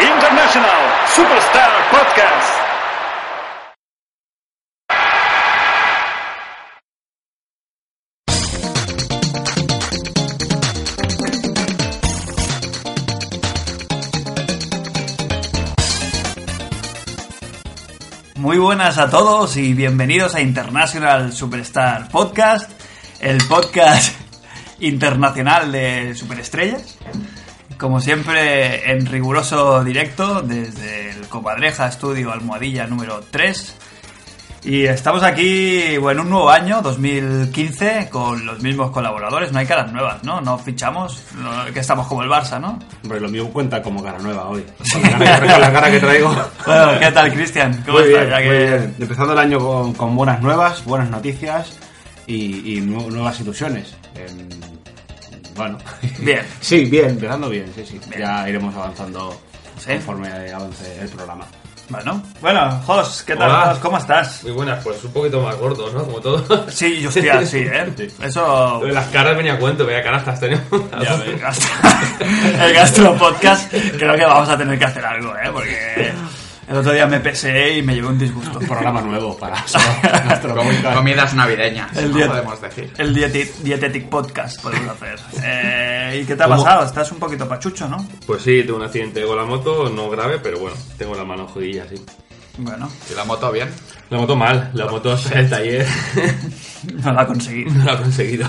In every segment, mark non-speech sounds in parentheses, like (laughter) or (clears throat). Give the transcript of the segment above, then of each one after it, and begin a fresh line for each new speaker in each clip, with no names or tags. International Superstar Podcast.
Muy buenas a todos y bienvenidos a International Superstar Podcast, el podcast (laughs) internacional de superestrellas. Como siempre, en riguroso directo desde el Copadreja Estudio Almohadilla número 3. Y estamos aquí, bueno, un nuevo año, 2015, con los mismos colaboradores. No hay caras nuevas, ¿no? No fichamos, no- que estamos como el Barça, ¿no?
Hombre, lo mío cuenta como cara nueva hoy. Con la cara que traigo. la cara que traigo.
(laughs) Bueno, ¿qué tal, Cristian? ¿Cómo
Muy
estás?
bien,
Ya que-
muy bien. Empezando el año con, con buenas nuevas, buenas noticias y, y nu- nuevas ilusiones. Em,
(laughs)
bueno.
Bien.
Sí, bien, empezando bien, sí, sí.
Bien.
Ya iremos avanzando
Sí.
conforme avance el programa.
Bueno, bueno, Jos, ¿qué tal?
Hola.
Jos? ¿Cómo estás?
Muy buenas, pues un poquito más gordo, ¿no? Como todo.
Sí, hostia, sí, ¿eh?
Sí.
Eso...
Lo de (laughs) las caras venía a cuento, vaya canastas tenemos.
el gastro- (laughs) el gastro podcast creo que vamos a tener que hacer algo, ¿eh? Porque el otro día me pesé y me llevé un disgusto.
Un programa nuevo
(laughs)
para nuestro podcast.
Comidas navideñas,
El
no
día-
podemos decir.
El dieti- Dietetic Podcast podemos hacer. Eh, ¿Y qué te ha
¿Cómo?
pasado? Estás un poquito pachucho, ¿no?
Pues sí, tuve un accidente con la moto, no grave, pero bueno, tengo la mano jodida, sí.
Bueno,
¿Y la moto bien?
La moto mal, la moto es el taller,
no la conseguí.
(laughs) no la he conseguido.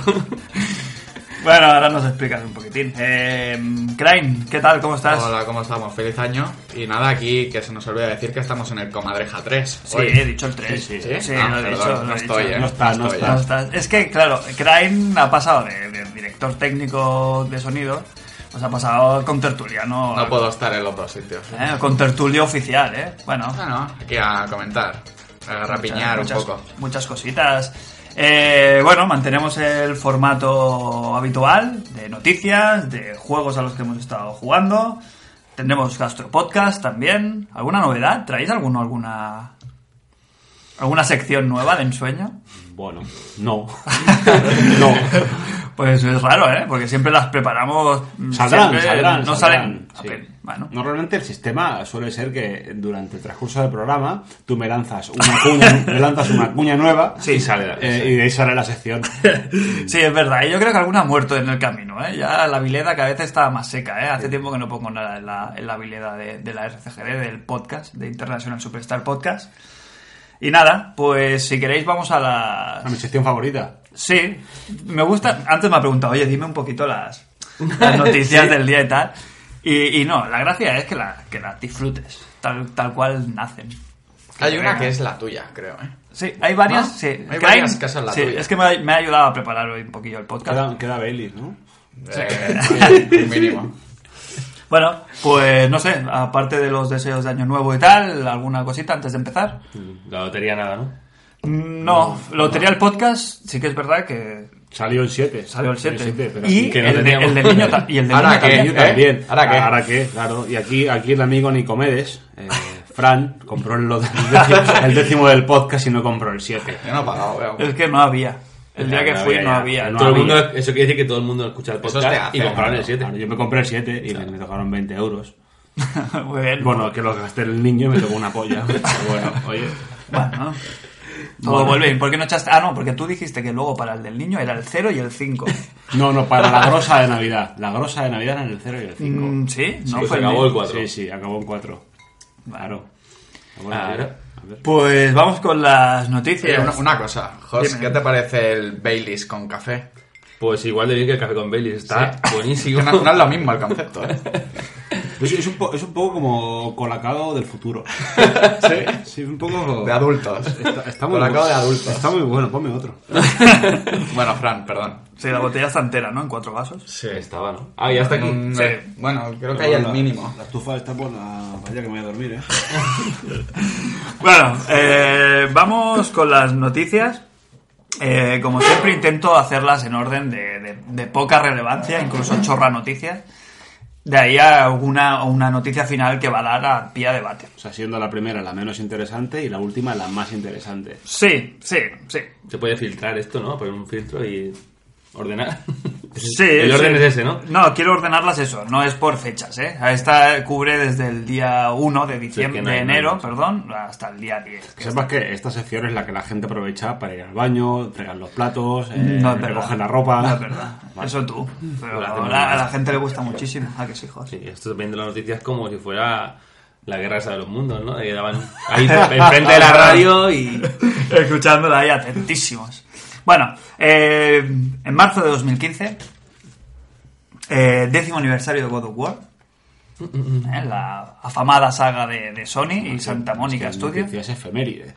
Bueno, ahora nos explicas un poquitín. Eh, Crane, ¿qué tal? ¿Cómo estás?
Hola, ¿cómo estamos? Feliz año. Y nada, aquí que se nos olvida decir que estamos en el Comadreja 3.
Sí,
hoy.
he dicho el 3.
Sí, sí.
Ah,
lo he
perdón,
dicho. lo
no
he
estoy,
dicho.
¿eh?
No está, no
estoy,
está.
¿eh?
No estás- Es que, claro, Crane ha pasado de, de director técnico de sonido, pues ha pasado con tertuliano.
No puedo estar en los dos sitios.
¿eh? Con tertulio oficial, ¿eh? Bueno,
No, no, aquí a comentar, a rapiñar
muchas,
un poco.
Muchas cositas. Eh, bueno, mantenemos el formato habitual de noticias, de juegos a los que hemos estado jugando. Tendremos Gastro Podcast también. ¿Alguna novedad? ¿Traéis alguno, alguna, alguna sección nueva de ensueño?
(laughs) Bueno, no. (laughs) no.
Pues es raro, ¿eh? Porque siempre las preparamos. mm,
Saldrán,
siempre
saldrán.
No
saldrán,
salen.
sí. Mm.
Ok, bueno.
Normalmente el sistema suele ser que durante el transcurso del programa tú me lanzas una cuña, (laughs) me lanzas una cuña nueva
Sí, sale la-
eh, y de ahí sale la sección.
Sí, es verdad. Y yo creo que alguna ha muerto en el camino, ¿eh? Ya la vileda cada vez está más seca, ¿eh? Hace tiempo que no pongo nada en la, en la vileda de, de la RCGD, del podcast, de International Superstar Podcast. Y nada, pues si queréis vamos a
A
las...
mi sección favorita.
Sí, me gusta... Antes me ha preguntado, oye, dime un poquito las, las
(laughs)
noticias del día y tal. Y, y no, la gracia es que, la, que las disfrutes, tal, tal cual nacen.
Hay una
venga.
que es la tuya, creo, ¿eh?
Sí, hay varias.
¿No?
Sí.
Hay
Crane-
varias que son la
sí,
tuya.
Es que me ha, me ha ayudado a preparar hoy un poquillo el podcast.
Queda, queda Bailey, ¿no?
Eh, (laughs) sí, un mínimo.
Bueno, pues no sé, aparte de los deseos de Año Nuevo y tal, ¿alguna cosita antes de empezar?
La lotería nada, ¿no?
Mm, No, Lotería el podcast, sí que es verdad que
Salió el 7.
salió el 7.
pero
Y
aquí-
que no
el, de-
teníamos.
el del niño ta- y el del
Ahora
niño
que-
también.
Yo
¿Eh?
también.
¿Ahora qué?
Ahora qué, claro. Y aquí, aquí el amigo Nicomedes, eh, Fran, compró el, lo- el décimo, el décimo del podcast y no compró el 7.
Yo no he pagado, veo.
Es que no había. El día
Ya,
que
no
fui
había,
no
ya.
había. Todo-
No
todo el
había.
mundo, eso quiere decir que todo el mundo escucha el
Eso
podcast
te hace,
y compraron
¿no?
el 7.
Claro, yo me compré el 7 y me tocaron 20 euros.
(laughs) Muy bien.
Bueno, que lo gasté el niño y me tocó una (laughs) polla. Pero bueno, oye.
Bueno. Todo vuelve bien. ¿Por qué no echaste? Ah, no, porque tú dijiste que luego para el del niño era el 0 y el 5.
No, no, para la grosa de Navidad. La grosa de Navidad era en el 0 y el 5.
Mm, sí, no
pues
fue el
acabó
mío.
el 4.
Sí, sí, acabó en 4. Claro. Acabó en
Ah,
cuatro.
¿no?
A ver.
Pues vamos con las
Oye,
noticias.
una, una cosa, Jos,
Dime.
¿qué te parece el Baileys con café?
Pues igual de bien que el café con Bailey, está
Que
buenísimo.
no, no es lo mismo el concepto, ¿eh?
Es, es un po- es un poco como colacao del futuro. (laughs) sí, sí, un poco.
De adultos.
Está, está muy
Colacao
bueno.
de adultos.
Está muy bueno, ponme otro.
Bueno, Fran, perdón.
Sí, la botella está entera, ¿no? En cuatro vasos.
Sí, estaba, ¿no? Ah, ya está aquí.
Mm,
Sí.
eh, Bueno, creo que hay el
La-
mínimo.
La estufa está por la. Vaya que me voy a dormir, eh.
Bueno, eh, vamos con las noticias. Eh, como siempre intento hacerlas en orden de, de- de poca relevancia, incluso chorra noticias. De ahí a alguna una noticia final que va a dar a pie a debate.
O sea, siendo la primera la menos interesante y la última la más interesante.
Sí, sí, sí.
Se puede filtrar esto, ¿no? Poner un filtro y Ordenar.
Sí,
El
sí.
orden es ese, ¿no?
No, quiero ordenarlas eso, no es por fechas, ¿eh? A Esta cubre desde el día 1 de diciembre,
Sí, que no
de
hay
enero,
nada.
perdón, hasta el día 10.
Que sepas que esta sección es la que la gente aprovecha para ir al baño, fregar los platos, eh,
No es verdad.
recoger la ropa.
No es verdad.
Vale.
Eso tú. Pero
Lo
a
hacemos
la, a
más.
la gente le gusta muchísimo. ¿A que sí, Jorge?
Sí, esto depende de las noticias como si fuera la guerra esa de los mundos, ¿no? Que daban
(laughs)
ahí enfrente de la radio y...
Escuchándola ahí atentísimos. Bueno, eh, en marzo de 2015, eh, décimo aniversario de God of War,
Mm,
eh, la afamada saga de, de Sony y Santa Mónica
Ah, Es que
Studios.
noticias efemérides.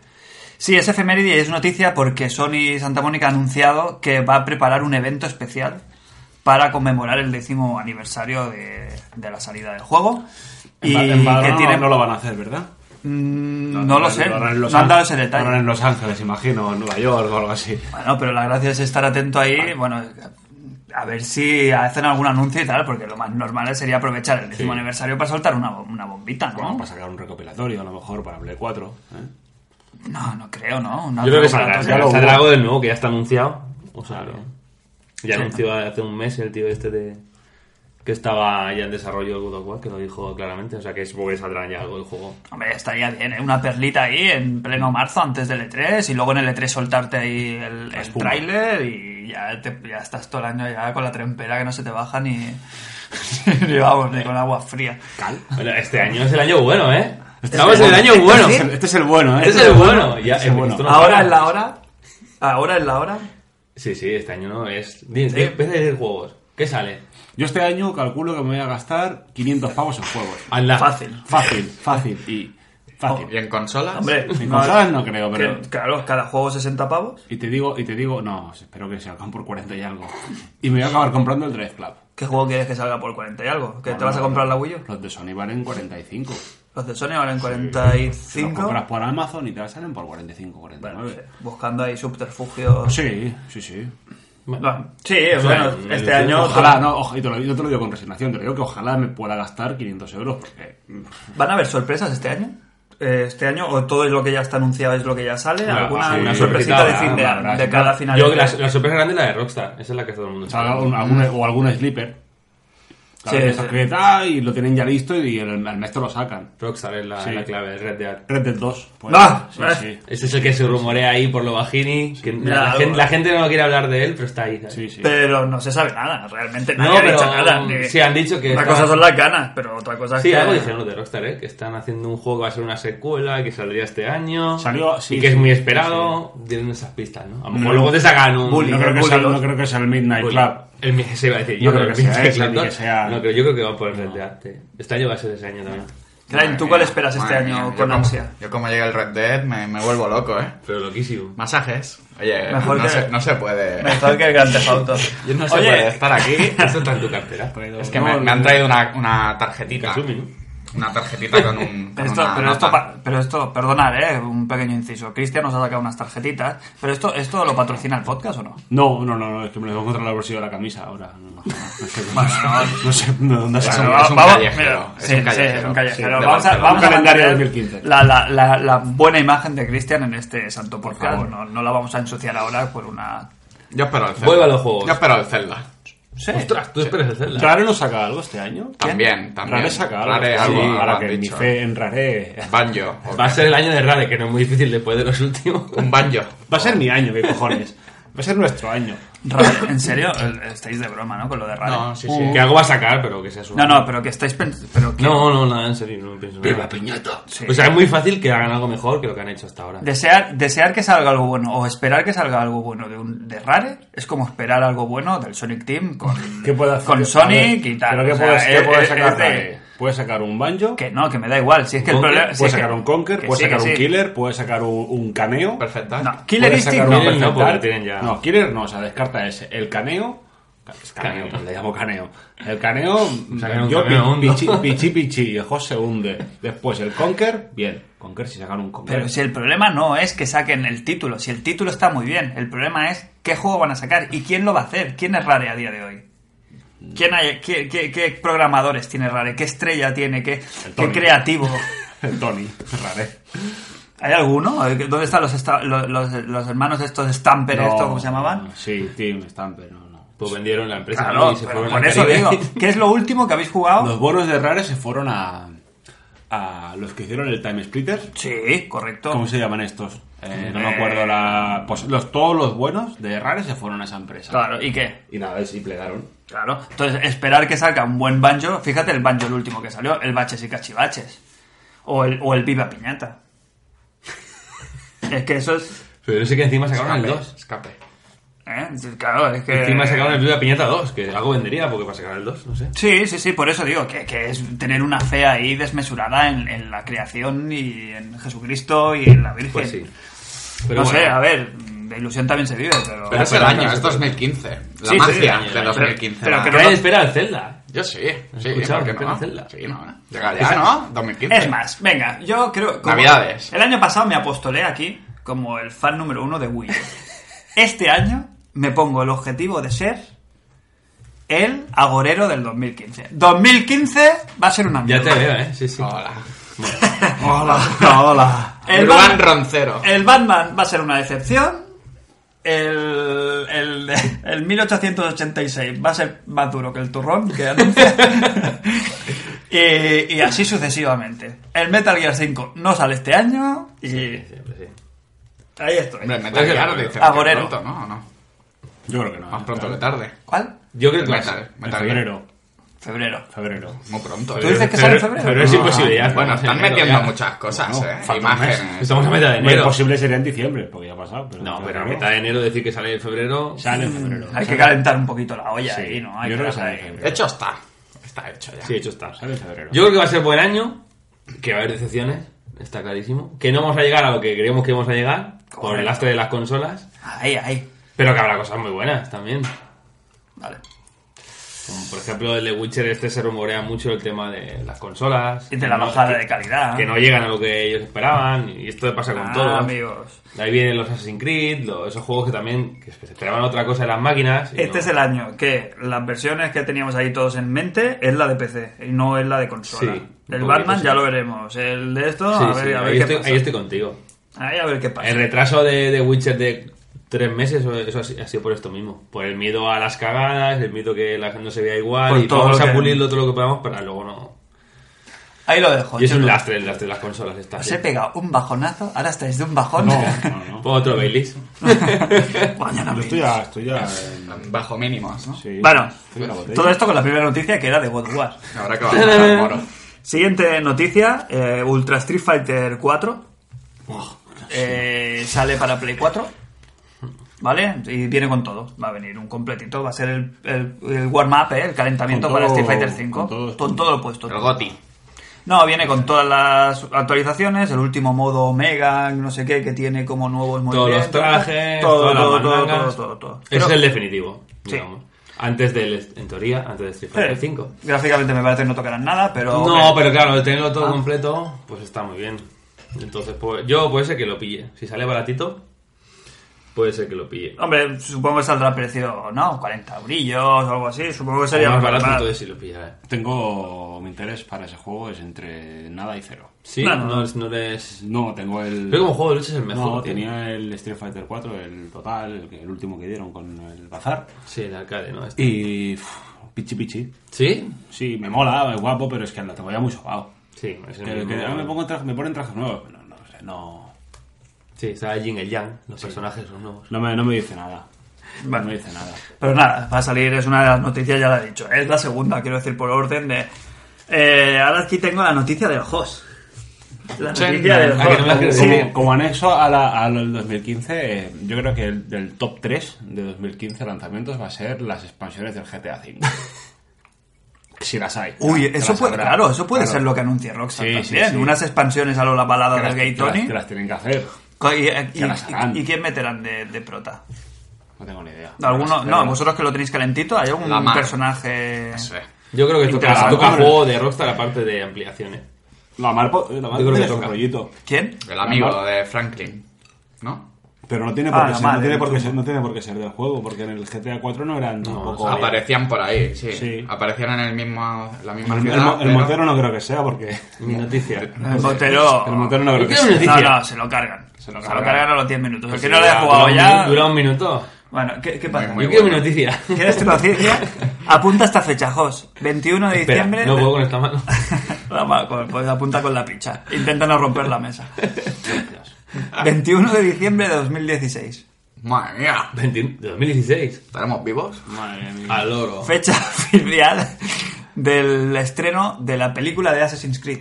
Sí, es efeméride y es noticia porque Sony Santa Mónica ha anunciado que va a preparar un evento especial para conmemorar el décimo aniversario de, de la salida del juego. Y
En Ba- en Badalona
que tiene...
no, no lo van a hacer, ¿verdad?
Mm, no lo sé,
Lo harán en
no
Los
han dado
Ángeles-
ese detalle.
Lo harán en Los Ángeles, imagino, en Nueva York o algo así.
Bueno, pero la gracia es estar atento ahí, bueno, a ver si hacen algún anuncio y tal, porque lo más normal sería aprovechar el décimo
Sí.
aniversario para soltar una, bo- una bombita, ¿no?
Bueno, para sacar un recopilatorio, a lo mejor, para Play 4. ¿eh?
No, no creo, ¿no? Una
Yo creo que
preparatoria.
ya
saldrá,
lo
saldrá,
hubo.
algo del nuevo que ya está anunciado. O sea,
Claro.
que ya anunció hace un mes el tío este de que estaba ya en desarrollo el God of War, que lo dijo claramente. O sea, que supongo que saldrá ya algo del juego.
Hombre, estaría bien, ¿eh? Una perlita ahí en pleno marzo antes del E3 y luego en el E3 soltarte ahí el, el
espuma.
tráiler y ya, te- ya estás todo el año ya con la trempera que no se te baja ni, (laughs) ni vamos, ni con agua fría.
Bueno, este año es el año bueno, ¿eh?
Este
Estamos
es
en
el
el
bueno.
año (laughs) bueno.
Este
Este este es el bueno, ¿eh?
Es el bueno. Ya,
Este es el bueno.
esto no
Ahora
para.
es la hora, ahora es la hora.
Sí, sí, este año no es. Di- di- Empieza a decir juegos. ¿Qué sale?
Yo este año calculo que me voy a gastar 500 pavos en juegos.
Anda.
Fácil.
Fácil, fácil y fácil.
¿Y en consolas?
Hombre,
En consolas no creo,
que-
pero...
claro, cada juego 60 pavos.
Oh.
Y te digo, y te digo, no, espero que se hagan por 40 y algo. Y me voy a acabar comprando el Drive Club.
¿Qué juego quieres que salga por 40 y algo? ¿Que te
Bueno,
vas a comprar la Wii U?
Los de Sony valen 45.
Los de Sony valen
Si los
45.
compras por Amazon y te salen por 45,
Bueno,
49.
buscando ahí subterfugios.
Sí, sí, sí.
Bueno, sí, o
sea,
bueno,
en el
este
cine,
año
Ojalá, no, oja- y te lo, yo te lo digo con resignación, te lo digo que ojalá me pueda gastar 500 euros porque... mm,
¿Van a haber sorpresas este año? Eh, Este año, o todo es lo que ya está anunciado, es lo que ya sale,
Ah,
alguna
sí,
una sorpresita
claro,
de fin de,
claro, claro.
de cada final.
Yo,
de-
la, la sorpresa grande es la de Rockstar. Esa es la que todo el mundo
salga un- algún- o algún sleeper. Claro,
Sí,
de esos
sí.
que, ah, y lo tienen ya listo y el, al mes te lo sacan.
Rockstar es la,
Sí.
la clave, el Red Dead.
Red Dead 2. pues.
Ah,
sí,
eh.
sí.
Ese es el que se rumorea ahí por lo bajini. Que
Mira,
la,
algo.
gente, la gente no quiere hablar de él, pero está ahí. ¿sabes?
Sí, sí.
Pero no se sabe nada, realmente nadie
No,
ha dicho
pero,
nada.
um,
ni-
sí, han dicho que
Una
estaban-
cosa son las ganas, pero otra cosa es
Sí,
que.
algo dijeron los de Rockstar, ¿eh? Que están haciendo un juego que va a ser una secuela, que saldría este año.
Salió, sí,
Y que
sí,
es muy esperado. Tienen esas pistas, ¿no? A lo mejor
No.
luego te sacan un...
Bully.
no, creo que
Bully
sea,
dos.
no creo que sea el Midnight
Bully.
Club.
El mi- se iba a decir,
No
yo
creo
creo
que
que
sea ese, ni que sea-
No, creo, yo creo que va por el Red Dead. eh. Este año va a ser ese año también.
Crane, ¿tú cuál esperas este
Madre
año
mía, yo
con
como-
ansia? (laughs)
Yo como llega el Red Dead me, me vuelvo loco, ¿eh?
Pero loquísimo.
Masajes. Oye,
Mejor
no,
que-
se, no se puede...
Mejor que el
(laughs)
Grand Theft Auto.
Yo no se puede
Oye,
estar aquí.
(laughs) Esto está en tu cartera.
Es que me, me han traído una, una tarjetita.
Kasumi, ¿no?
Una tarjetita con
(laughs)
un... con
esto-
una
pero, esto,
nota.
pa- pero esto, perdonad, eh, un pequeño inciso. Cristian nos ha sacado unas tarjetitas, pero esto, esto lo patrocina el podcast o no?
No, no, no, no, es que me lo he encontrado en el bolsillo de la camisa ahora. No, no, no sé,
Bueno,
no sé de dónde ha
Es
salido.
un-
Vamos,
un
vamos,
callejero,
mira,
es
sí,
un
sí,
callejero.
es un callejero.
Sí,
vamos
de
a,
Barcelona.
vamos a
Un calendario
mantener
2015.
La, la- la- la buena imagen de Cristian en este santo podcast.
favor.
No, no la vamos a ensuciar ahora por una...
Yo espero el Zelda.
Vuelvo a los juegos.
Yo espero el Zelda.
Sí.
Ostras, tú esperas el Zelda.
¿Rare no saca algo este año?
También, también.
Rare saca algo.
Rare,
Sí,
algo, algo
ahora
han
que mi
dicho.
fe en Rare.
Banjo.
Va a ser el año de Rade, que no es muy difícil después de
(laughs)
los últimos.
Un banjo.
Va a ser mi año, qué cojones. Va a ser nuestro año. (laughs)
Ra- En serio, El- estáis de broma, ¿no? Con lo de Rade.
No, sí, sí.
Que algo va a sacar, pero que sea su...
no, no, pero que estáis pens- pero que-
No, no, nada, en serio, no pienso nada.
piñata!
sí.
O sea, es muy fácil que hagan algo mejor que lo que han hecho hasta ahora.
desear, desear que salga algo bueno o esperar que salga algo bueno de, un, de Rare es como esperar algo bueno del Sonic Team con,
(laughs) ¿Qué puede hacer?
con
A ver,
Sonic y tal.
¿Pero qué
O sea,
puede, qué
es-
puede
es-
sacar
es de-
Rare? Puede sacar un banjo,
Que no, que me da igual. Si es que el
Conker,
problema... si
puede
es que-
sacar un conquer,
que
puede
sí,
sacar
que
un
sí.
killer, puede sacar un, un caneo.
Perfecta.
No, Killer
puede
Instinct
sacar
no.
un
Killer no,
perfectal.
porque tienen ya-
No, killer no, o sea, descarta ese. El caneo. Es caneo, pues le llamo caneo. El caneo,
Sacan un
yo
caneo
pi-
hondo.
pichi, pichi, pichi, y el host se hunde. Después el conquer, bien. Conquer si sacan un conquer.
Pero si el problema no es que saquen el título, si el título está muy bien, el problema es qué juego van a sacar y quién lo va a hacer, quién es Rare a día de hoy. ¿Quién hay, qué, qué- qué programadores tiene Rare? ¿Qué estrella tiene? ¿Qué,
El
qué
Tony. (laughs)
creativo?
El (laughs) Tony, rare.
¿Hay alguno? ¿Dónde están los, esta- lo- los, los hermanos estos Stamper,
No,
estos, cómo se llamaban?
Sí, Team Stamper, no, no.
Pues vendieron la empresa
Claro,
¿no? y se
pero
fueron
por
al
eso (laughs)
Caribe.
digo, ¿qué es lo último que habéis
Los (laughs)
jugado?
bonos de Rare se fueron a, a los que hicieron el Time Splitters.
Sí, correcto.
¿Cómo se llaman estos? Eh, no me acuerdo la... Pues los, todos los buenos de Rare se fueron a esa empresa.
Claro, ¿y qué?
Y nada, y plegaron.
Claro, entonces esperar que salga un buen banjo, fíjate el banjo el último que salió, el baches y cachivaches, o el, o el viva piñata. es que eso es...
Pero sé que encima sacaron el
Escape,
2.
escape.
¿eh? Claro, es que...
Encima sacaron el Viva Piñata 2, que algo vendería porque para sacar el 2, no sé.
Sí, sí, sí, por eso digo que, que es tener una fe ahí desmesurada en, en la creación y en Jesucristo y en la Virgen.
Pues sí.
no sé,
bueno,
a ver, de ilusión también se vive, pero...
Pero es
fue
el
el
año,
año,
es
pero-
2015. La
Sí, sí,
magia
sí,
de
sí,
2015.
pero- pero que
la-
Nadie espera el Zelda.
Yo sí, sí,
escuchado,
¿por qué
pero
no?
Zelda.
Sí, no, ¿eh? Llega ya, ¿no? 2015.
Es más, venga, yo creo... como-
Navidades.
El año pasado me apostolé aquí como el fan número uno de Wii. Este año me pongo el objetivo de ser el agorero del 2015. 2015 va a ser una
Ya
mierda. (laughs)
te veo, ¿eh? Sí, sí.
Hola.
Hola, hola. El
Urban
Batman,
Roncero.
el Batman va a ser una decepción. El, el, el 1886 va a ser más duro que el turrón que anuncia. (laughs) y, y así sucesivamente. El Metal Gear 5 no sale este año. Y
Siempre, sí.
ahí estoy.
Hombre, Metal Gear dicen que
Agorero. Ah,
pronto, ¿no? ¿O no?
Yo creo que no.
Más
¿eh?
pronto que
Claro.
tarde.
¿Cuál?
Yo creo que va a ser.
Metal,
En
Metal Gear.
febrero.
Febrero.
Febrero.
Muy pronto.
¿Tú dices que sale en febrero?
Pero es imposible pues, ya.
Bueno,
estamos en
están
enero
metiendo
ya.
muchas cosas,
Bueno, falta
¿eh?
un
Imágenes.
Estamos a mitad de
Lo
enero.
imposible sería en diciembre, porque ya ha pasado. Pero
No,
en
pero a
febrero.
mitad de enero decir que sale en febrero.
Sale en febrero.
Hay que calentar un poquito la olla
Sí,
ahí, ¿no? Hay
yo
que
creo que
darle
sale
ahí.
en febrero.
Hecho está. Está hecho ya.
Sí, hecho está.
Sale en febrero.
Yo creo que va a ser buen año, que va a haber decepciones, está clarísimo. Que no vamos a llegar a lo que creíamos que íbamos a llegar, por el lastre de las consolas,
Ahí, ahí.
pero que habrá cosas muy buenas también.
Vale.
Como por ejemplo el de Witcher este se rumorea mucho el tema de las consolas.
Y de la
No,
bajada
que-
de calidad.
Que no llegan a lo que ellos esperaban, y esto pasa con
Ah,
todo.
amigos.
Ahí vienen los Assassin's Creed, los- esos juegos que también que se esperaban otra cosa de las máquinas. y
Este
no.
es el año que las versiones que teníamos ahí todos en mente es la de PC y no es la de consola.
Sí, un
el
poquito,
Batman
sí.
ya lo veremos. El de esto,
Sí,
a
sí,
ver, a ver
ahí,
qué
estoy,
pasa.
ahí estoy contigo.
Ahí a ver qué pasa.
El retraso de, de Witcher de tres meses, o eso ha si- ha sido por esto mismo. Por el miedo a las cagadas, el miedo que la gente no se vea igual,
Por
y
todo
vamos
lo
a
que-
pulirlo todo lo que podamos para luego no.
Ahí lo dejo.
Y es un
chicos.
lastre, el lastre de las consolas. Está
Os he
bien.
pegado un bajonazo, ahora estáis de un bajón. (laughs)
No, (laughs) no, no.
Pon otro Baileys.
Mañana
Yo
mismo.
estoy ya. Estoy ya en-
Bajo mínimos, ¿no?
sí.
Bueno,
Estoy en la botella.
todo esto con la primera noticia que era de God of War.
Ahora que vamos al moro.
Siguiente noticia, eh, Ultra Street Fighter 4 eh, sale para Play 4, ¿vale? Y viene con todo, va a venir un completito, va a ser el, el- el warm-up, ¿eh? el calentamiento
Con
para
todo-
Street Fighter 5,
con
con
todo-
todo, lo puesto.
El Goti.
No, viene con todas las actualizaciones, el último modo Omega, no sé qué, que tiene como nuevos
Todos los
movimientos.
trajes,
todo,
todas las
todo, todo, todo,
mandangas.
todo, todo.
Ese
Pero-
es el definitivo,
Sí.
digamos. Antes del, en teoría, antes del Street
eh,
Fighter 5.
Gráficamente me parece que no tocarán nada, pero...
No, pero claro, el tenerlo todo
Ah.
completo, pues está muy bien. Entonces, pues, yo puede ser que lo pille. Si sale baratito, puede ser que lo pille.
Hombre, supongo que saldrá precio, ¿no? 40 brillos o algo así. Supongo que sería
más
normal.
barato entonces si lo eh. pillará.
Tengo mi interés para ese juego es entre nada y cero.
Sí,
No,
no,
no,
es- no eres...
No, tengo el.
Creo que como juego de lucha es el mejor.
No,
tío.
tenía el Street Fighter 4, el total, el, que- el último que dieron con el bazar.
Sí, el arcade, ¿no? Este.
Y. uf, pichi pichi.
¿Sí?
Sí, me mola, es guapo, pero es que lo tengo ya muy sobado.
Sí, es el
Que,
mismo.
que ahora me, pongo traje- me ponen trajes nuevos. No, no, sé, no,
Sí, está el Jin y el Yang, los personajes son nuevos.
no, me, no me dice nada.
Vale.
No me dice nada.
Pero nada, va a salir, es una de las noticias, ya la he dicho. Es la segunda, quiero decir, por orden de... Eh, ahora aquí tengo la noticia del host. La
Sí,
noticia del
¿a
que no me
host.
has creído?
Sí.
Como, como anexo a la- al 2015, eh, yo creo que el, del top 3 de 2015 lanzamientos va a ser las expansiones del GTA V.
(laughs)
si las hay.
Uy,
Que
eso
las
puede,
habrá.
claro, eso puede
Claro.
ser lo que anuncie Rockstar
Sí, sí,
también.
sí.
Unas expansiones a lo la balada
Que las-
de Gay
que las-
Tony.
Que las tienen que hacer.
Y, eh, y-
que las harán.
y- y quién meterán de, de prota?
No tengo ni idea.
¿Alguno?
Las-
No, pues- vosotros que lo tenéis calentito, ¿hay algún
La mar.
personaje...?
Sí.
Yo creo que toca,
Interesante.
toca juego de Rockstar aparte de ampliaciones.
La Marpo, la Mar
Yo creo que
tiene su
toca.
rollito.
¿Quién?
El amigo de Franklin. ¿No?
Pero no tiene
Ah,
por qué
la
ser, no
madre,
tiene
el
por qué
turbo.
ser- no tiene por qué ser del juego, porque en el GTA 4 no eran tampoco.
no
Aparecían por ahí, sí.
Sí.
Aparecían en el mismo, la misma
el, el- el
ciudad. pero-
motero no creo que sea, porque. (laughs)
Mi noticia.
El motero...
El motero no creo que
¿Qué
sea.
noticia?
No, no, se lo cargan. Se lo cargan, a los 10 minutos. El que no lo
Dura-
haya jugado
dura un
ya.
min- Dura un minuto.
Bueno, ¿qué, qué pasa?
Muy
Yo quiero mi noticia.
(laughs) ¿Quieres tu noticia? Apunta esta fecha, Jos. 21 de
(laughs) Espera,
diciembre.
no
(laughs)
puedo con esta mano.
La ma- con- pues apunta con la picha. Intenta no romper la mesa. 21 de diciembre de 2016.
Madre mía.
21 de 2016.
¿Estaremos vivos?
Madre mía.
Al (laughs) oro.
Fecha (laughs) filial del estreno de la película de Assassin's Creed.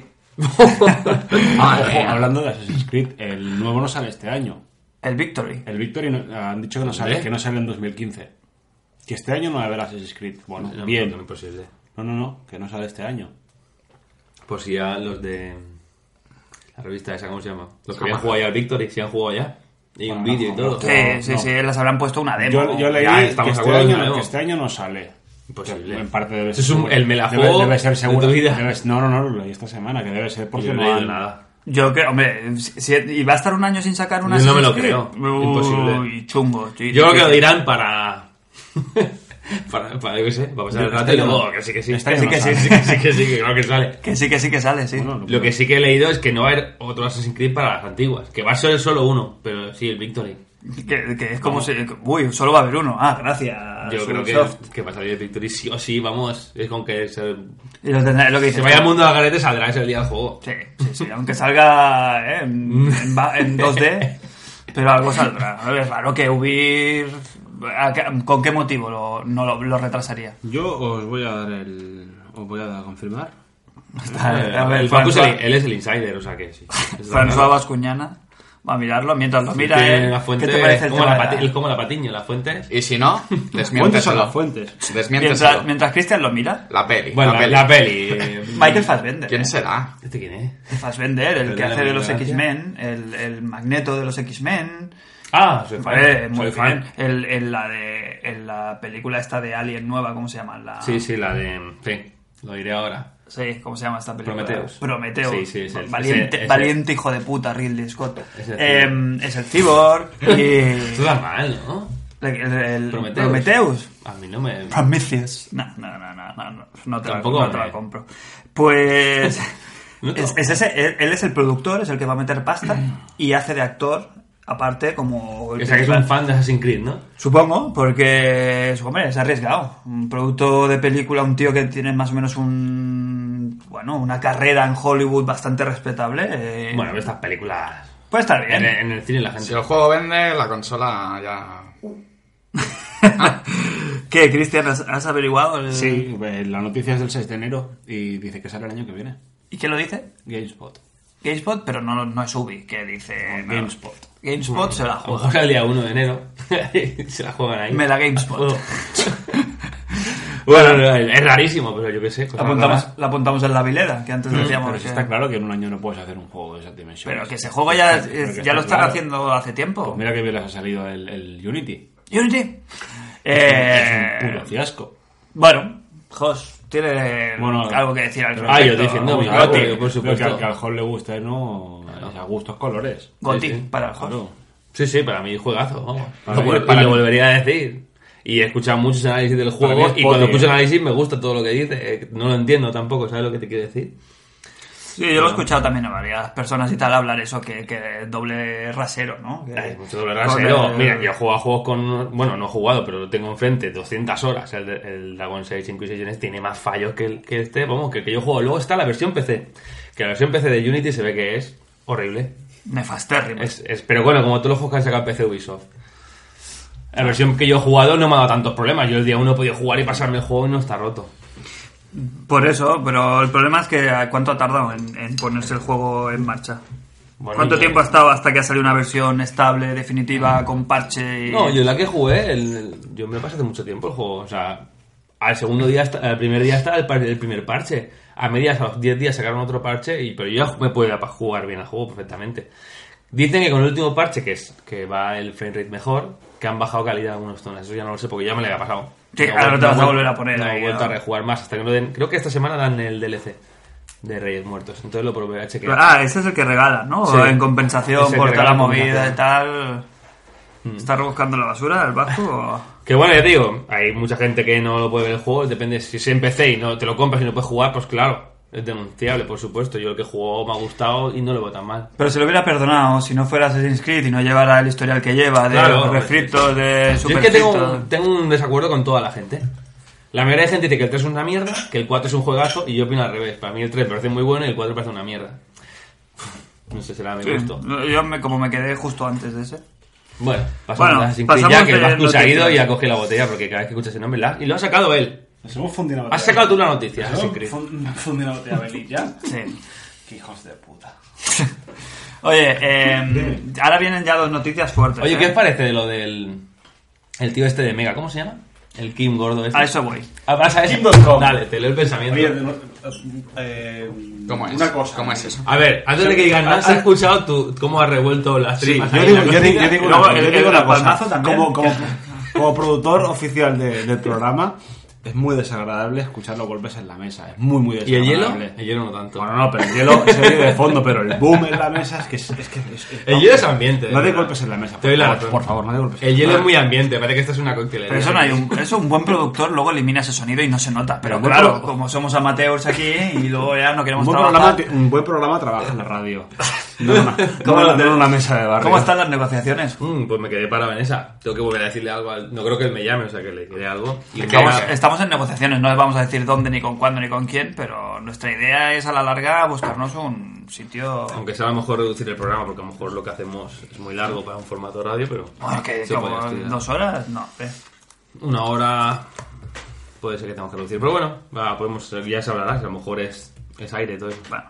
Madre
Ojo,
eh.
mía.
hablando de Assassin's Creed, el nuevo no sale este año.
El Victory.
El Victory no- han dicho que no sale,
¿Dónde?
que no sale en 2015. Que este año no va a haber Assassin's Creed. Bueno,
No,
bien.
no, imposible.
No, no, no, que no sale este año.
Pues si ya los de. La revista esa, ¿cómo se llama? Los
Jamás.
que habían jugado ya al Victory, si han jugado ya. Y un
Bueno,
vídeo y
no,
todo.
no.
Sí, sí,
no.
sí, les habrán puesto una demo.
Yo, yo leí
Eh, ya
que,
estamos de
este
acuerdo,
año,
ya
no-
veo.
que este año no sale.
Imposible.
Que En parte debe
Eso
ser.
es un- el me la
debe,
juego
debe ser seguro.
de tu vida.
Debe- no, no, no, lo leí esta semana, que debe ser porque
Yo no he
no
leído
han-
nada.
Yo creo, hombre, si- si- y va a estar un año sin sacar una
Yo no me lo
Assassin's Creed?
creo. Imposible.
Uy, chungo. sí,
Yo creo que lo
difícil.
dirán para. (laughs) para, para, yo qué sé, para pasar el
Este
rato y
no.
luego, que sí, que sí.
Este
que sí,
no
que sí,
sale.
sí, que sí, que sí, que claro que sale.
Que sí, que sí, que sale, sí.
Bueno, no
Lo
creo.
que sí que he leído es que no va a haber otro Assassin's Creed para las antiguas. Que va a ser solo uno, pero sí, el Victory.
Que, que es como si... Uy, solo va a haber uno. Ah, gracias.
Yo creo
Ubisoft.
que, que va a salir el Victory sí o sí, vamos. Es con que se,
Y lo tendrá- lo que
se
dices,
vaya al
tú.
mundo de la garete saldrá ese día del juego.
Sí, sí, sí, aunque salga eh, en, en ba-
(laughs)
en 2D, pero algo saldrá. Es raro que Ubir... ¿a qué- ¿Con qué motivo lo, no lo, lo
(laughs)
retrasaría?
Yo os voy a dar el. Os voy a dar a confirmar.
Eh,
a ver,
el Facu es el-
François-
él es el insider, o sea que
(laughs)
sí. Es la
François
verdad.
Bascuñana va a mirarlo mientras lo mira.
Tiene
eh,
la fuente,
¿Qué te parece el
como,
tema
la
de
pati-
la-
como la patiño, la fuente.
Y si no,
Fuentes son
desmiénteselo.
las fuentes.
Desmiénteselo.
Mientras, mientras Cristian lo mira,
La peli.
Bueno,
la
la,
peli.
la peli. (laughs) eh,
Michael Fassbender.
¿Quién
eh.
será?
¿Este quién es?
Fassbender, el que
Pero
hace
la
de los
ignorancia.
X-Men, el, el magneto de los X-Men.
Ah, soy fan.
Vale, muy
soy fan.
bien. El- en la de en la película esta de Alien nueva, ¿cómo se llama? La...
Sí, sí, la de. Sí, lo diré ahora.
Sí, ¿cómo se llama esta película?
Prometheus.
Prometeo.
Sí, sí, es el-
valiente,
ese- ese-
valiente hijo de puta, Ridley Scott.
Es el
Eh, es el Cyborg
(laughs)
y...
Esto da mal, ¿no?
el, el-
Prometheus.
Prometheus.
A mí no me.
Prometheus. No, no, no, no, no, no, no te, la-
Tampoco,
no te la
hombre.
compro.
(laughs)
Pues...
No te la
es, es ese, él, él es el productor, es el que va a meter
(clears throat)
pasta y hace de actor, aparte, como... el
O sea, que es un
principal.
fan de Assassin's Creed, ¿no?
Supongo, porque hombre, es arriesgado. Un producto de película, un tío que tiene más o menos un bueno, una carrera en Hollywood bastante respetable. eh,
Bueno, Eh, pero estas películas.
puede estar bien.
En,
Eh.
en el cine la
Si
gente.
el juego vende, la consola ya...
¿Qué, Cristian, has, has averiguado? el-
Sí, pues, la noticia es del 6 de enero y dice que sale el año que viene.
¿Y qué lo dice?
GameSpot.
GameSpot, pero no, no es Ubi, que dice no.
GameSpot.
GameSpot se la
A lo
juega.
mejor el día 1 de enero. (laughs) se la juegan ahí.
Me la GameSpot.
pues.
Juego. bueno, no, es rarísimo, pero yo qué sé.
La
cosas
apuntamos,
raras.
la apuntamos en la vileda, que antes decíamos
Mm, Pero sí
que-
está claro que en un año no puedes hacer un juego de esas dimensiones.
Pero que ese juego ya,
Pero que
es-
está
ya lo están
claro.
haciendo hace tiempo.
Pues mira que bien les ha salido el, el Unity.
Unity.
Es un
Eh,
puro fiasco.
Bueno, Jos, tiene
Bueno,
algo que decir al respecto.
Ah, yo diciendo mi
Gothic,
Gothic, por supuesto.
Lo que al cajón le gusta, ¿no? Es a gustos colores.
Gothic
Sí, sí.
para el Jos.
Claro.
Sí, sí, para mí juegazo, vamos.
Para
Lo
mí-
vol- y
para
lo
mí-
volvería a decir. Y he escuchado muchos análisis del
Para mí
juego
es
y cuando
poti,
escucho
eh.
análisis me gusta todo lo que dice. eh, No lo entiendo tampoco, ¿sabes lo que te quiero decir?
Sí, yo lo he escuchado también a varias personas y tal hablar eso, que, que doble rasero, ¿no? Que-
pues
Hay mucho doble
con
rasero.
el-
Mira, yo he jugado a juegos con... Bueno, no he jugado, pero lo tengo enfrente 200 horas. El, el Dragon 6 Inquisitions tiene más fallos que, el- que este. Vamos, que el que yo juego. Luego está la versión PC. Que la versión PC de Unity se ve que es horrible.
Nefastérrimo.
Es- es- pero bueno, como todos los juegos que han sacado PC Ubisoft. La versión que yo he jugado no me ha dado tantos problemas. Yo el día uno he podido jugar y pasarme el juego y no está roto.
Por eso, pero el problema es que ¿a ¿cuánto ha tardado en, en ponerse el juego en marcha?
Bueno,
¿Cuánto
yo-
tiempo ha estado hasta que ha salido una versión estable, definitiva, con parche? y-
No, yo la que jugué, el- el- yo me lo pasé hace mucho tiempo el juego. O sea, al segundo día, está- al primer día estaba el, par- el primer parche. A medias, a los 10 días sacaron otro parche, y, pero yo ya me puedo pa- jugar bien al juego perfectamente. Dicen que con el último parche, que es que va el frame rate mejor, que han bajado calidad algunos tonos. Eso ya no lo sé porque ya me lo había pasado.
Sí,
No he
ahora
vuel-
te vas
no he
a
vuel-
volver a poner
No he
ahí,
vuelto a
¿no?
rejugar más hasta que no den. Creo que esta semana dan el DLC de Reyes Muertos. Entonces lo probé a chequear.
Ah, ese es el que regala, ¿no?
Sí.
En compensación
Es el
por
que
toda la
regala
movida y
compensación.
tal. ¿Está rebuscando la basura el vasco? o-
Que bueno, ya te digo, hay mucha gente que no lo puede ver el juego, depende si es en PC y no te lo compras y no puedes jugar, pues claro, Es denunciable, por supuesto. Yo el que jugó me ha gustado y no le va tan mal.
(laughs) Pero se lo hubiera perdonado si no fuera Assassin's Creed y no llevara el historial que lleva de
Claro,
los
hombre.
refritos, de
Yo es que tengo, un-
supercriptos.
tengo un desacuerdo con toda la gente. La mayoría de gente dice que el 3 es una mierda, que el 4 es un juegazo y yo opino al revés. Para mí el 3 parece muy bueno y el 4 parece una mierda. (laughs) No sé, será
Mm.
mi gusto.
Sí, Yo me, como me quedé justo antes de ese.
Bueno, pasamos
Bueno,
a Assassin's Creed
pasamos
ya que
de
Vasco se ha ido
noticias.
y ha cogido la botella porque cada vez que escucha ese nombre la... Y lo ha sacado él.
Nos hemos fundido una botella.
Has sacado tú la
Pues
noticia,
Nos
Assassin's
hemos
Creed.
fun- fundido una botella Belit ya.
Sí.
Qué hijos de puta.
Oye, eh, ahora vienen ya dos noticias fuertes.
Oye,
eh.
¿qué os parece de lo del... El tío este de Mega, ¿cómo se llama? El Kim gordo este.
A eso voy.
Ah, vas a eso.
Kim.com.
Dale, te leo el pensamiento.
Oye, de no- eh, eh,
¿Cómo es?
Una cosa.
¿Cómo es eso?
A ver, antes de que digan nada, ¿has escuchado tú cómo has revuelto las tripas?
ah, yo
ahí
digo,
en la
yo digo- yo
cocina?
digo
Luego
una, yo
el-
digo
el
una cosa.
palmazo también.
Como, (laughs) como, como productor oficial de- del programa, es muy desagradable escuchar los golpes en la mesa. Es muy, muy
¿Y el hielo?
desagradable.
El hielo no tanto.
Ah, Bueno, no, pero el hielo se oye de fondo, pero el boom en la mesa es que es, es que es- es-
El hielo es ambiente.
No
de
de
verdad.
golpes en la mesa.
Eh, Te doy la
por,
razón.
favor, por favor, no de golpes.
El hielo es muy ambiente, parece que esto es una coctelería.
Pero eso no hay un, eso un buen productor luego elimina ese sonido y no se nota. Pero
Pero
claro,
bueno.
como somos amateurs aquí y luego ya no
Un
queremos
buen,
trabajar.
programa, que- un buen programa trabaja en
(laughs)
la radio. No, no,
¿Cómo
no,
lo
no
te-
en una mesa de barrio.
¿Cómo están las negociaciones?
Mm, pues me quedé parado en esa. Tengo que volver a decirle algo al... No creo que él me llame, o sea que le diré algo. Y un
Estamos,
día-
estamos en negociaciones, no vamos a decir dónde, ni con cuándo, ni con quién, pero nuestra idea es a la larga buscarnos un sitio...
Aunque sea a lo mejor reducir el programa, porque a lo mejor lo que hacemos es muy largo para un formato de radio, pero...
Bueno, que
se
como
puede estudiar.
dos horas, no. eh.
Una hora... Puede ser que tengamos que reducir. Pero bueno, va, podemos... ya se hablará, si a lo mejor es, es aire todo eso.
Bueno.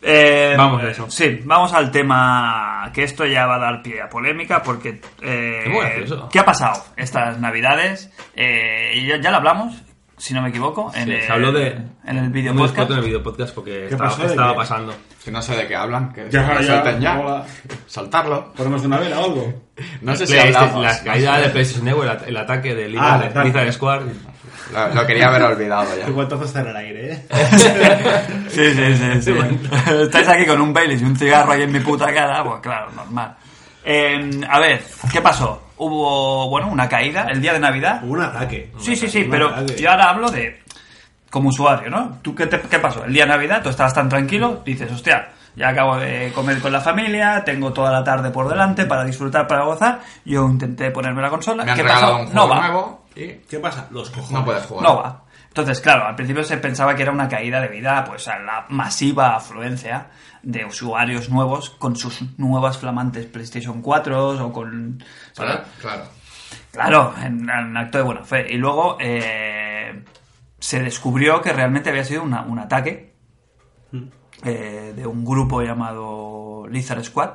Eh,
Vamos a eso.
Sí, vamos al tema que esto ya va a dar pie a polémica porque... eh,
Es muy gracioso.
¿Qué ha pasado estas navidades? Eh, y ya, ya lo hablamos, si no me equivoco, en
Sí,
el,
se habló de...
en el video
muy
podcast.
escueto en el video podcast porque estaba,
pasó de
estaba
qué?
pasando.
Que no sé de qué hablan, que
Ya,
que
ya,
salten ya.
hola.
Saltarlo.
¿Ponemos una vela o algo?
No sé si
PlayStation-
hablamos.
este, la caída de PlayStation Network, el, at- el ataque de Lizard,
Ah, el ataque.
(laughs)
Lizard Squad.
Lo, lo quería haber olvidado ya.
(laughs) Igual entonces está en el aire, ¿eh?
Sí, sí, sí. sí.
(laughs)
Estáis aquí con un Baileys y un cigarro ahí en mi puta cara, pues claro, normal. Eh, a ver, ¿qué pasó? Hubo, bueno, una caída el día de Navidad.
Hubo un ataque.
Sí, sí, sí,
Un
pero
ataque.
yo ahora hablo de como usuario, ¿no? ¿Tú qué, te- qué pasó? El día de Navidad tú estabas tan tranquilo, dices, hostia, ya acabo de comer con la familia, tengo toda la tarde por delante para disfrutar, para gozar. Yo intenté ponerme la consola.
Me han
¿Qué
regalado
pasó?
un
no
juego
va,
nuevo y
¿Qué pasa? Los cojones.
no puedes jugar.
no va. Entonces, claro, al principio se pensaba que era una caída debida pues, a la masiva afluencia de usuarios nuevos con sus nuevas flamantes PlayStation 4 o con... ¿sabes?
Claro, claro.
Claro, en, en acto de buena fe. Y luego eh, se descubrió que realmente había sido una- un ataque eh, de un grupo llamado Lizard Squad,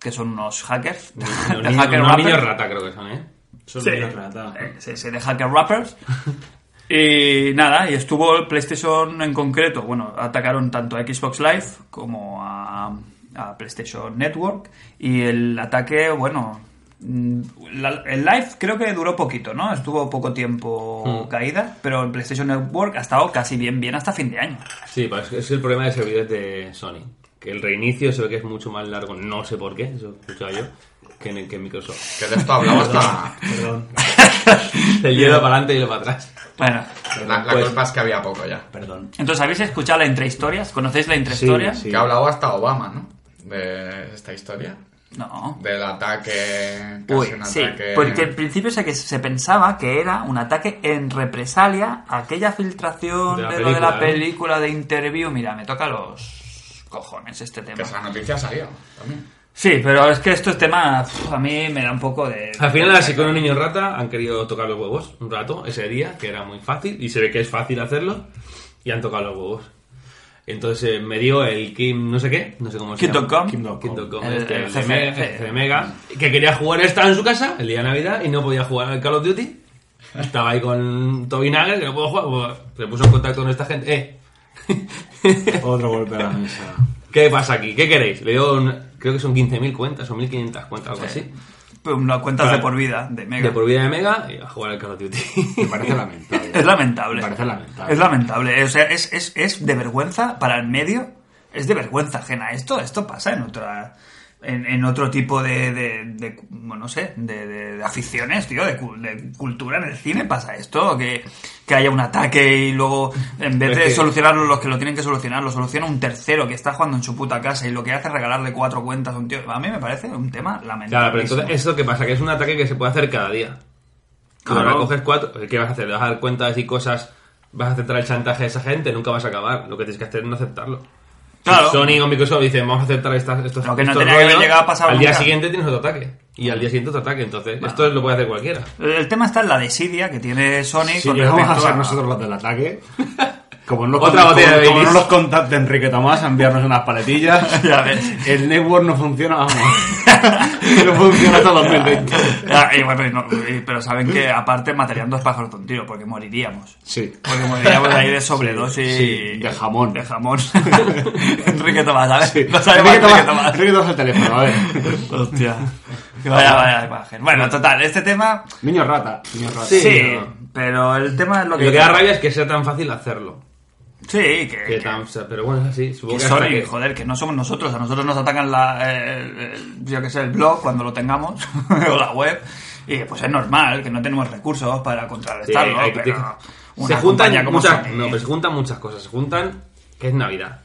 que son unos hackers. (laughs)
Los
de
niños-
hacker
unos niños
rappers.
rata creo que son, ¿eh?
Son
Sí.
niños rata.
Eh, sí, sí, de hacker rappers. Y nada, y estuvo el PlayStation en concreto. Bueno, atacaron tanto a Xbox Live como a, a PlayStation Network. Y el ataque, bueno, mm, la- el Live creo que duró poquito, ¿no? Estuvo poco tiempo caída, pero el PlayStation Network ha estado casi bien, bien hasta fin de año.
Sí, pues es el problema de servidores de Sony. Que el reinicio se ve que es mucho más largo, no sé por qué, eso he escuchado yo, que en, que en Microsoft.
(laughs)
Que de esto hablamos la,
Perdón,
El hielo para adelante y hielo para atrás.
Bueno,
la, la culpa es que había poco ya.
perdón.
entonces, ¿habéis escuchado la intrahistorias? ¿Conocéis la intrahistoria?
sí.
Que ha hablado hasta Obama, ¿no? De esta historia.
No.
Del ataque. Casi
Uy,
un
sí,
ataque.
porque al principio se, que se pensaba que era un ataque en represalia a aquella filtración
De
de,
la
lo de la
película, ¿eh? ¿no?
película de interview. Mira, me toca los cojones este
Que
tema.
esa noticia salió también.
Sí, pero es que estos temas pf, a mí me da un poco de...
Al final, así con un niño rata, han querido tocar los huevos un rato ese día, que era muy fácil, y se ve que es fácil hacerlo, y han tocado los huevos. Entonces eh, me dio el Kim, no sé qué, no sé cómo se
Kim.com.
llama.
Kim.com.
Kim.com,
El-
este,
el
el de
jefe,
Mega-
sí.
el jefe de Mega, que quería jugar, estaba en su casa el día de Navidad y no podía jugar al Call of Duty. Estaba ahí con Toby Nagel, que no puedo jugar, pues, se puso en contacto con esta gente. Eh,
Otro golpe a la mesa.
(laughs) ¿qué pasa aquí? ¿Qué queréis? Le dio, un- creo que son 15.000 cuentas o 1.500 cuentas, algo así.
Las cuentas
Vale.
de por vida de Mega.
De por vida de Mega y a jugar al Call of Duty.
Me parece lamentable.
(laughs) Es lamentable.
Eh, Me parece lamentable.
Es lamentable. O sea, es, es, es de vergüenza para el medio. Es de vergüenza ajena. Esto, esto pasa en otra. en, en otro tipo de, de- de, bueno, no sé, de, de- de aficiones, tío, de, cu- de cultura en el cine pasa esto, que, que haya un ataque y luego en vez de
Es que-
solucionarlo los que lo tienen que solucionar, lo soluciona un tercero que está jugando en su puta casa y lo que hace es regalarle cuatro cuentas a un tío. A mí me parece un tema lamentable.
Claro, pero entonces, ¿eso qué pasa? Que es un ataque que se puede hacer cada día. Claro.
Claro.
coges cuatro, ¿qué vas a hacer? ¿Le vas a dar cuentas y cosas? ¿Vas a aceptar el chantaje de esa gente? Nunca vas a acabar. Lo que tienes que hacer es no aceptarlo.
Claro.
Si Sony o Microsoft dicen, vamos a aceptar estas, estos
Lo que no
estos
tenía que haber
rollos",
llegado a pasar
Al día
nunca.
siguiente tienes otro ataque. Y al día siguiente otro ataque. Entonces, esto lo puede hacer cualquiera.
El tema está en la desidia que tiene Sony
Si
con
llegamos
respecto
a ser
a-
nosotros los del ataque, como no,
Otra
como-
botella de
como- como
Baileys.
no los contacte Enrique Tomás a enviarnos unas
(laughs) (laughs)
paletillas,
Ya ves.
el network no funciona, vamos. (laughs) no funciona hasta 2020.
(laughs) Ah, y bueno, y no- y- pero saben que aparte matarían dos pájaros de un tiro, porque moriríamos.
Sí.
Porque moriríamos ahí
(laughs)
de sobredosis.
sí, de jamón.
De jamón. (laughs) Enrique Tomás, ¿sabes?
(laughs)
Sí.
No sabemos
Enrique
Enrique
Tomás-
Tomás.
Enrique Tomás el teléfono, a ver.
Hostia. (laughs) Vaya, vaya imagen. Bueno, total, este tema.
Niño rata, niño rata.
Sí. Pero el tema es lo que.
Lo que da rabia es que sea tan fácil hacerlo.
Sí, que.
Que
que-
tan- o sea, pero bueno, es así. Supongo
que
que,
Sony,
hasta que-
joder, que no somos nosotros, a nosotros nos atacan la, eh, el- el- yo que sé, el blog cuando lo tengamos, (laughs) o la web, y pues es normal, que no tenemos recursos para
Sí,
contrarrestarlo,
hay que-
pero una
se juntan
compañía como
muchas,
Sony- ¿eh?
no, pues, pero se juntan muchas cosas. Se juntan que es Navidad.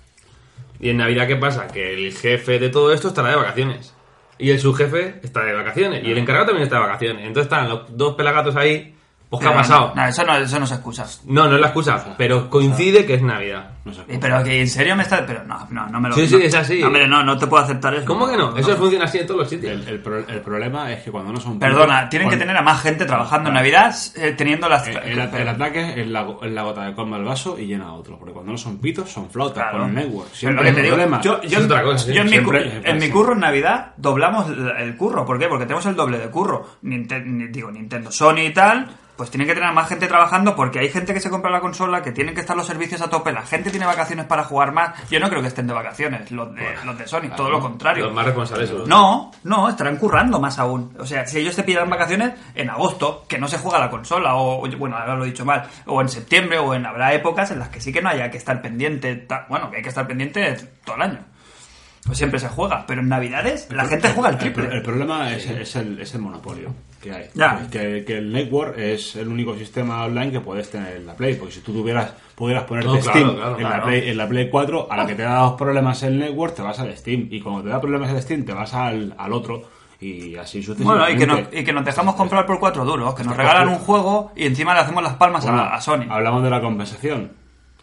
Y en Navidad, ¿qué pasa? Que el jefe de todo esto estará de vacaciones. Y el subjefe está de vacaciones.
Ah.
Y el encargado también está de vacaciones. Entonces están los dos pelagatos ahí. Pues, ¿qué ha
Pero
pasado?
No, eso no, eso no se excusa.
No, no es la excusa. Pero coincide que es Navidad.
No sé.
Eh, Pero que en serio me está... Pero no, no, no me lo...
Sí, sí,
no.
es así.
No, hombre, no, no te puedo aceptar eso.
¿Cómo que no? Eso funciona así en todos los sitios.
El, el pro- el problema es que cuando no son...
Perdona, tienen que
cuando-
tener a más gente trabajando en Navidad eh, teniendo las...
El, el at- el ataque es la, go- es la gota que colma el vaso y llena a otro. Porque cuando no son pitos, son flautas
Claro.
con el network.
Pero
Siempre
lo que te
hay
digo,
problema.
yo, yo-
Es otra cosa, sí.
yo en, mi,
Siempre
cu-
hay-
en mi
sí.
curro en Navidad doblamos la- el curro. ¿Por qué? Porque tenemos el doble de curro. Ninte- ni- digo, Nintendo, Sony y tal. Pues tienen que tener a más gente trabajando porque hay gente que se compra la consola, que tienen que estar los servicios a tope, la gente tiene vacaciones para jugar más. Yo no creo que estén de vacaciones los de, los de Sony, todo lo contrario.
Los más responsables son los-
No, no, estarán currando más aún. O sea, si ellos te pidieran vacaciones en agosto, que no se juega la consola, o o- bueno, ahora lo he dicho mal, o en septiembre, o en habrá épocas en las que sí que no haya que estar pendiente, ta- bueno, que hay que estar pendiente todo el año. Pues siempre se juega, pero en Navidades la gente juega al
El, pro- el
triple.
problema es, es el, es el monopolio que hay.
Ya.
Que, que el network es el único sistema online que puedes tener en la Play. Porque si tú tuvieras, pudieras ponerte
No, claro,
Steam
claro,
en,
claro.
La Play, en la Play 4, a la que te da dos problemas el network, te vas al Steam. Y cuando te da problemas el Steam, te vas al, al otro. Y así
Bueno,
sucesivamente.
y que, nos, y que nos dejamos comprar por cuatro duros, que nos regalan un juego y encima le hacemos las palmas a-
Bueno,
a Sony.
Hablamos de la compensación.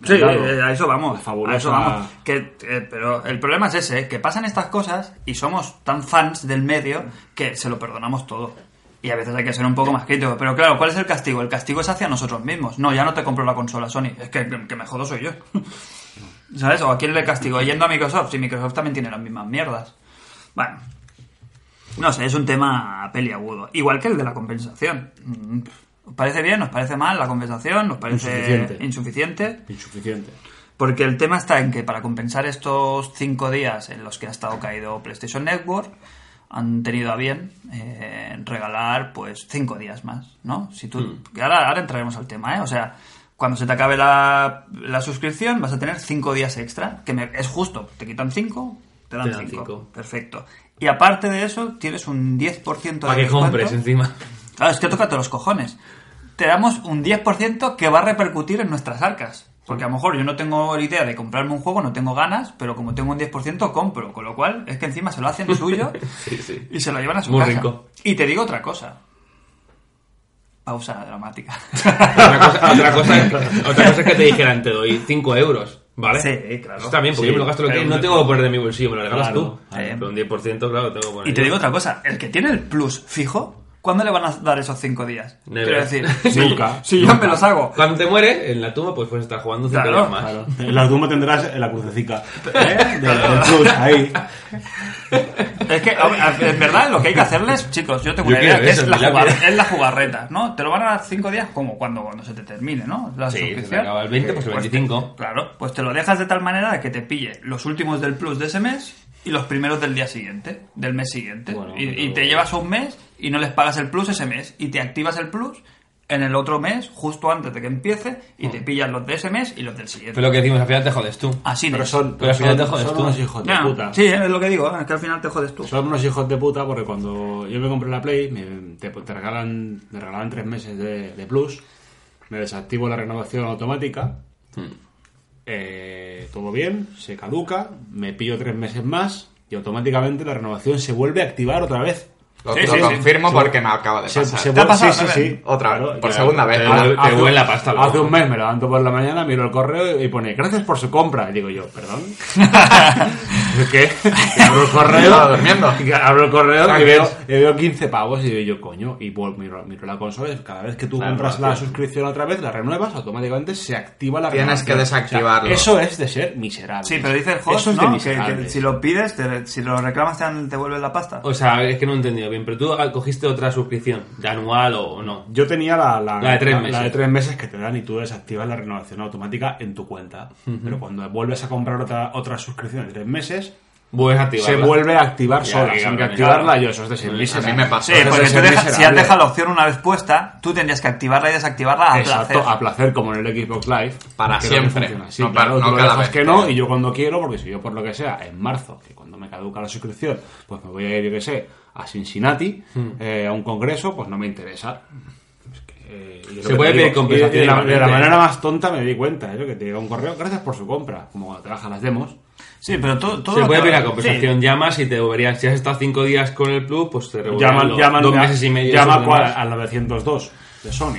Sí,
Claro.
eh, a eso vamos.
La fabulosa-
A eso vamos. Que, eh, pero el problema es ese, ¿eh? que pasan estas cosas y somos tan fans del medio que se lo perdonamos todo. Y a veces hay que ser un poco más crítico. Pero claro, ¿cuál es el castigo? El castigo es hacia nosotros mismos. No, ya no te compro la consola Sony. Es que que me jodo soy yo. (laughs) ¿Sabes? ¿O a quién le castigo? Yendo a Microsoft. Si Microsoft también tiene las mismas mierdas. Bueno. No sé, es un tema peliagudo. Igual que el de la compensación. Mm, ¿Os parece bien? ¿Nos parece mal la compensación? ¿Nos parece
Insuficiente.
insuficiente?
Insuficiente.
Porque el tema está en que para compensar estos cinco días en los que ha estado caído PlayStation Network, han tenido a bien eh, regalar pues cinco días más, ¿no? Si tú,
Hmm.
que ahora, ahora entraremos al tema, ¿eh? O sea, cuando se te acabe la, la suscripción vas a tener cinco días extra, que me- es justo, te quitan cinco, te dan,
Te dan
cinco.
cinco.
Perfecto. Y aparte de eso, tienes un 10% de
Para que
descuento.
compres encima.
Claro, es que tócate los cojones. Te damos un 10% que va a repercutir en nuestras arcas. Porque a lo mejor yo no tengo idea de comprarme un juego, no tengo ganas, pero como tengo un 10% compro. Con lo cual es que encima se lo hacen suyo
(laughs) Sí, sí.
y se lo llevan a su
Muy
casa.
rico.
Y te digo otra cosa. Pausa
(laughs)
dramática.
otra,
(laughs)
cosa, otra, cosa es, otra cosa es que te dijeran, te doy 5 euros, ¿vale?
Sí, claro.
Eso también, porque
Sí,
yo me lo gasto lo que
pero-
no tengo que poner de mi bolsillo, me lo regalas
Claro,
tú.
claro.
Pero un 10%, claro, tengo que poner.
Y te
yo.
digo otra cosa, el que tiene el plus fijo, ¿cuándo le van a dar esos 5 días?
Never.
Quiero decir,
(laughs)
Nunca.
si yo me los hago
Cuando te mueres, en la tumba, pues puedes estar jugando 5
Claro,
días más.
Claro. En la tumba tendrás la crucecica.
(laughs)
¿eh? Del- del plus, ahí.
Es que, a- a- en verdad, lo que hay que hacerles, chicos, yo tengo
Yo
una idea,
quiero
que
eso,
es la,
mira,
jugar-
mira.
es la jugarreta, ¿no? Te lo van a dar 5 días como cuando, cuando se te termine, ¿no? La
Sí, se te
suscripción.
acaba el 20, pues el
Pues te-
25.
Claro, pues te lo dejas de tal manera que te pille los últimos del plus de ese mes y los primeros del día siguiente, del mes siguiente.
Bueno,
y, y
pero-
te llevas un mes y no les pagas el plus ese mes y te activas el plus en el otro mes, justo antes de que empiece, y te pillas los de ese mes y los del siguiente.
Mm. Pero lo que decimos, al final te jodes tú.
Así
Pero
es.
son,
Pero al final
son-
te jodes
son
tú.
unos hijos de
Ya,
puta.
Sí, es lo que digo, es que al final te jodes tú.
Son unos hijos de puta porque cuando yo me compré la Play, me- te, te regalan, me regalaban tres meses de, de Plus, me desactivo la renovación automática, eh, todo bien, se caduca, me pillo tres meses más y automáticamente la renovación se vuelve a activar otra vez.
Lo,
Sí,
lo
sí, sí.
confirmo porque me acaba de
Se,
pasar.
se
¿Te ha
vuel-
pasado
sí, sí,
otra vez?
sí.
Otra vez,
Claro,
por
ya-
segunda vez.
Te,
Ah,
vuel- te
Hace-
huele la pasta. loco.
Hace un mes me levanto por la mañana, miro el correo y pone gracias por su compra. Y digo yo, perdón. (laughs) ¿Qué? Y abro el correo. (laughs)
Estaba durmiendo.
y Abro el correo y
Tranquilos.
veo, y veo 15 pavos y digo yo, coño. Y pues vuelvo, miro, miro la consola y cada vez que tú
La
compras la
renovación.
suscripción otra vez, la renuevas, automáticamente se activa la
Tienes
renovación.
que desactivarlo.
eso es de ser miserable.
Sí, pero dice el host,
Eso es de
¿no? Que,
miserable.
que si lo pides, te- si lo reclamas, te, dan- te vuelven la pasta.
O sea, es que no he entendido bien, pero tú ah, cogiste otra suscripción, de anual o o no.
Yo tenía la, la,
La de tres meses.
de tres meses que te dan y tú desactivas la renovación automática en tu cuenta. Pero cuando vuelves a comprar otra, otra suscripción de tres meses,
Vuelves a activarla.
se vuelve a activar
Ya,
sola.
que
Sin que
cabrón,
activarla
claro.
yo, eso es de ser
A
miserable.
mí me pasó.
Sí, porque
Eso
tú dejas-
es
si has
miserable.
dejado la opción una vez puesta, tú tendrías que activarla y desactivarla a
Exacto,
placer.
a placer, como en el Xbox Live.
Para
que es lo que
siempre.
funciona. Sí,
No para-
claro, tú
no
lo
cada
dejas
vez.
que no, y yo cuando quiero, porque si yo por lo que sea, en marzo, que cuando me caduca la suscripción, pues me voy a ir, yo que sé, a Cincinnati, eh, a un congreso, pues no me interesa. Es que, eh, yo
Se
lo que
puede
te
pedir
digo,
compensación
y De la, de la
igualmente.
manera más tonta me di cuenta, es lo que te llega un correo, gracias por su compra, como cuando te bajas las demos.
Sí, pero todo, todo
Se
lo
puede
que-
pedir la
sí.
compensación, llamas y te deberías, si has estado cinco días con el plus, pues te revolverán
Llaman,
los
llaman
dos
a-
meses y medio.
llama
esos
cual-
demás.
al 902 de Sony.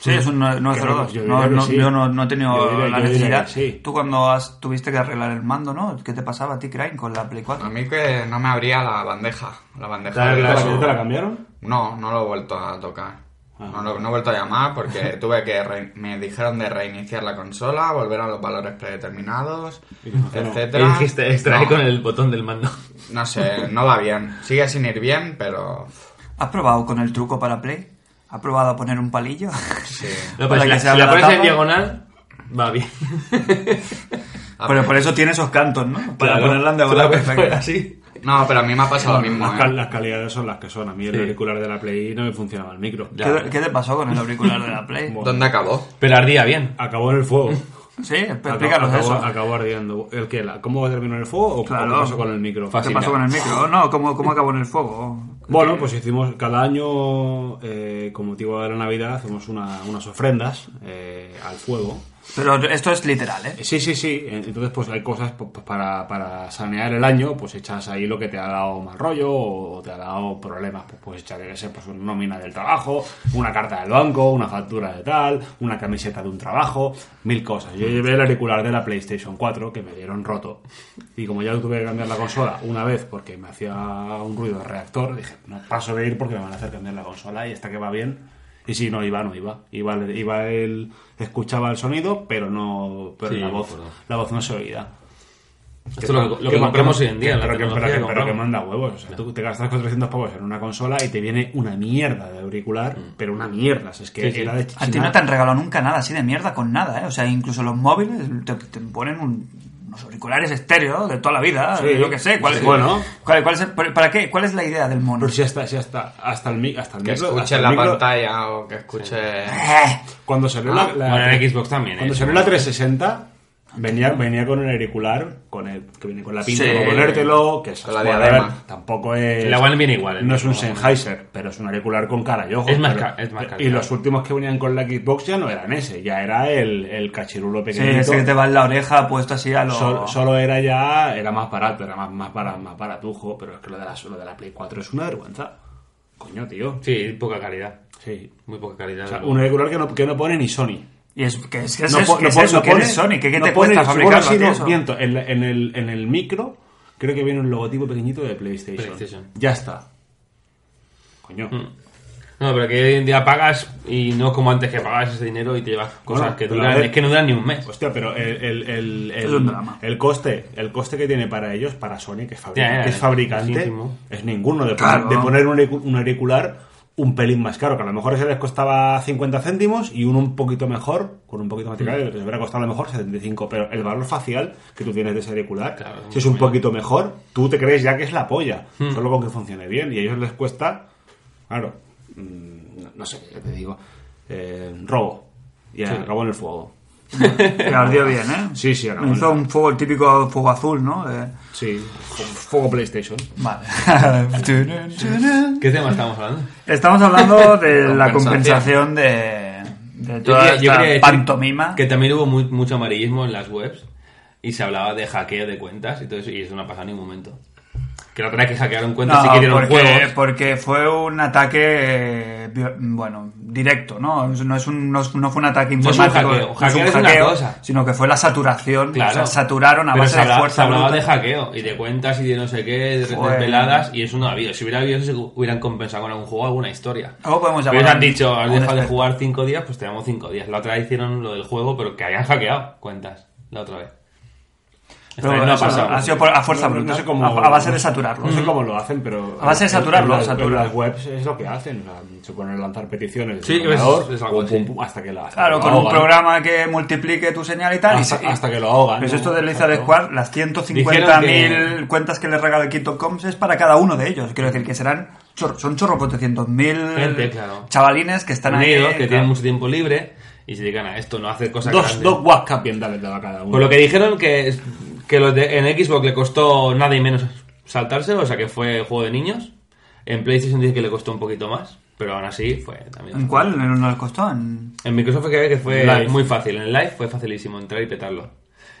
Sí, es un no-
Creo
902.
que yo
No,
diría que
no-
sí.
Yo no, no he tenido
Yo diría-
la
yo diría
necesidad.
que sí.
Tú cuando has- tuviste que arreglar el mando, ¿no? ¿Qué te pasaba a ti, Crane, con la Play 4?
A mí que no me abría la bandeja. La bandeja
¿Te
de
la,
su-
te la cambiaron?
No, no lo he vuelto a tocar.
Ah.
No, lo- no he vuelto a llamar porque tuve que... re- Me dijeron de reiniciar la consola, volver a los valores predeterminados,
Y
etcétera.
dijiste, extrae
No,
con el botón del mando.
No sé, no va bien. Sigue sin ir bien, pero...
¿Has probado con el truco para Play? ¿Has probado a poner un
(laughs)
palillo?
Sí.
No,
Pues
Para
pero si
que se
la, si
abra
la
la
pones en
tapa.
diagonal,
(laughs)
va bien.
Pero por eso tiene esos cantos, ¿no? Para
Claro.
ponerla en
(laughs)
Tú la
diagonal
pues,
puedes poner
perfecta.
así.
No, pero a mí me ha pasado lo mismo,
Las,
¿eh?
cal- las calidades son las que son. A mí el
Sí.
auricular de la Play no me funcionaba el micro.
¿Qué, qué te pasó con el auricular de la Play?
¿Dónde acabó?
Pero ardía bien.
Acabó en el
(laughs)
fuego.
Sí, explícanos
Acabó-
eso.
acabó, acabó ardiendo. ¿El qué? La, ¿Cómo terminó en el fuego o
Claro.
qué pasó con el micro?
¿Qué
Fácil.
pasó con el micro? No, ¿cómo, cómo acabó en el fuego?
Bueno, pues hicimos cada año, eh, con motivo de la Navidad, hacemos una- unas ofrendas eh, al fuego.
Pero esto es literal, ¿eh?
Eh, Sí, sí, sí. Eh, Entonces, pues hay cosas pues, pues, para, para sanear el año, pues echas ahí lo que te ha dado mal rollo o te ha dado problemas. Pues puedes echar, yo qué sé, pues una nómina del trabajo, una carta del banco, una factura de tal, una camiseta de un trabajo, mil cosas. Yo llevé el auricular de la PlayStation 4 que me dieron roto. Y como ya tuve que cambiar la consola una vez porque me hacía un ruido de reactor, dije, no paso de ir porque me van a hacer cambiar la consola y esta que va bien. Y si no iba, no iba. Iba, iba él, escuchaba el sonido, pero no, pero
Sí,
la
me
voz,
acuerdo.
la voz no se oía.
Esto es lo que, lo que compramos hoy en día. la
Pero que, pero,
tecnología
que, pero que
compramos.
manda huevos. O sea, tú te gastas 400 pavos en una consola y te viene una mierda de auricular, pero una mierda. O sea, es que
Mm. Sí, sí.
era de
A ti no
chichinar.
te han regalado nunca nada así de mierda con nada, ¿eh? O sea, incluso los móviles te, te ponen un- unos auriculares estéreo de toda la vida,
Sí.
yo qué sé. ¿cuál es,
Sí, bueno.
¿cuál, cuál es el- ¿Para qué? ¿Cuál es la idea del mono?
Pero si hasta, si hasta, hasta el, mi- hasta el
Que
micro. hasta
escuche
el
la
micro-
pantalla o que escuche...
Eh,
Cuando salió la, Ah, la-
Ah, Bueno, en Xbox también.
Cuando
¿eh?
salió la 360, venía, venía con el auricular, con el, que viene con la pinta
Sí.
para ponértelo, que es
Con la
joder,
diadema.
Tampoco es.
La One viene igual, ¿eh?
No es un Sennheiser, pero es un auricular con cara y ojos.
Es más
pero-
ca- es más caro.
Y los últimos que venían con la Xbox ya no eran ese, ya era el, el cachirulo
sí,
pequeñito.
ese que te va en la oreja puesto así a lo...
Sol- solo era ya, era más barato, era más, más, barato, más baratujo, pero es que lo de, la, lo de la Play 4 es una vergüenza. Coño, tío.
Sí, poca calidad.
Sí.
Muy poca calidad.
O sea, un auricular que no, que no pone ni Sony.
¿Y es, ¿Qué es, qué es
No
eso?
po-
¿Qué
no
es
po-
eso?
no
¿Qué
pone-
eres Sony? ¿Qué, qué
no
te
pone-
cuesta
bueno,
fabricarlo
sí,
a ti
no,
eso?
miento, en, la- en el, en el micro creo que viene un logotipo pequeñito de PlayStation.
PlayStation. Mm.
Ya está. Coño.
No, pero que hoy en día pagas y no como antes que pagabas ese dinero y te llevas cosas
Bueno, Pues
que
pero a
duran.
ver.
Es que no duran ni un mes.
Hostia, pero el, el, el, el-
Es un drama.
el coste, el coste que tiene para ellos, para Sony, que es, fabric-
Ya, ya,
que es
es
fabricante,
íntimo.
es ninguno. De,
Claro.
poner- de poner un, auricu- un auricular un pelín más caro, que a lo mejor ese les costaba 50 céntimos y uno un poquito mejor, con un poquito más de
Mm.
calidad, les hubiera costado a lo mejor 75, pero el valor facial que tú tienes de ese auricular,
Claro,
si es un poquito mejor, tú te crees ya que es la polla, solo mm, con que funcione bien, y a ellos les cuesta, claro, mm, no, no sé, ya te digo, eh, robo. Y acabó en el fuego.
(laughs) Te ardió bien, ¿eh?
Sí, sí, ahora
Me hizo
bueno.
un fuego, el típico fuego azul, ¿no? Eh,
Sí, fuego PlayStation.
vale.
¿Qué tema estamos hablando?
Estamos hablando de la compensación
Compensación.
de, de toda
quería- yo
esta
quería decir
pantomima.
Que también hubo muy- mucho amarillismo en las webs y se hablaba de hackeo de cuentas y todo eso, y eso no ha pasado en ningún momento. Que no tenía que hackearon cuentas y
No,
querían
porque,
juegos.
porque fue un ataque, eh, bio- bueno, directo, ¿no? No, es un- no es- no fue un ataque
No es un
informático,
hackeo.
no es un
Hackear es una
hackeo,
cosa.
sino que fue la saturación,
Claro.
o sea, saturaron a
Pero
base
se
de
hablaba- Se
fuerza.
hablaba
bruta.
de hackeo y de cuentas y de no sé qué, de
Fue-
peladas, y eso no ha habido. Si hubiera habido eso, se hubieran compensado con algún juego alguna historia.
Luego podemos
Pero
llamar
ellos
Ah, a
han
un-
dicho,
a
has
un
dejado de
experto.
jugar 5 días, pues te damos 5 días. La otra vez hicieron lo del juego, pero que habían hackeado cuentas. La otra vez. Esta
Pero
vez
bueno,
no ha
eso
pasado.
ha sido por- a fuerza
No- no
bruta,
sé cómo-
a, a base de saturarlo.
No sé cómo lo hacen, pero.
Mm. A base de
en- en
saturarlo,
las- en
saturar.
las webs es lo que hacen. o sea, se ponen a lanzar peticiones.
Sí,
desde el
es-
ordenador,
es algo
pum, pum,
así.
pum, hasta que la. hasta
Claro,
que
con
lo
un
ahogan.
programa que multiplique tu señal y tal. y
Hasta-
se-
hasta que lo ahogan,
Pero
Ah, ¿no?
Pues esto del Lizard
Exacto.
Squad, las 150.000 cuentas que le regala el Kingdom Coms es para cada uno de ellos. Quiero decir que serán chor- son chorro de
Gente,
100.000
claro.
chavalines que están ahí. ¿eh?
unidos, que
claro.
tienen mucho tiempo libre y se dedican a esto, no a hacer cosas
Dos,
grandes.
dos guascas bien dale a cada uno.
Por lo que dijeron que, es- que los de- en Xbox le costó nada y menos saltárselo, o sea que fue juego de niños. En PlayStation dice que le costó un poquito más, pero aún así fue también.
¿En cuál? ¿En nos costó? En-
En Microsoft se ve que fue
Live.
muy fácil. En Live fue facilísimo entrar y petarlo.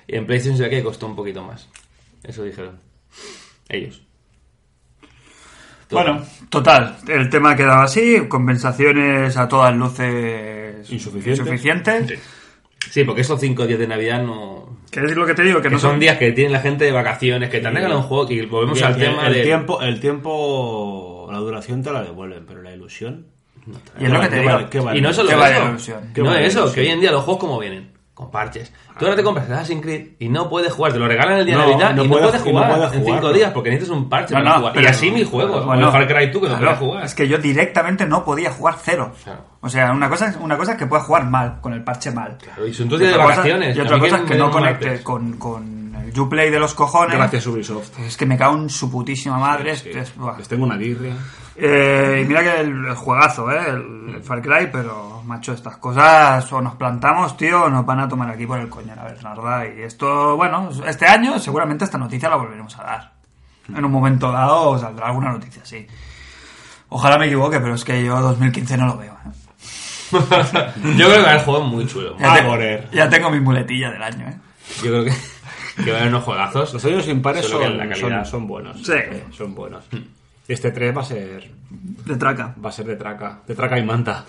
Y en PlayStation se ve que costó un poquito más. Eso dijeron. Ellos.
Bueno, total, el tema ha quedado así, compensaciones a todas luces
Insuficientes.
insuficientes.
Sí, porque esos cinco días de Navidad no.
¿Qué es lo que te digo? Que,
Que
no
son días que tiene la gente de vacaciones, que te han regalado un juego y volvemos
Y el-
al tema
el
de.
tiempo, el tiempo, la duración te la devuelven, pero la ilusión.
Y es lo que te
¿Qué
digo.
vale- qué vale?
Y no solo
Qué
eso,
vaya ilusión.
que
Qué
no
vaya
es eso,
ilusión. Ah.
que hoy en día los juegos como vienen, con parches. Tú ahora te compras Assassin's Creed y no puedes jugar, te lo regalan el día
No,
de Navidad
no
y no
puedes- y
puedes
no
jugar
puedes
en
jugar,
cinco
no.
días porque necesitas un parche
No,
para
no,
jugar. Y
pero-
así mis juegos,
Bueno,
bueno, el Far Cry tú que no
claro,
puedes jugar.
Es que yo directamente no podía jugar cero.
Claro.
O sea, una cosa, es- una cosa es que pueda jugar mal, con el parche mal.
Claro, y son tus días de
otra cosa-
vacaciones.
y
a
otra
mí
cosa
me
es que
den
no
un
conecte
martes.
con, con el Uplay de los cojones.
Gracias Ubisoft.
Es que me cago en su putísima madre.
Sí.
es- es- buah.
Les tengo una birria.
Eh, y mira que el, el juegazo, ¿eh? El, el Far Cry, pero, macho, estas cosas o nos plantamos, tío, o nos van a tomar aquí por el coño, la verdad. Y esto, bueno, este año seguramente esta noticia la volveremos a dar. En un momento dado saldrá alguna noticia, sí. Ojalá me equivoque, pero es que yo 2015 no lo veo. ¿eh?
Yo creo que va a haber juegos muy chulos.
Ya,
Ah,
tengo,
joder.
ya tengo mi muletilla del año, ¿eh?
Yo creo que, (laughs) que va a haber unos juegazos.
Los años impares
Solo que
son,
la calidad.
son, son buenos.
Sí.
Son buenos. Este 3 va a ser
De traca.
va a ser de traca, de traca y manta.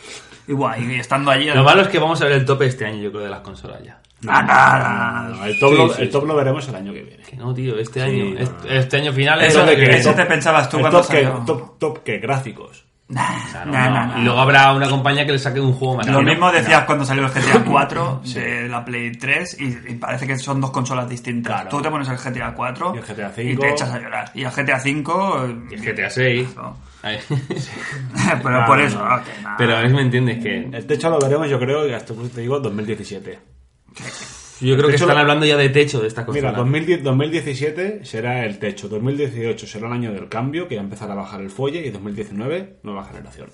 Y guay, y estando allí...
Lo malo es que vamos a ver el tope este año, yo creo, de las consolas ya.
Ah, nada.
No, Mm, el top,
Sí,
lo,
sí,
el top
sí.
lo veremos el año que viene.
Que no, tío, este
Sí,
año.
no,
este,
no.
este año final es este-
Eso
lo
de que-
que-
eso te pensabas tú
el
cuando
top que,
salió.
top, top que gráficos.
Nah,
No,
nah,
no.
nah, nah.
Y luego habrá una compañía que le saque un
Ah,
juego más.
Lo
Sí, ¿no?
mismo decías cuando salió el
(laughs)
GTA 4 de la Play 3 y, y parece que son dos consolas distintas.
Claro.
Tú te pones el GTA 4
Y el GTA
y
cinco.
te echas a llorar. Y el GTA 5
Y el GTA 6.
No.
Ahí.
(laughs) pero por eso. ok, nada.
Pero a ver si me entiendes que.
El techo lo veremos, yo creo, que hasta pues, te digo 2017.
Yo creo que
hecho,
están
lo-
hablando ya de techo de esta cosa.
Mira, 2010, 2017 será el techo, 2018 será el año del cambio, que ya empezará a bajar el folle, y 2019 nueva generación.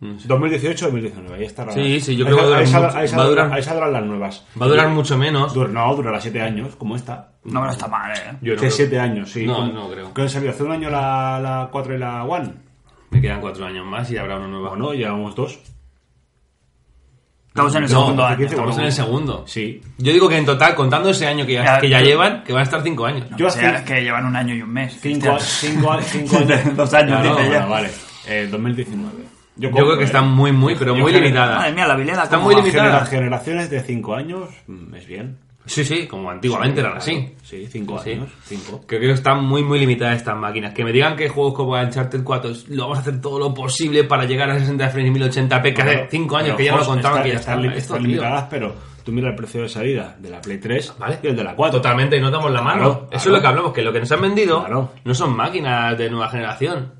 No sé.
2018-2019, ahí estará.
Sí, sí, yo
ahí
creo que va a
sal- ahí sal- ahí
durar mucho. Va a
saldrán-
durar-
ahí saldrán las nuevas.
Va a durar mucho menos.
Dur- no, durará 7 años, como esta.
No, no está mal, eh.
Yo no
que
creo.
7 años, sí.
No,
Con-
no creo.
¿Qué han salido? ¿Hace un año la, la 4 y la 1?
Me quedan cuatro años más y habrá una nueva.
Bueno, llevamos dos.
Estamos en el
No,
segundo
no,
año.
aquí-
Estamos en el segundo.
Sí.
Yo digo que en total, contando ese año que ya,
Ya,
que ya
yo-
llevan, que van a estar cinco años.
No,
Yo
o sea,
hace-
es que llevan un año y un mes. (laughs)
5 años.
Dos años,
Claro,
dice
bueno,
ya.
vale. Eh, 2019.
Yo creo que
eh.
están muy, muy, pero
Yo
muy
creo que-
limitadas.
Madre mía, la vileda
Está
cómo
muy
va.
limitada.
Genera- generaciones de 5 años mm, es bien.
Sí, sí, como antiguamente eran así.
Sí, 5
Sí.
años. 5.
Creo que están muy, muy limitadas estas máquinas. Que me digan que juegos como Uncharted 4 es- lo vamos a hacer todo lo posible para llegar a 60 frames y 1080p, que hace 5 años que ya no lo contaban que ya
están,
están.
li-
Esto,
están
tío.
limitadas, pero tú mira el precio de salida de la Play 3
Vale.
y el de la 4.
Totalmente, y no damos la mano.
Claro,
Eso es
claro.
lo que hablamos, que lo que nos han vendido
Claro.
no son máquinas de nueva generación.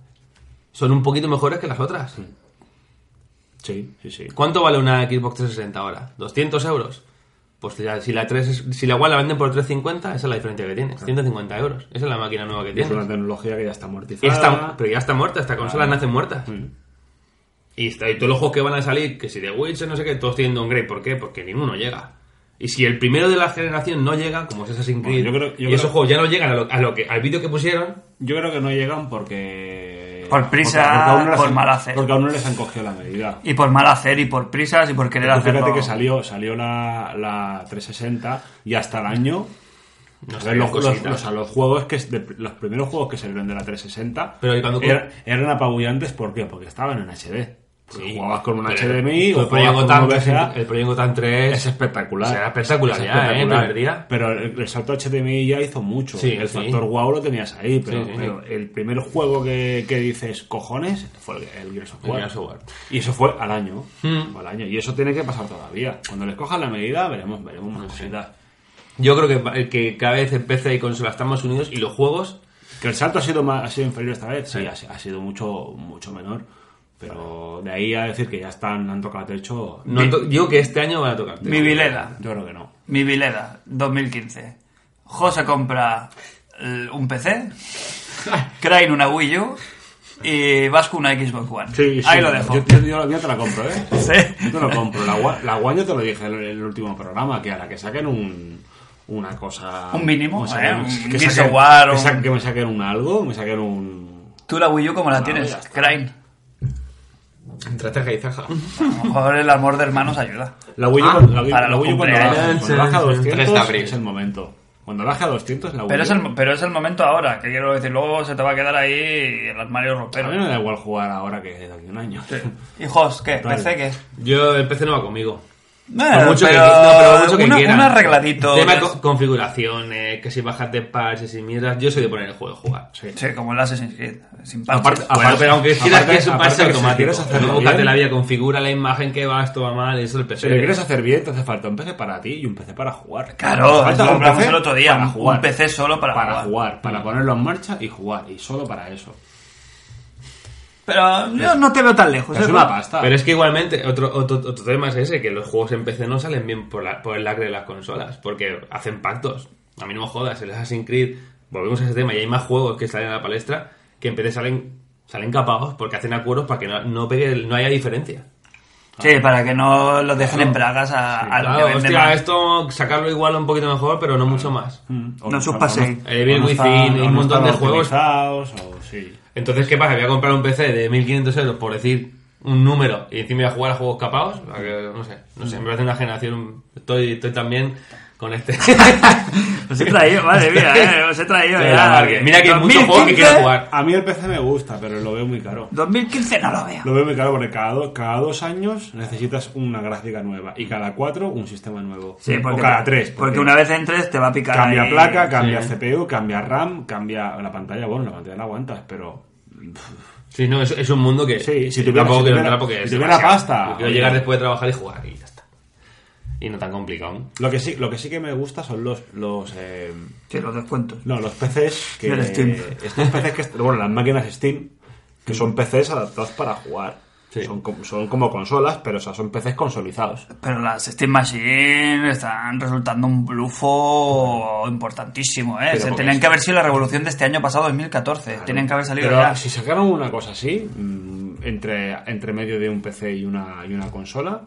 Son un poquito mejores que las otras.
Sí, sí, sí.
¿Cuánto vale una Xbox 360 ahora? ¿200 euros? Pues si la, si la, 3, si la One la venden por 350, esa es la diferencia que tienes. 150 euros. Esa es la máquina nueva que
Es una
tienes.
tecnología que ya está amortizada. Ah. Mm.
Y está- pero ya está muerta, esta consola nace muerta. Y, está- y todos los juegos que van a salir, que si The Witcher, no sé qué, todos tienen downgrade. ¿Por qué? Porque ninguno llega. Y si el primero de la generación no llega, como es Assassin's
Bueno,
Creed,
yo creo- yo
y
creo-
esos juegos ya no llegan a lo, a lo que, al vídeo que pusieron,
Yo creo que no llegan porque.
Por prisa,
aún no les
por
han-
mal hacer.
Porque aún no les han cogido la medida.
Y por mal hacer, y por prisas, y por querer
Tú
hacerlo.
Fíjate que salió, salió la, la 360 y hasta el año.
no
a
sé,
ver, los,
cositas.
los- los- a los juegos que es de- los primeros juegos que salieron de la 360
Pero, ¿y cuando-
eran, eran apabullantes ¿por qué? porque estaban en HD. Porque
Sí.
Pues jugabas con un
Pero
HDMI o
el Project
jugabas con
Gotham,
un VGA.
el Project Gotham 3
Es espectacular.
Será espectacular ya, ¿eh? Primer día.
Pero el, el salto HDMI ya hizo mucho.
Sí,
el
sí.
factor wow lo tenías ahí, pero,
Sí, sí.
pero el primer juego que, que dices cojones fue el, el Gears of
El
War.
Gears of War.
Y eso fue al año.
Hmm.
Fue al año. Y eso tiene que pasar todavía. Cuando les cojan la medida, veremos, veremos
Ah,
más cositas.
Yo creo que, que cada vez en PC y consola están más unidos y los juegos
Que el salto ha sido más, ha sido inferior esta vez, sí, ha, si- ha sido mucho, mucho menor. Pero de ahí a decir que ya están, han tocado techo,
no han to- digo que este año van a tocar.
Mi vileda,
yo creo que no.
mi vileda, 2015. José compra eh, un PC, Crane una Wii U y Vasco una Xbox One. Ahí lo dejo.
Yo, yo- yo la mía te la compro, ¿eh?
(laughs) Sí.
Yo te lo compro. La, gua- la guaño te lo dije en el, el último programa, que a la que saquen un, una cosa...
Un mínimo,
que saquen-
¿eh? Un
que,
Gears
saquen-
of War,
que
un-
saquen- que me saquen un algo, me saquen un...
Tú la Wii U como la
No,
tienes,
ya está.
Crane.
Entre ceja y
(laughs)
ceja.
A lo mejor el amor de hermanos ayuda.
La Wii U,
Ah,
cuando- la Wii-
para
la
los
Wii U cuando,
cumpleaños.
baja, cuando baja a
3 de
200
abril.
es el momento. Cuando baja a 200 la Wii
Pero es,
U-
el, pero es el momento ahora, que quiero decir, luego se te va a quedar ahí el armario
Pero a mí me
ropero.
da igual jugar ahora que de aquí a un año. (laughs)
Hijos, ¿qué?
Vale.
¿PC qué?
Yo, el PC no va conmigo.
No,
Por mucho que-
pero,
no, por mucho que
uno-
quiera.
un arregladito.
Tema de
¿no?
co- configuraciones, que si bajas de parches y mierdas, yo soy de poner el juego de jugar.
Sí, como el Assassin's Creed, sin parches.
Aparte,
Bueno,
aparte-
pero aunque quieras
aparte-
que eso
aparte
pase
que si
automático,
quieres hacerlo
no búscate
bien,
la vía, configura la imagen que va, esto va mal, eso es el
Si
PC.
lo quieres hacer bien, te hace falta un PC para ti y un PC para jugar.
Claro,
Falta
lo
un
hablamos
PC
el otro día,
para
un
jugar.
PC solo para jugar. Mm.
para ponerlo en marcha y jugar, y solo para eso.
Pero yo no te veo tan lejos.
es
¿eh?
una pasta.
Pero es que igualmente, otro, otro, otro tema es ese, que los juegos en PC no salen bien por, la- por el lacre de las consolas, porque hacen pactos. A mí no me jodas, el Assassin's Creed, volvemos a ese tema, y hay más juegos que salen a la palestra que en PC salen, salen capados porque hacen acuerdos para que no, no, pegue el- no haya diferencia.
Sí, para que no los dejen en bragas a, a lo que
Claro,
venden.
hostia, esto sacarlo igual un poquito mejor, pero no mucho más.
Mm. O
No sus
está-
paséis.
o no-
Eh, bien
o no
Within,
está-
un
o no
montón de
están
juegos.
optimizados, o sí.
Entonces, ¿qué pasa? Voy a comprar un PC de 1500 euros por decir un número y encima voy a jugar a juegos capados. a que- No sé, no sé, me parece una generación. Estoy, estoy también
(laughs)
con este.
Os he traído, madre mía, eh, os he traído
Pero
ya.
la marca. Mira que hay
2015,
muchos juegos que quiero jugar.
A mí el PC me gusta, pero lo veo muy caro.
2015 no lo veo.
Lo veo muy caro porque cada, do- cada dos años necesitas una gráfica nueva y cada cuatro un sistema nuevo.
Sí, porque,
o cada tres.
Porque, una vez entres te va a picar.
Cambia
ahí.
placa, cambia CPU, cambia RAM, cambia la pantalla. Bueno, la pantalla la aguantas, pero.
Sí, no, es, es un mundo que.
Sí, si
que
tuviera-
tampoco
si
quiero
tuviera-
entrar porque
si
es
tuviera
demasiado.
pasta,
Yo quiero
oye.
llegar después de trabajar y jugar y ya está. Y no tan complicado.
Lo que sí, lo que sí que me gusta son los. los eh,
Sí, los descuentos.
no, los PCs que.
Del Steam.
Estos PCs que. Bueno, las máquinas Steam, que son PCs adaptados para jugar.
Sí.
Son, como, son como consolas, pero o sea, son PCs consolizados.
Pero las Steam Machine están resultando un blufo importantísimo, ¿eh?
Pero
Se
porque
tenían
es-
que haber sido la revolución de este año pasado, 2014. Tenían que haber salido
Pero
ya.
si sacaron una cosa así, mm, entre, entre medio de un PC y una, y una consola.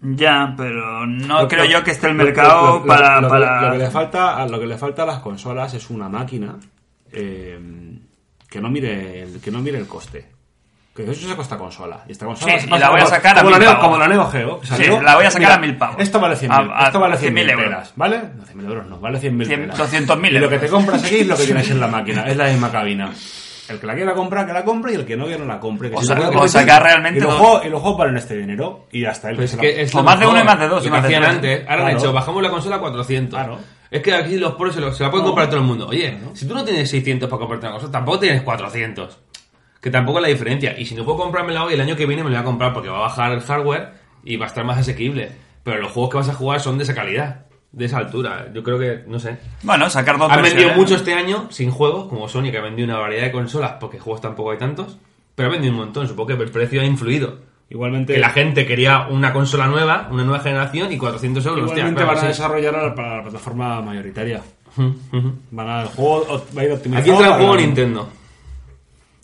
Ya, pero no
Lo-
creo
lo-
yo que esté el
lo-
mercado
lo- lo-
para...
lo-
para-
lo que le falta a lo que le falta a las consolas es una máquina eh, que no mire el, que no mire el coste que eso se cuesta consola y esta consola
Sí,
se
y
pasa
la voy a
como-
sacar a
como,
mil
la Neo,
pavos.
como la Neo Geo que
Sí,
salió.
la voy a sacar a mil pavos.
esto vale 100
A- a-
esto vale 100
100.000 euros.
peras vale no 100.000 euros no vale 100.000
100,
peras
200.000
y lo que te
euros.
compras aquí es
(laughs)
lo que tienes en la máquina es la misma cabina el que la quiera comprar que la compre y el que no que no la compre que
O
si
sea,
lo puede
o
comprar,
sacar realmente
y los
dos.
juegos y los juegos valen este dinero y hasta el
Pero Pues es
se
que
la-
es
O
lo
más de
mejor,
uno y más de dos, y
Lo que
más de
hacían
tres.
antes. Ahora han
Claro.
hecho, bajamos la consola a 400.
Claro.
Es que aquí los poros se, lo- se la puede
No.
comprar todo el mundo. Oye, si tú no tienes 600 para comprarte una consola, tampoco tienes 400. Que tampoco es la diferencia. Y si no puedo comprármela hoy, el año que viene me la voy a comprar porque va a bajar el hardware y va a estar más asequible. Pero los juegos que vas a jugar son de esa calidad, de esa altura. Yo creo que, no sé.
Bueno, sacar dos
Han vendido
versiones.
mucho este año sin juegos, como Sony, que ha vendido una variedad de consolas porque juegos tampoco hay tantos. Pero ha vendido un montón. Supongo que el precio ha influido
igualmente
que la gente quería una consola nueva, una nueva generación y 400 euros. hostia,
Igualmente
claro,
van a
sí.
desarrollar ahora para la plataforma mayoritaria.
Ujú, ujú.
Van a, el juego o- va a ir optimizado.
Aquí entra el
para-
juego Nintendo.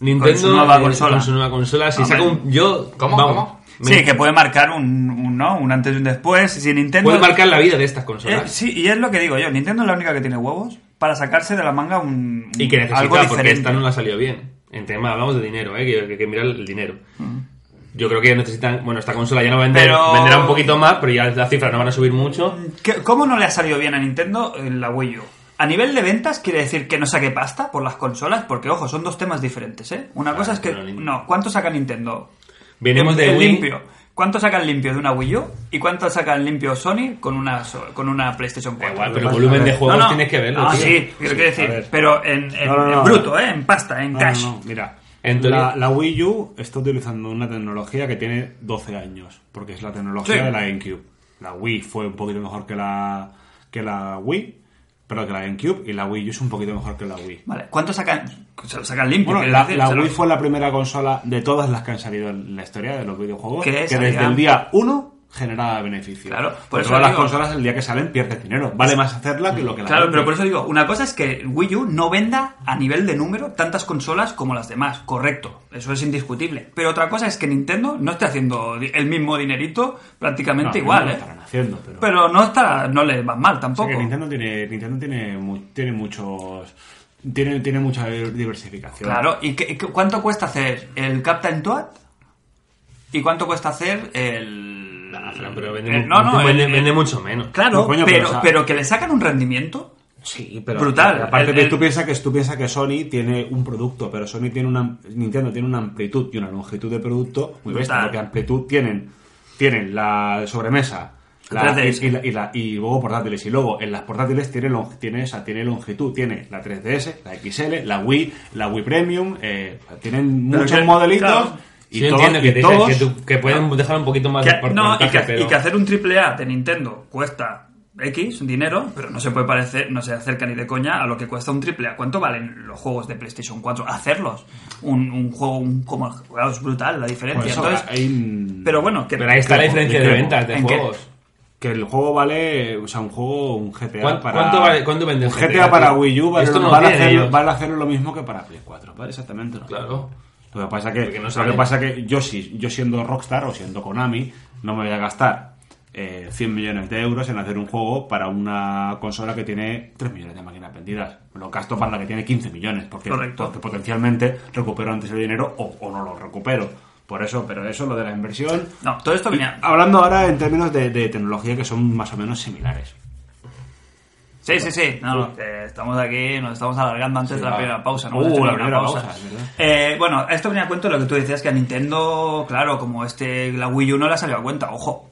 Nintendo
Con su nueva
eh,
consola.
con su nueva consola, si
Hombre.
saca un yo
¿Cómo?
vamos,
¿Cómo?
me-
Sí, que puede marcar un, un, ¿no? un antes y un después. Si Nintendo...
puede marcar la vida de estas
Eh,
consolas.
sí, y es lo que digo yo. Nintendo es la única que tiene huevos para sacarse de la manga un,
y que necesita
algo
porque
diferente.
esta no la salió bien. En tema hablamos de dinero, eh, que hay que, mirar el dinero. Yo creo que necesitan, bueno, esta consola ya no va a vender,
Mm. Pero-
venderá un poquito más, pero ya las cifras no van a subir mucho.
¿Qué- ¿Cómo no le ha salido bien a Nintendo en la Wii U? A nivel de ventas, quiere decir que no saque pasta por las consolas, porque ojo, son dos temas diferentes, ¿eh? Una cosa es que.
pero Nin-
No, ¿cuánto saca Nintendo?
Venimos de
El
Wii.
limpio. ¿Cuánto sacan limpio de una Wii U? ¿Y cuánto sacan limpio Sony con una, so- con una PlayStation 4?
igual, pero el volumen de juegos tienes que verlo,
Ah,
tío.
sí, quiero
Sí,
que decir.
a ver.
Pero en, en-
No, no, no.
en bruto, ¿eh? En pasta, en
No,
cash.
no, no, mira.
En teoría-
la, la Wii U está utilizando una tecnología que tiene 12 años, porque es la tecnología
Sí.
de la GameCube. La Wii fue un poquito mejor que la, que la Wii, pero que la GameCube, y la Wii U es un poquito mejor que la Wii.
Vale, ¿cuánto sacan? Se lo sacan limpio.
Bueno,
quiero
la,
decir,
la
se lo-
Wii fue la primera consola de todas las que han salido en la historia de los videojuegos,
Que
que
salía-
desde el día 1 generaba beneficio.
Claro, por
Porque
eso
todas las
digo-
consolas el día que salen pierdes dinero. Vale más hacerla que lo que la
Claro,
vendes.
pero por eso digo, una cosa es que Wii U no venda a nivel de número tantas consolas como las demás, correcto, eso es indiscutible. Pero otra cosa es que Nintendo no esté haciendo di- el mismo dinerito
No,
prácticamente
no
igual,
lo
¿eh?
estarán haciendo, pero...
Pero no está, no les va mal
O sea
tampoco.
que Nintendo tiene, Nintendo tiene, mu- tiene muchos. Tiene, tiene mucha diversificación.
Claro, ¿y qué- qué- cuánto cuesta hacer el Captain Toad? ¿Y cuánto cuesta hacer el...
Ah, Fran, pero vende,
el-
mu-
Eh, no, no, el-
vende-
el-
vende mucho menos.
Claro,
No, coño,
pero,
pero,
pero,
o sea-
que le sacan un rendimiento.
Sí, pero.
Brutal.
Aparte,
El- el-
tú piensas que, tú piensas que Sony tiene un producto, pero Sony tiene una. Nintendo tiene una amplitud y una longitud de producto muy bestia.
Brutal.
Porque amplitud tienen, tienen la sobremesa. La,
3DS.
y, y la- y la- y luego portátiles y luego en las portátiles tiene long- tiene esa tiene longitud tiene la 3DS la XL la Wii la Wii Premium eh, tienen
Pero
muchos
que-
modelitos
claro.
y
Sí,
todos-
entiendo que,
y
te-
todos- pues
que tú- que pueden dejar un poquito más
Que-
de por-
no, y
porcentaje,
que,
pero-
y que hacer un triple A de Nintendo cuesta X dinero, pero no se puede parecer, no se acerca ni de coña a lo que cuesta un triple A. ¿Cuánto valen los juegos de PlayStation 4? Hacerlos. Un, un juego un, como claro, es brutal la diferencia.
Por Pues eso,
Entonces,
hay-
pero bueno, que
Pero ahí está la
¿En
diferencia
qué?
de ventas de
¿En qué?
juegos.
Que el juego vale, o sea, un juego, un GTA
¿Cuán-
para...
cuánto vale- cuánto vende el
un GTA,
GTA,
para
tío?
Wii U vale,
Esto no lo
vale
tienen
hacer,
ellos.
vale hacer lo mismo que para Play 4, vale exactamente lo mismo.
Claro.
Lo que pasa que,
Porque no
lo
sale.
que pasa que yo, si, yo siendo Rockstar o siendo Konami, no me voy a gastar eh, 100 millones de euros en hacer un juego para una consola que tiene 3 millones de máquinas vendidas. Me Lo gasto para la que tiene 15 millones, porque,
Correcto.
porque potencialmente recupero antes el dinero o, o no lo recupero. Por eso, pero eso, lo de la inversión...
no, todo esto venía.
Hablando ahora en términos de, de tecnología que son más o menos similares.
Sí, sí, sí. No, no, que estamos aquí, nos estamos alargando antes de la
va.
primera pausa. ¿no?
Uh,
Antes de
la primera pausa, es verdad.
Eh, bueno, esto venía a cuento de lo que tú decías, que a Nintendo, claro, como este la Wii U no le ha salido a cuenta, ojo.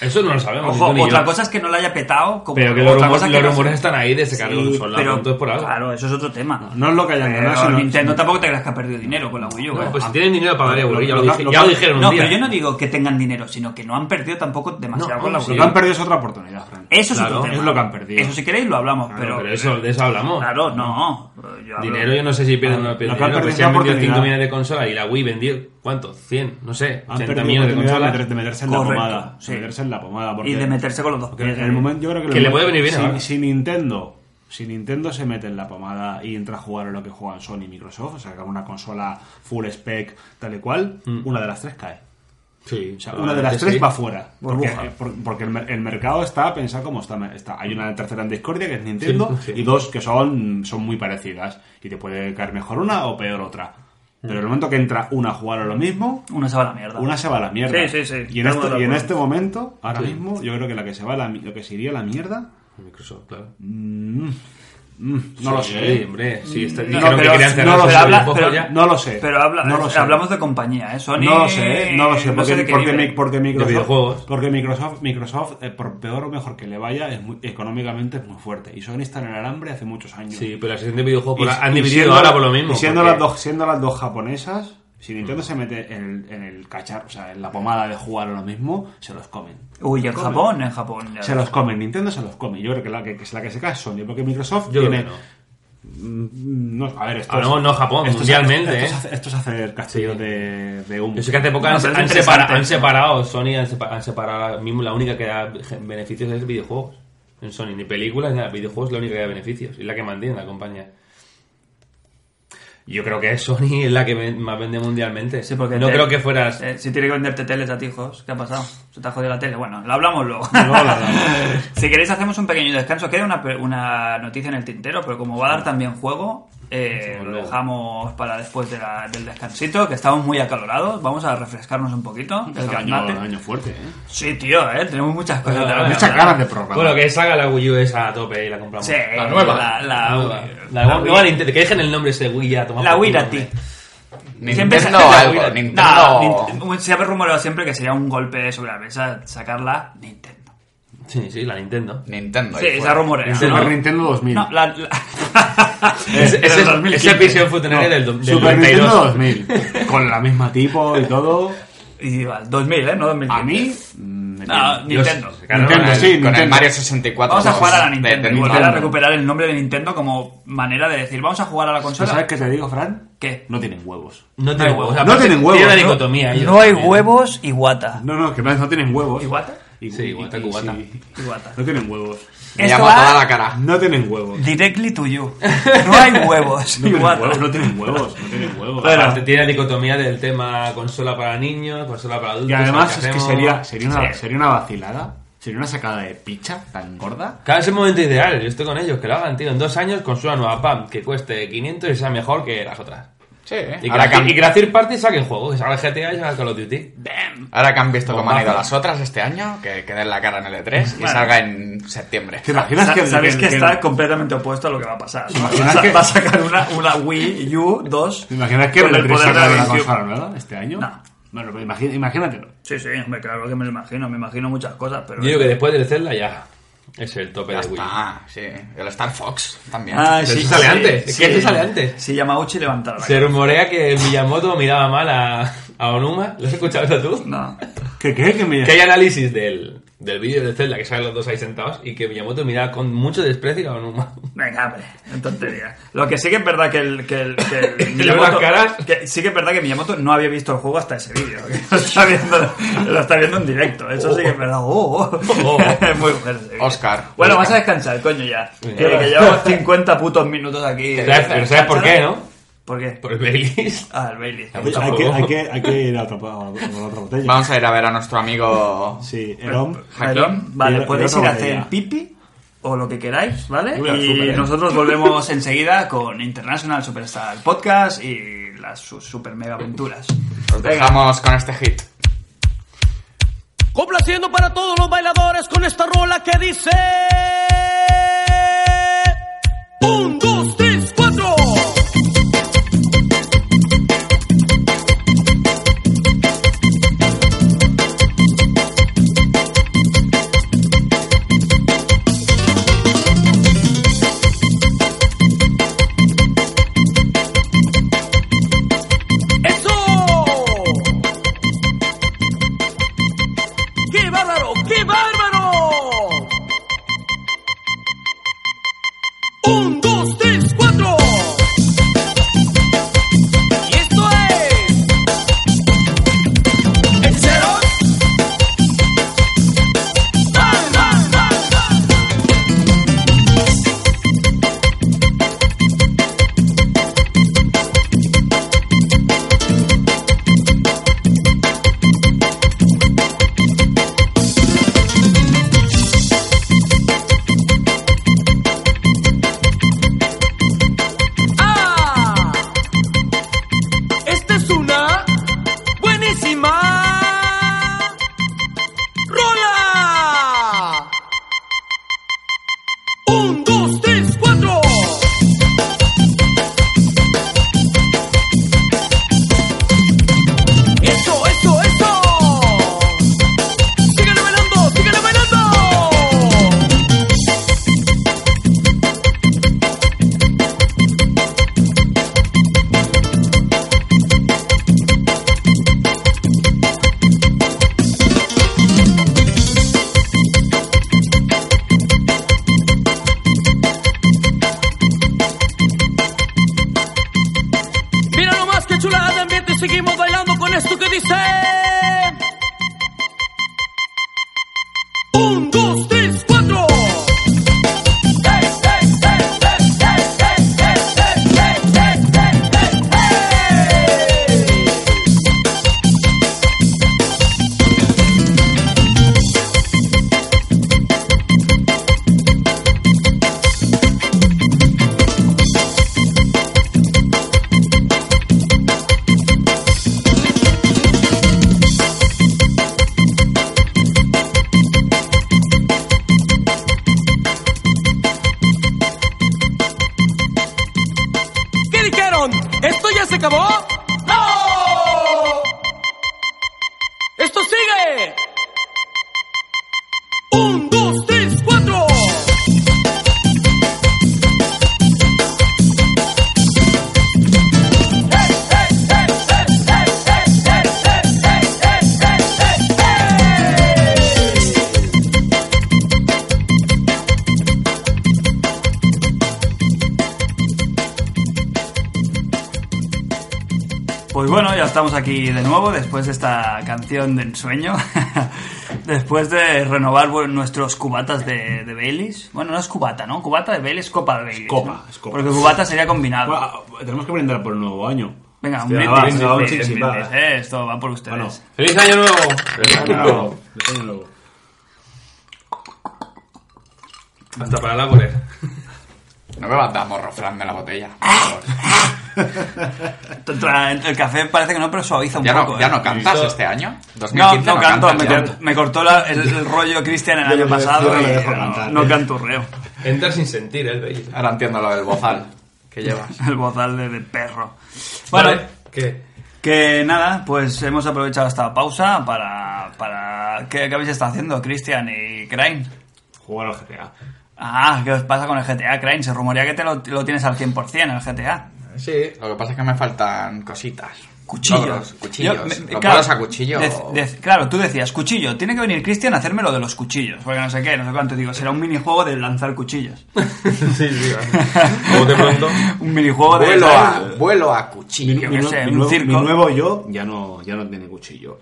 Eso no lo sabemos.
Ojo,
ni tú ni
otra
yo.
cosa es que no la haya petado, como
Pero que los,
otra
rumores-
cosa
los
no-
rumores están ahí de sacar
Sí,
los solar,
pero,
entonces por algo.
Claro, eso es otro tema.
No es lo que hayan
Pero
ganado, sino-
Nintendo
sino-
tampoco te creas que ha perdido dinero con la Wii U. ¿eh?
No, pues si tienen dinero para darle a Wii, ya lo,
Lo-
dije-
lo-
ya lo
lo-
dijeron un
No,
día.
pero yo no digo que tengan dinero, sino que no han perdido tampoco demasiado
No,
con la
sí.
Wii
Lo que
U.
han perdido es otra oportunidad, Fran.
Eso es
Claro,
otro tema.
es lo que han perdido.
Eso si queréis lo hablamos,
Claro,
pero...
pero eso, de eso hablamos.
Claro, no. yo hablo-
Dinero yo no sé si pierden o no
Lo
pierden
que han
dinero, pero
perdido
si han
es la
vendido 5
oportunidad.
millones de consolas y la Wii vendió, ¿cuánto? 100, no sé,
Han
80
perdido
millones de
oportunidad de, meter-
consolas.
de meterse en
Correcto,
la pomada.
sí.
De meterse en la pomada. Porque
Y de meterse con los dos
porque
pies.
en el momento yo creo que...
Que le puede venir bien ahora.
Si, si Nintendo... Si Nintendo se mete en la pomada y entra a jugar a lo que juegan Sony y Microsoft, o sea, que una consola full spec tal y cual,
Mm.
una de las tres cae.
Sí,
O sea, una de las tres va fuera. Porque,
Burbuja.
eh, por- porque el, mer- el mercado está pensado como está, está. Hay una tercera en discordia que es Nintendo
Sí, (laughs) sí.
y dos que son, son muy parecidas. Y te puede caer mejor una o peor otra. Pero en el momento que entra una a jugar a lo mismo,
eh. Una se va a la mierda.
una se va a la mierda.
Sí, sí, sí.
Y
Estamos de
en, este, y en
acuerdo.
este momento, ahora
Sí.
mismo, yo creo que la que se va a la, mi- lo que se iría a la mierda,
Microsoft, claro.
mm, no lo
Sí,
sé.
hombre, sí, está,
No,
dijeron que
pero-
querían
no
cerrar
lo
el
sé,
habla,
habla-
poco
pero-
ya.
No lo sé.
Pero habla-
no lo sé.
hablamos de compañía, ¿eh? Sony...
No lo sé, no lo sé, porque,
de qué
porque
vive.
mi- porque
videojuegos.
Microsoft, porque Microsoft, Microsoft, eh, por peor o mejor que le vaya, es muy- económicamente es muy fuerte. Y Sony está en el alambre hace muchos años.
Sí, pero la sesión de videojuegos
Y-
por- han
y
dividido
siendo-
ahora por lo mismo.
Y siendo,
porque- Mm.
las dos, siendo las dos japonesas, si Nintendo se mete en el, en el cacharro, o sea, en la pomada de jugar a lo mismo, se los comen.
Uy, en
Come.
Japón, en Japón. ya
Se los comen, Nintendo se los come. Yo creo que la que, que es la que se cae es Sony, porque Microsoft
Yo creo
tiene.
que no.
Mm, no, a ver, esto
Ah, no, no, Japón, mundialmente, ¿eh?
Es, esto, es, esto es hacer castillo
Sí.
de, de humo.
Yo sé que hace poco
No,
han,
pero es
han
interesante.
separa- han separado, Sony han sepa- han separado, ahora mismo la única que da beneficios es videojuegos. En Sony, ni películas, ni nada, videojuegos es la única que da beneficios, es la que mantiene la compañía. Yo creo que Sony es la que ven- más vende mundialmente.
Sí, porque
no
te-
creo que fueras.
eh, si tiene que venderte teles a tijos, ¿qué ha pasado? Se te ha jodido la tele. Bueno, lo hablamos luego.
lo hablamos.
(laughs) si queréis, hacemos un pequeño descanso. Queda una, pe- una noticia en el tintero, pero como va a dar también juego, eh,
Hacemos
lo
luego.
dejamos para después de la- del descansito, que estamos muy acalorados. Vamos a refrescarnos un poquito. El
Este año,
gaznate.
año fuerte, ¿eh?
Sí, tío, eh, tenemos muchas cosas. de
Bueno,
las que
Muchas
hablar.
ganas de programa.
Bueno, que salga la Wii U esa a tope y la compramos.
Sí,
La nueva.
La, la-
La, nueva.
la
la, nueva
Wii.
Nintendo. Que dejen el nombre ese Wii ya. toma
La
por
Wii
culo,
a ti.
hombre.
Siempre
Nintendo
se-
algo, Nintendo.
No, Nint- se ha rumoreado siempre que sería un golpe sobre la mesa sacarla Nintendo.
Sí, sí, la Nintendo.
Nintendo. ahí
Sí, se
fuera.
ha
(laughs)
rumoreado.
Super
¿no?
Nintendo 2000.
No, la, la... (laughs)
Ese-
Pero
ese-
el 2015.
Esa visión funcionaria del, do- del
Super
92.
Nintendo 2000. Con la misma tipo y todo.
Y va, 2000, ¿eh? No 2000.
A mí. mm, me
No,
tiene.
Nintendo.
Dios,
Claro,
Nintendo,
con el,
sí,
con el
Nintendo.
Mario 64.
Vamos a jugar a la
de- de
Nintendo y
Nintendo.
volver a recuperar el nombre de Nintendo como manera de decir, vamos a jugar a la
¿Tú ¿Sabes
consola.
qué te digo, Fran?
¿Qué?
No tienen huevos.
No tiene
No hay
huevos.
huevos.
No
aparte,
tienen huevos,
Tiene una
¿no?
dicotomía. ellos
No hay
también.
huevos y guata.
No, no, que no, no tienen huevos.
¿Y guata?
Y-
Sí,
y-
guata,
y-
cubata.
sí.
Y guata.
No tienen huevos.
Me
Esto
llama
va
toda la cara.
No tienen
(laughs)
huevos.
directly to you. No hay huevos
No
y
tienen
guata.
huevos, no tienen huevos, no tienen huevos.
Aparte, tiene la dicotomía del tema consola para niños, consola para adultos.
y además es
¿qué
que
hacemos?
sería, sería, una,
Sí.
sería una vacilada, sería una sacada de picha tan gorda.
Claro, es el momento ideal, yo estoy con ellos, que lo hagan, tío. En dos años, consola nueva, pam, que cueste 500 y sea mejor que las otras.
Sí, ¿eh?
Y que,
ahora,
la
que han,
y que la third party saquen juegos, que salga el GTA y salga el Call of Duty.
ahora que han
Pues
visto cómo han ido
Bombazo.
las otras este año, que, que den la cara en el E3 y
Bueno.
salga en septiembre.
¿Te imaginas
Sa-
que
Sabéis que, está completamente opuesto a lo que va a pasar. ¿no?
imaginas
Va-
que-
Va a sacar una, una Wii U 2.
¿Te imaginas que
con
el
el
3
poder de
saca
la
una
GameCube?
consola nueva este año?
No.
Bueno, pues imagi- imagínatelo.
Sí, sí, hombre, claro que me lo imagino. Me imagino muchas cosas, pero.
Yo digo que después del Zelda ya es el tope
Ya
de Wii.
está, sí. El Star Fox también.
Ah,
Pero eso sale antes. Es que eso sale antes.
Si Yamauchi levantara la
Se rumorea que Miyamoto miraba mal a, a Onuma. ¿Lo has escuchado eso tú?
No.
¿Qué qué? Que me...
(laughs) Que hay análisis del, del vídeo de Zelda, que salen los dos ahí sentados, y que Miyamoto miraba con mucho desprecio a Onuma.
Venga, hombre, en tontería. Lo que sí que es verdad que el, que el, que
(laughs)
el
Que le veo las caras.
que sí que es verdad que Miyamoto no había visto el juego hasta ese vídeo. (laughs) que Lo está viendo, lo está viendo en directo. Eso sí que es verdad. Oh, oh.
Oh.
Es (laughs) muy bueno. ese vídeo.
Oscar.
Bueno,
Oscar.
vas a descansar, coño, ya. Que,
Venga.
que llevamos 50 putos minutos aquí.
¿Sabes- pero sabes por qué, no?
¿Por qué?
(laughs) Por el Baileys.
Ah, el Bailey.
Hay
(laughs)
mucho
Hay que,
juego.
hay, que, hay que ir a otra, a otra botella.
Vamos a ir a ver a nuestro amigo.
Sí, el OM.
Perdón, vale,
Y otra
podéis ir a hacer
botella.
pipi o lo que queráis, ¿vale?
Voy al
Y
súper, ¿eh?
nosotros volvemos enseguida con International Superstar Podcast y las sus super mega aventuras.
Os dejamos con este hit.
Complaciendo para todos los bailadores con esta rola que dice. Un, dos, tres, cuatro. ¡Eso! ¡Qué bárbaro! ¡Qué bárbaro! dijeron, ¿esto ya se acabó? ¡No! ¡Esto sigue! ¡Un, dos, tres, cuatro!
Pues bueno, ya estamos aquí de nuevo después de esta canción de ensueño. (laughs) después de renovar bu- nuestros cubatas de, de Baileys. Bueno, no es cubata, ¿no? Cubata de Baileys, copa de Baileys.
copa,
¿no?
es copa.
Porque cubata sería combinado.
Bueno, tenemos que brindar por el nuevo año.
Venga, un
Hostia,
brindis,
va,
brindis,
venga, un
brindis,
chichi,
brindis,
va.
eh, esto va por ustedes.
Bueno.
¡Feliz año nuevo!
Nuevo, de año nuevo.
Hasta para la bolera.
No me vas a dar morro, Fran, de la botella.
Ah, Tra- El café parece que no, pero suaviza un
¿Ya
poco.
no, ya
¿eh?
no cantas
Esto-
este año?
No,
2015
no canto, me,
cantas
cort- me cortó la- el, el rollo Cristian el
Yo
año
no le- yo
pasado
no le
y
dejo
no,
cantar,
no
eh.
canturreo. (laughs)
Entra sin sentir el bello.
ya. Ahora entiendo lo del bozal
(laughs)
que llevas.
El bozal de, de perro. Bueno,
¿Qué?
que nada, pues hemos aprovechado esta pausa para... para ¿qué, qué habéis estado haciendo, Cristian y Crane?
Jugar al GTA.
Ah, ¿qué os pasa con el GTA, Crane? Se rumorea que te lo, lo tienes al 100% el GTA.
Sí.
Lo que pasa es que me faltan cositas.
Cuchillos.
Logros, cuchillos.
Yo, me- claro,
Los palos a cuchillo.
dec- dec- claro, tú decías, cuchillo, tiene que venir Cristian a hacerme lo de los cuchillos. Porque no sé qué, no sé cuánto. Digo, será un minijuego de lanzar cuchillos.
(laughs) sí, sí.
(laughs)
Como de pronto.
un minijuego de...
vuelo, a, vuelo a cuchillo.
Yo qué
nue-
sé,
mi
un
nuevo-
circo.
mi nuevo yo ya no, ya no tiene cuchillo.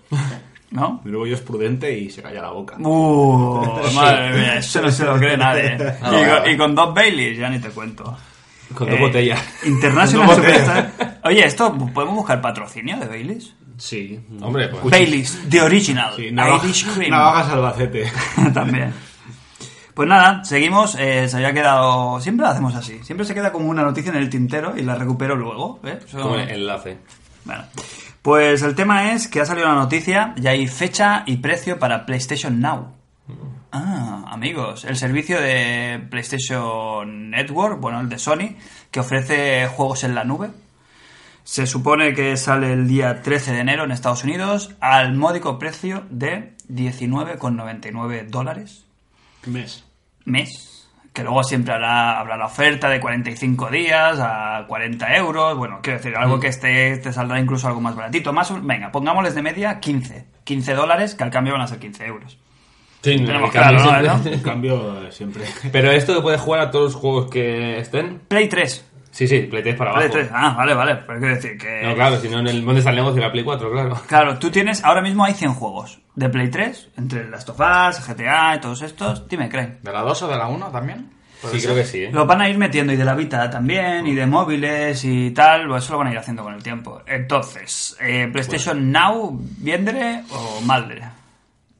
¿No?
Mi nuevo yo es prudente y se calla la boca.
Uh, madre mía, eso no se lo cree nadie. ¿eh?
No,
y,
no,
con,
no.
y con dos Baileys, ya ni te cuento.
Con dos
Eh,
botellas.
International
Con dos
Superstar. Oye, ¿esto podemos buscar patrocinio de Baileys?
Sí.
Hombre, pues.
Baileys, The Original,
Sí,
Irish Cream.
navajas Albacete. (laughs)
(laughs) También. Pues nada, seguimos. eh, se había quedado. Siempre lo hacemos así. Siempre se queda como una noticia en el tintero y la recupero luego. ¿eh? Eso-
Como el enlace.
Bueno. Pues el tema es que ha salido la noticia y hay fecha y precio para PlayStation Now. Ah, amigos, el servicio de PlayStation Network, bueno, el de Sony, que ofrece juegos en la nube. Se supone que sale el día 13 de enero en Estados Unidos al módico precio de 19,99 dólares
Mes.
mes, que luego siempre habrá, habrá la oferta de 45 días a 40 euros, bueno, quiero decir, algo que esté, te saldrá incluso algo más baratito, más, o- venga, pongámosles de media 15, 15 dólares, que al cambio van a ser 15 euros.
Sí, no,
Tenemos
el cambio
claro, ¿no?
siempre-
En cambio, eh, siempre.
(laughs) Pero esto que puedes jugar a todos los juegos que estén.
Play 3,
Sí, sí, Play 3 para abajo.
Play 3, ah, eh. vale, vale, pero quiero decir que...
No, claro, si no, en el, ¿dónde está el negocio de la Play 4? Claro.
Claro, tú tienes, ahora mismo hay 100 juegos de Play 3, entre Last of Us, GTA y todos estos, dime, creen.
¿De la 2 o de la 1 también?
Sí, creo que sí, ¿eh?
Lo van a ir metiendo y de la Vita también, y de móviles y tal, pues eso lo van a ir haciendo con el tiempo. Entonces, eh, PlayStation Now, ¿viendre o maldre?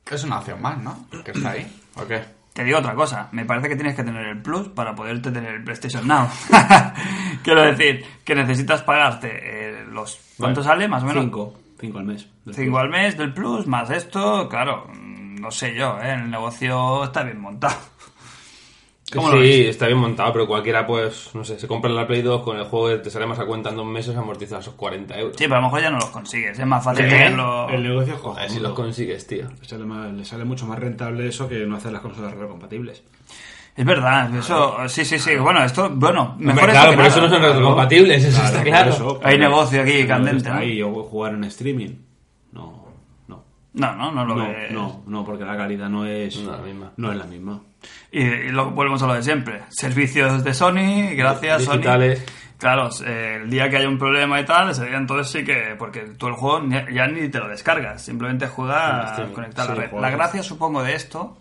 Pues Es una opción más, ¿no? Que está ahí. ¿O qué?
Te digo otra cosa, me parece que tienes que tener el Plus para poderte tener el PlayStation Now. (laughs) Quiero decir, que necesitas pagarte eh, los... ¿Cuánto sale? Más o menos.
Cinco. Cinco al mes. Del
Cinco al mes del Plus, más esto, claro, mm, no sé yo, ¿eh? el negocio está bien montado. ¿Cómo lo
sí,
ves?
está bien montado, pero cualquiera, pues, no sé, se compra la Play 2 con el juego que te sale más a cuenta en dos meses, amortiza esos 40 euros.
Sí, pero a lo mejor ya no los consigues, es más fácil (laughs)
club.
tenerlo...
El negocio es
A ver si los
cojonudo.
consigues, tío.
Le sale más- Le sale mucho más rentable eso que no hacer las consolas retrocompatibles.
Es verdad, eso, sí, sí, sí. Bueno, esto, bueno, mejor
Hombre,
esto
claro,
que
pero eso no
nada.
son retrocompatibles, eso está
por
claro.
eso,
Hay
claro,
negocio aquí
claro,
candente,
está
¿no?
Ahí, o jugar en streaming. No, no.
No, no, no eh, lo
No,
ves.
no, no, porque la calidad no es
No, la misma.
No es la misma.
Y, y lo, volvemos a lo de siempre. Servicios de Sony, gracias
Digitales.
Sony. Claro, eh, el día que haya un problema y tal, ese día entonces sí que... Porque tú el juego ni- ya ni te lo descargas, simplemente
Sí,
juega
streaming.
conectar a la
Sí,
red. La
juegas.
gracia, supongo, de esto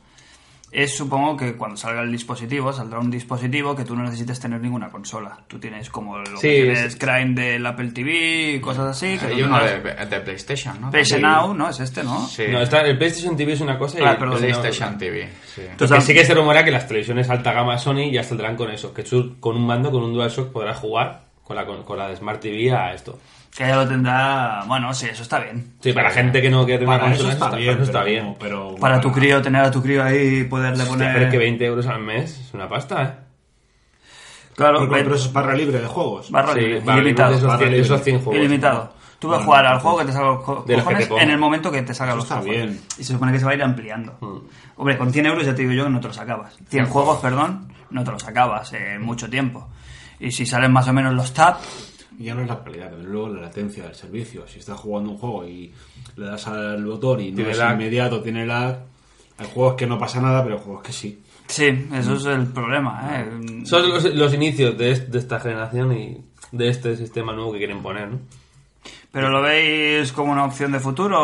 es, supongo, que cuando salga el dispositivo, saldrá un dispositivo que tú no necesites tener ninguna consola. Tú tienes como lo
Sí,
que tienes
sí.
Crime del Apple TV y cosas así. que
Hay
tú
uno
no-
de, de PlayStation, ¿no?
PlayStation
También.
Now, ¿no? Es este, ¿no?
Sí.
No, está, el PlayStation TV es una cosa y
Ah,
el
perdón,
PlayStation
PlayStation TV. Sí.
Lo
Total.
que sí que se rumorea que las televisiones alta gama Sony ya saldrán con eso, que tú con un mando, con un DualShock podrás jugar con la, con, con la de Smart TV a esto.
Que ya lo tendrá... Bueno, sí, eso está bien.
Sí, para la gente que no quiere tener una
Para
consola, eso está bien. Eso está
pero
bien.
no, pero-
Para tu crío, tener a tu crío ahí y poderle
Hostia, pero es que
poner...
20 euros al mes es una pasta, ¿eh?
Claro,
Porque,
ve-
pero eso es barra libre de juegos.
Barra
Sí,
libre,
barra libre
ilimitado.
de esos
barra
cien- de
libre.
esos cien juegos. pues,
Ilimitado. Tú vas a jugar al juego que te salga los co-
de los que
cojones
te pongan.
en el momento que te salga
Eso
los
está
cojones.
bien.
Y se supone que se va a ir ampliando.
Hmm.
Hombre, con 100 euros ya te digo yo que no te los acabas. 100 juegos, perdón, no te los acabas en mucho tiempo. Y si salen más o menos los tabs,
Y ya no es la calidad, pero luego la latencia del servicio. Si estás jugando un juego y le das al botón y no
Tiene
es
lag.
inmediato, tiene lag. Hay juegos que no pasa nada, pero hay juegos que sí.
sí, eso es el problema. ¿eh?
Son los, los inicios de, es- de esta generación y de este sistema nuevo que quieren poner, ¿no?
¿Pero lo veis como una opción de futuro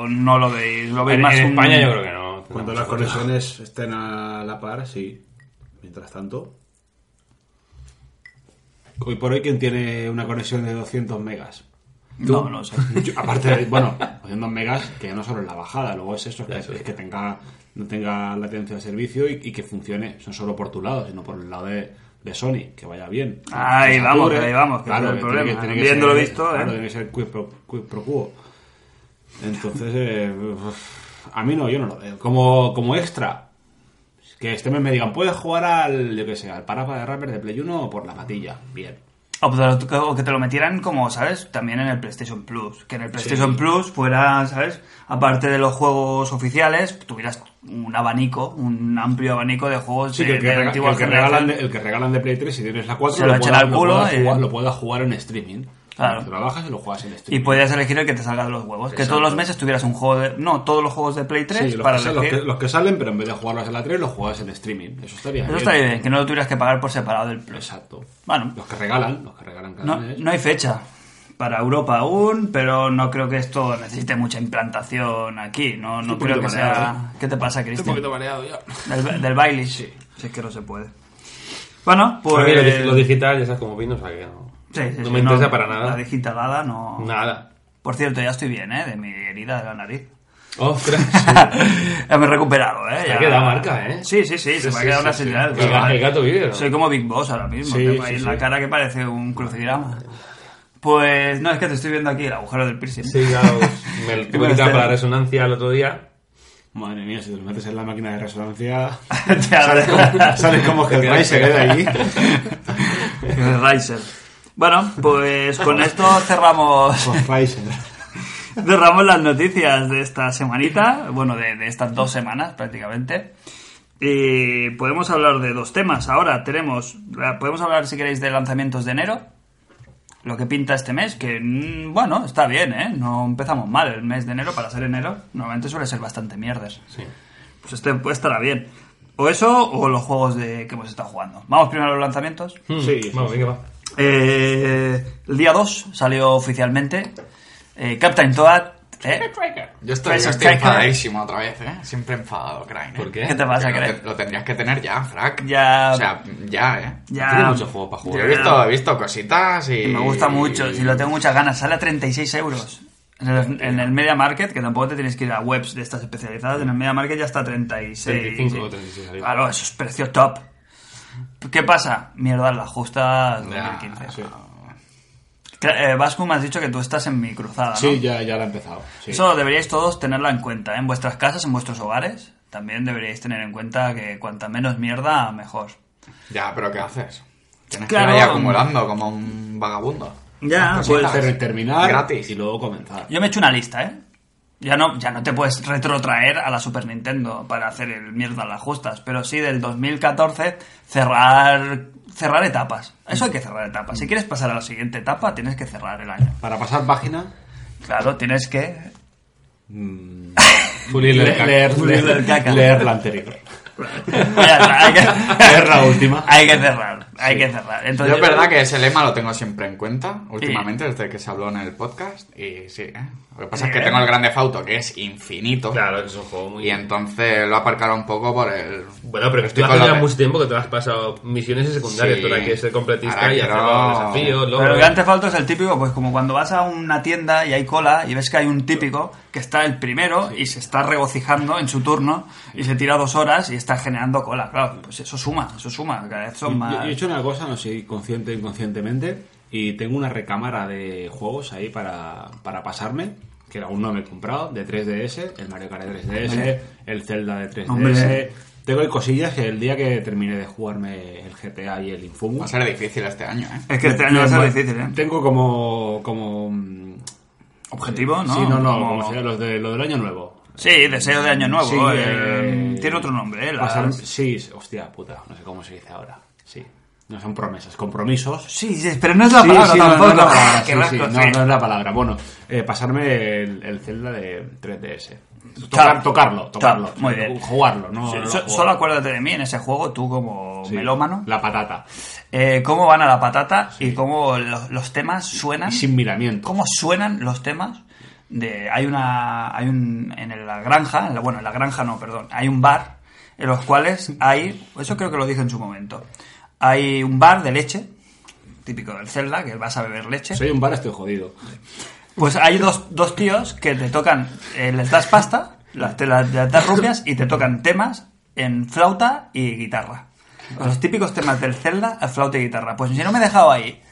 o no lo veis? ¿Lo veis
En,
más
en
un-
España yo creo que no.
Cuando las conexiones estén a la par, sí. Mientras tanto. Hoy por hoy, ¿quién tiene una conexión de 200 megas?
No, no sé.
(laughs) Yo, aparte, de- bueno, 200 megas que ya no solo es la bajada, luego es eso, que, es que tenga, no tenga latencia de servicio y, y que funcione, no solo por tu lado, sino por el lado de, de Sony, que vaya bien.
Ahí
Que se
vamos,
sature.
ahí vamos, que ese es el
tiene
problema.
tiene
Viéndolo
ser-
visto, ¿eh?
Claro, tiene que ser quid pro, quid pro quo. Entonces, eh, uf, a mí no, yo no lo veo. Como, como extra, que este mes me digan, puedes jugar al, yo que sé, al para de rapper de Play 1 o por la patilla. Bien.
O pues, o que te lo metieran como, ¿sabes? También en el PlayStation Plus. Que en el PlayStation Plus fuera, ¿sabes? Aparte de los juegos oficiales, tuvieras un abanico, un amplio abanico de juegos
Sí,
de,
que el que,
de
rega-
antigua
el que
generación.
regalan de, el que regalan de Play 3, si tienes la 4,
Se lo echan al culo
puedas
y-
jugar, lo puedas jugar en streaming.
Claro.
Te lo bajas y lo juegas en
Y
streaming.
podías elegir el que te salga de los huevos. Que todos los meses tuvieras un juego de... No, todos los juegos de Play 3
Sí, los,
para
que, sal- los,
elegir.
que, los que salen, pero en vez de jugarlos en la 3, los juegas en streaming. Eso estaría
Eso
bien.
está bien, que no lo tuvieras que pagar por separado del Plus.
Exacto.
Bueno,
Los que regalan, los que regalan cada
no,
mes.
no hay fecha para Europa aún, pero no creo que esto necesite mucha implantación aquí. No, no
un
creo que
poquito mareado, ¿eh?
sea... ¿Qué te pasa,
Estoy un
Cristian?
poquito mareado ya.
Del, del baile. Sí. Si es que no se puede. Bueno, pues...
A mí lo dig- lo digital ya sabes cómo vino, o sea que no.
Sí, sí,
no
sí,
me interesa para nada.
La digitalada no...
Nada.
Por cierto, ya estoy bien, ¿eh? De mi herida de la nariz.
Ostras.
(laughs) ya me he recuperado, ¿eh?
Te ha
ya-
quedado marca, ¿eh?
Sí, sí, sí. Se me ha quedado una señal.
El ga- el gato vive, ¿no?
Soy como Big Boss ahora mismo.
Sí,
tengo
sí,
ahí
sí.
la cara que parece un crucigrama. Pues no, es que te estoy viendo aquí el agujero del piercing.
(laughs) Sí, (laughs)
(laughs)
ya os- me lo tuve que quitar para la resonancia el otro día.
Madre mía, si te lo metes en la máquina de
(laughs)
resonancia.
Te abre- (laughs)
¿Sabes cómo es que el Rai se queda allí?
Riser. Bueno, pues
(laughs)
con esto cerramos
(laughs) Con Pfizer.
(laughs) Cerramos las noticias de esta semanita, bueno, de, de estas dos semanas prácticamente. Y podemos hablar de dos temas. Ahora tenemos, la- podemos hablar si queréis de lanzamientos de enero, lo que pinta este mes, que mm, bueno, está bien, ¿eh? No empezamos mal el mes de enero para ser enero. Normalmente suele ser bastante mierder.
Sí.
Pues este pues estará bien. O eso o los juegos de que hemos estado jugando. Vamos primero a los lanzamientos.
Hmm,
Sí, sí,
Mm, Vamos, venga, va.
Eh, el día 2 salió oficialmente eh, Captain Toad. ¿eh?
Yo estoy,
Tracer
yo estoy
Tracker.
enfadadísimo otra vez, ¿eh? Siempre enfadado, Crane. ¿eh?
¿Por qué?
¿Qué te pasa,
Porque lo,
Craig?
te- lo tendrías que tener ya, Frack.
Ya-
O sea, ya, ¿eh?
Ya.
Tiene muchos juegos para
Yo
jugar.
he visto, he visto cositas y...
Y me gusta mucho, si lo tengo muchas ganas. Sale a 36 euros. En el, en el Media Market, que tampoco te tienes que ir a webs de estas especializadas, en el Media Market ya está a 36.
35 o 36 ahí.
Claro, eso es precio top. ¿Qué pasa? Mierda, la justa 2015. Cra- eh, Vasco, me has dicho que tú estás en mi cruzada, ¿no?
Sí, ya, ya la he empezado. Sí.
Eso deberíais todos tenerla en cuenta, ¿eh? en vuestras casas, en vuestros hogares. También deberíais tener en cuenta que cuanta menos mierda, mejor.
Ya, pero ¿qué haces? Tienes
Claro.
que ir ahí acumulando como un vagabundo.
Ya,
Las
pues-
cositas.
Ter- terminar
Gratis.
y luego comenzar.
Yo me he hecho una lista, ¿eh? Ya no, ya no te puedes retrotraer a la Super Nintendo para hacer el mierda a las justas, pero sí del 2014 cerrar cerrar etapas. Eso hay que cerrar etapas. Si quieres pasar a la siguiente etapa, tienes que cerrar el año.
Para pasar página,
Claro, tienes que...
(laughs)
Pulir el
leer,
caca.
leer,
Leer el caca.
leer la anterior.
Ya está, hay que...
Leer la última.
Hay que cerrar, hay que cerrar. Entonces,
yo es verdad que ese lema lo tengo siempre en cuenta, últimamente, desde que se habló en el podcast. Y sí, ¿eh? Lo que pasa es que
Sí,
tengo
¿eh?
el grande fauto, que es infinito.
Claro, que es un juego muy...
Y entonces lo aparcaron un poco por el...
Bueno, pero que tú
estoy
hace
con
ya
lo
mucho tiempo que te has pasado misiones y secundarias.
Sí.
Tú ahora quieres ser completista
Ahora
y hacer
quiero-
los desafíos, logros.
Pero el gran falta es el típico, pues como cuando vas a una tienda y hay cola y ves que hay un típico que está el primero y se está regocijando en su turno y se tira dos horas y está generando cola. Claro, pues eso suma, eso suma, cada vez son más.
Yo, yo he hecho una cosa, no sé, consciente o inconscientemente, y tengo una recámara de juegos ahí para, para pasarme, que aún no me he comprado, de 3DS, el Mario Kart de 3DS, el Zelda de 3DS,
Hombre.
Tengo ahí cosillas que el día que termine de jugarme el GTA y el
Va a
Infamous...
ser difícil este año, ¿eh?
Es que este año va a ser difícil, ¿eh?
Tengo como... como mm,
Objetivo, ¿no?
Sí, no, no,
Como-
como sea, los de, lo del año nuevo.
Sí, deseo de año nuevo.
Sí,
eh,
eh,
tiene otro nombre, ¿eh? Las-
pasar- sí, sí, hostia puta, no sé cómo se dice ahora. Sí, no son promesas, compromisos.
Sí, sí, pero no es la
Sí,
palabra
sí, no,
tampoco.
no es la palabra,
(laughs) Qué
sí, sí,
asco,
no,
sí.
no es la palabra. Bueno, eh, pasarme el, el Zelda de 3DS.
Claro.
Tocar- tocarlo, tocarlo.
Claro, muy bien.
Jugarlo, no.
Sí,
no
so-
jugarlo.
solo acuérdate de mí en ese juego, tú como
Sí,
melómano,
La patata.
eh, cómo van a la patata y cómo los, los temas suenan.
Y sin miramiento.
¿Cómo suenan los temas? De, hay una. Hay un. En la granja, en la- bueno, en la granja no, perdón. Hay un bar en los cuales hay. Eso creo que lo dije en su momento. Hay un bar de leche, típico del Zelda, que vas a beber leche.
Soy un bar, estoy jodido.
Pues hay dos, dos tíos que te tocan, eh, les das pasta, las, te las, las das rupias y te tocan temas en flauta y guitarra. Los típicos temas del Zelda a flauta y guitarra. Pues si no me he dejado ahí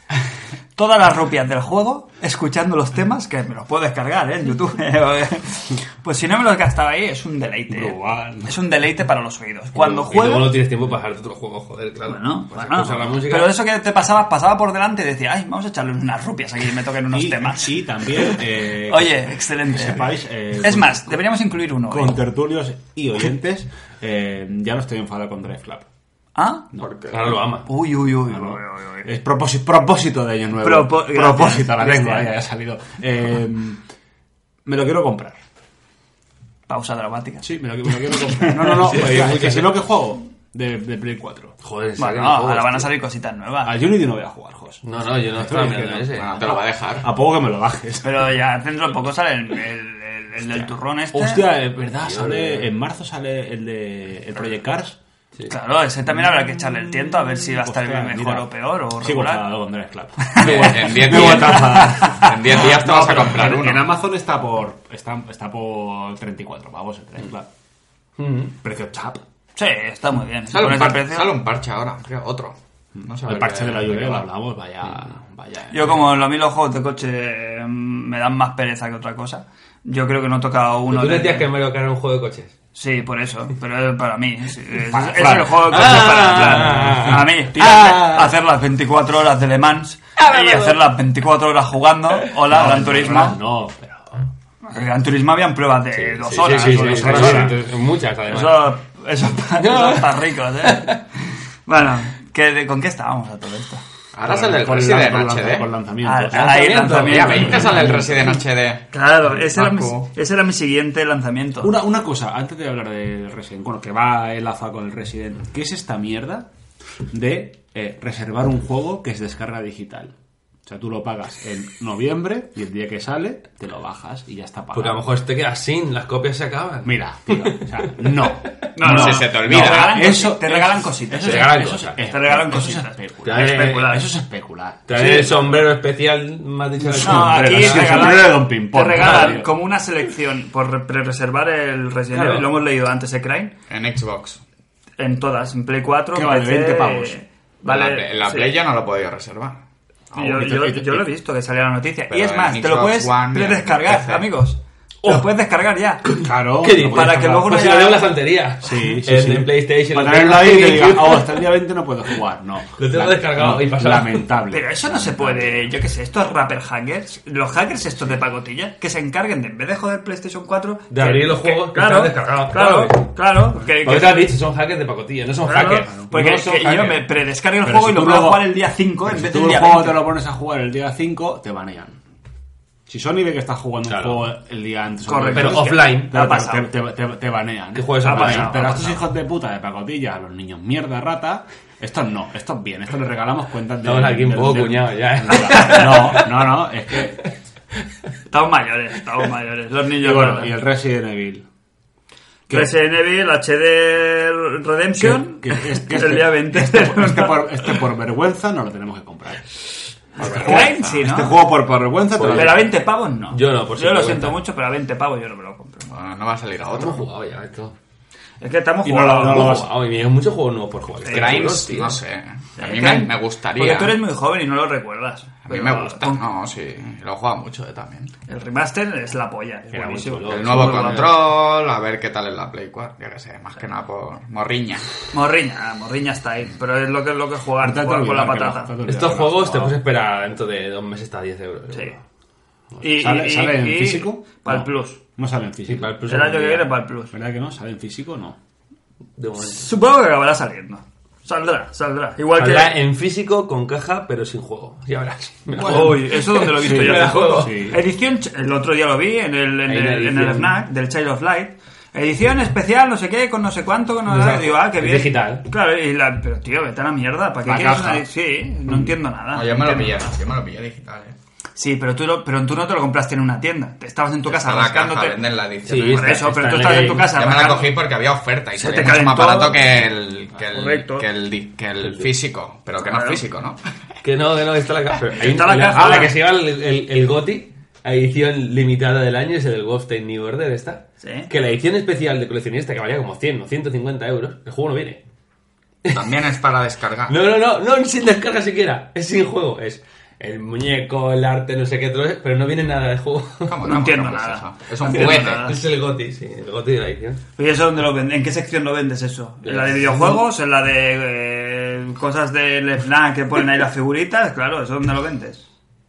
todas las rupias del juego escuchando los temas, que me los puedo descargar ¿eh? en YouTube. (laughs) pues si no me los gastaba ahí, es un deleite. ¿eh?
Brutal.
Es un deleite para los oídos. Cuando
Y luego
juego...
no tienes tiempo para pasar otro juego, joder, claro.
Bueno,
Pues
bueno,
escuchar la música.
pero eso que te pasabas, pasaba por delante y decía, ay, vamos a echarle unas rupias aquí y me toquen unos
y,
temas.
y también. eh,
(laughs) Oye, excelente.
que sepáis, eh,
es
con-
más, deberíamos incluir uno. ¿eh? hoy.
Con tertulios y oyentes, eh, ya no estoy enfadado con Drive Club.
¿Ah?
Ahora lo ama.
Uy, uy, uy. uy,
¿no?
uy, uy.
Es propósito, propósito de año nuevo.
Propo- gracias,
propósito, la tengo,
Cristian.
ya, ya ha salido. Eh, me lo quiero comprar.
Pausa dramática. Ah,
Sí, me lo, me lo quiero comprar. No, no, no.
Sí,
hostia,
oye,
es
muy
que si
bien.
no, que juego? De, de Play 4.
Joder,
Bueno,
sacan
ahora
juegos,
van a
tío.
salir cositas nuevas.
Al Unity no voy a jugar, Jos.
No, no, yo no
Ah,
estaba mirando ese.
Bueno, te lo va a dejar.
A poco que me lo bajes.
Pero ya dentro de poco sale el, el- el- el del turrón este.
(laughs) Hostia, es verdad, sale, en marzo sale el de el Project Cars.
Claro, ese también habrá que echarle el tiento a ver si va a estar
Hostia,
mejor
mira. pues
o peor o
Sigo
regular.
enfadado con
(laughs)
Drive Club.
En 10
Me voy a
días.
enfadar.
En 10 días te vas a
pero
comprar
(laughs) en- En
uno.
Amazon está por está, está por 34 pavos el Drive Club.
Mm.
Precio chap.
sí, está muy bien.
Sale
Con
un,
ese
par-
precio-
sale un parche ahora, creo, otro. No sé a
El
ver
parche
qué-
de la lluvia
qué
lo
va.
hablamos, vaya. vaya
Yo como lo- a mí los juegos de coche eh, me dan más pereza que otra cosa. Yo creo que no he tocado
Pero
uno
Tú
de...
decías que Mario Kart era un juego de coches.
Sí, por eso, pero es para mí. sí, Es, es
Fran.
el juego que
Ah.
es para Fran. A mí, tío, hacer las 24 horas de Le Mans y hacer las 24 horas jugando. Hola, Gran Turismo.
No, pero.
Gran Turismo habían pruebas de dos
Sí,
horas.
sí,
o
sí,
de
sí,
tres
sí,
horas.
sí, sí, Muchas, además.
Eso, eso, pa- eso es para ricos, ¿eh? Bueno, ¿qué, de- ¿con qué estábamos a todo esto?
Ahora sale el
con
Resident
lanza- Con
HD.
lanzamientos.
Ah, ahí lanzamiento.
Día 20 sale el Resident HD.
Claro, ese era, mi,
Paco.
ese era mi siguiente lanzamiento.
Una, una cosa, antes de hablar del Resident, bueno, que va el AFA con el Resident, ¿qué es esta mierda de eh, reservar un juego que es descarga digital? O sea, tú lo pagas en noviembre y el día que sale te lo bajas y ya está pagado.
Porque a lo mejor te quedas sin, las copias se acaban.
Mira, tío, o sea, no.
No, no, si se te
Te
olvida.
regalan,
Eso-
cosi- te regalan
eso-
cositas.
eso-
Te regalan
eso-
cosas.
Te regalan
eso es
cositas.
especular.
Te-
Especular, Eso es especular.
Traer el sombrero especial, me has dicho. la (laughs)
No,
chica.
aquí
Sombrero, sí,
te
sombrero de
regalan,
Don
te
Pimpón,
regalan
tío.
como una selección por re- pre- reservar el Resident
Claro.
Evil. Lo hemos leído antes, ¿eh, Crane?
En Xbox.
En todas, en Play 4,
Que vale,
PC,
20 pavos.
En la,
Vale,
en la
sí.
Play ya no lo he podido reservar.
Ah,
Yo, yo- yo lo he visto Ah, que salía la noticia. Y
Pero
es
en
más, te lo
Xbox
puedes
One y en Oh.
descargar,
PC.
amigos. Te lo puedes descargar
(coughs)
ya.
Claro.
¿Qué dices?
Para que luego no
Pues si
haya-
lo veo en la estantería.
Sí, sí,
En-
sí.
En PlayStation.
Para
lo tengo
tenerlo ahí y
en
que diga,
GameCube.
oh, hasta el día 20 no puedo jugar. No.
(laughs) Lo tengo
La-
descargado y pasado.
Lamentable.
Pero eso no se puede, yo qué sé, estos rapper hackers, los hackers estos de pacotilla, que se encarguen de, en vez de joder PlayStation 4,
De
que-
abrir los juegos que
claro,
están descargados.
Claro, claro,
Claro.
que-
Porque
que-
te has dicho, son hackers de pacotilla, no son
Claro,
hackers.
Porque
No son
que yo
hackers.
me predescargo el
Pero
juego
si
y lo
tú
puedo
luego-
jugar el día 5
Pero
en
si
vez
tú
del
el
día
juego
20.
te lo pones a jugar el día 5, te banean. Si Sony ve que estás jugando
Claro.
un juego el día antes, o
Correcto.
el día
Pero
después,
offline.
te-
Ha
te-
pasado.
Te, te- te- te banean. ¿eh?
Que juegues
Te
offline.
banean.
Ha
Pero a estos
pasado.
hijos de puta de pacotilla, a los niños mierda, rata, estos no, estos bien, estos les regalamos cuentas de.
Estamos aquí un
del-
poco
del-
cuñados ya, ¿eh?
(laughs) No, no, no, es que.
(laughs)
Estamos mayores, estamos mayores. Los
Y
niños.
bueno,
no.
y el Resident Evil. ¿qué?
Resident Evil HD Redemption
Que- que- es que
el día 20.
Este,
(laughs)
por- este por, este por vergüenza no lo tenemos que comprar.
Crane, sí, ¿no?
Este juego por, por vergüenza te lo
Pero a 20 pavos no.
Yo no, por si
Yo
te
lo
cuenta.
siento mucho, pero a 20 pavos yo no me lo compro.
Bueno, no va a salir a
Hemos
otro.
jugado ya esto.
Es que estamos
Y no
jugando.
lo- no lo vas-
Ah, me llegan muchos juegos nuevos por jugar.
Grimes,
tío.
no sé. A mí
Es
me,
que-
me gustaría.
Porque tú eres muy joven y no lo recuerdas.
A mí
Pero
me gusta.
con-
No, sí. Lo he jugado mucho eh, también.
El remaster es la polla. Es
Era muy
buenísimo.
chulo.
El
Lo-
nuevo
lo-
control, a ver qué tal es la Play 4. Yo qué sé, más que nada por morriña.
Morriña, morriña está ahí. Pero es lo que es lo que es jugar,
Tanto
jugar con la
olvidar que no,
patata.
tanto olvidar
Estos
que no has
juegos te
jugado.
puedes esperar dentro de dos meses hasta 10 euros.
Sí.
seguro.
Y,
¿Sale,
y-
sale en
y-
físico?
Para el
No.
Plus.
No sale en físico.
Sí, para el Plus
El año que
algún día.
viene para el Plus.
¿Verdad que no? ¿Sale en físico o no?
De momento.
Supongo que acabará saliendo. Saldrá, saldrá. Igual
Saldrá
que.
en físico, con caja, pero sin juego. Ya verás. (laughs) Me la juego.
Uy, eso donde lo he visto
Sí,
yo.
me la juego.
Sí.
Edición, el otro día lo vi en el, en
Hay
el,
una
en el
edición.
FNAC del Child of Light. Edición especial, no sé qué, con no sé cuánto, con no sé
Exacto.
qué. Digo, ah, qué
Es
bien.
digital.
Claro, y la, pero tío, vete a la mierda. ¿Para qué
La
quieres
caja.
una- Sí, no entiendo nada.
No, yo Ah, me lo
Entiendo
pillé,
nada.
yo me lo pillé digital, eh.
Sí, pero tú, lo- pero tú no te lo compraste en una tienda. Te estabas en tu casa
Está la caja,
rascándote.
venden la edición.
Sí,
Por eso,
Está-
pero
está
tú
en
estabas
la-
en tu casa.
Yo me la
rascándote.
cogí porque había oferta y
Se
salía
te
mucho más
calentó.
barato que el, que el,
Correcto.
que el di- que el físico. Pero que no es
Claro.
físico, ¿no?
Que no, que no, está la caja. Pero Hay
Está la caja.
Ah, la que se lleva el, el, el GOTI, edición limitada del año, es el del Wolfenstein New Order, esta.
Sí.
Que la edición especial de coleccionista, que valía como 100 o 150 euros, el juego no viene.
También es para descargar.
No, no, no, no, sin descarga siquiera. Es sin juego. Es el muñeco, el arte, no sé qué, todo eso, pero no viene nada de juego.
¿Cómo,
No entiendo
es
nada.
eso? Es un
No entiendo
juguete.
nada.
Es el GOTI, sí, el GOTI de la edición.
¿Y eso dónde lo venden? ¿En qué sección lo vendes eso? ¿En la de
Eh,
videojuegos? ¿En la de eh, cosas del FNAC que ponen ahí las figuritas? Claro, ¿eso dónde lo vendes?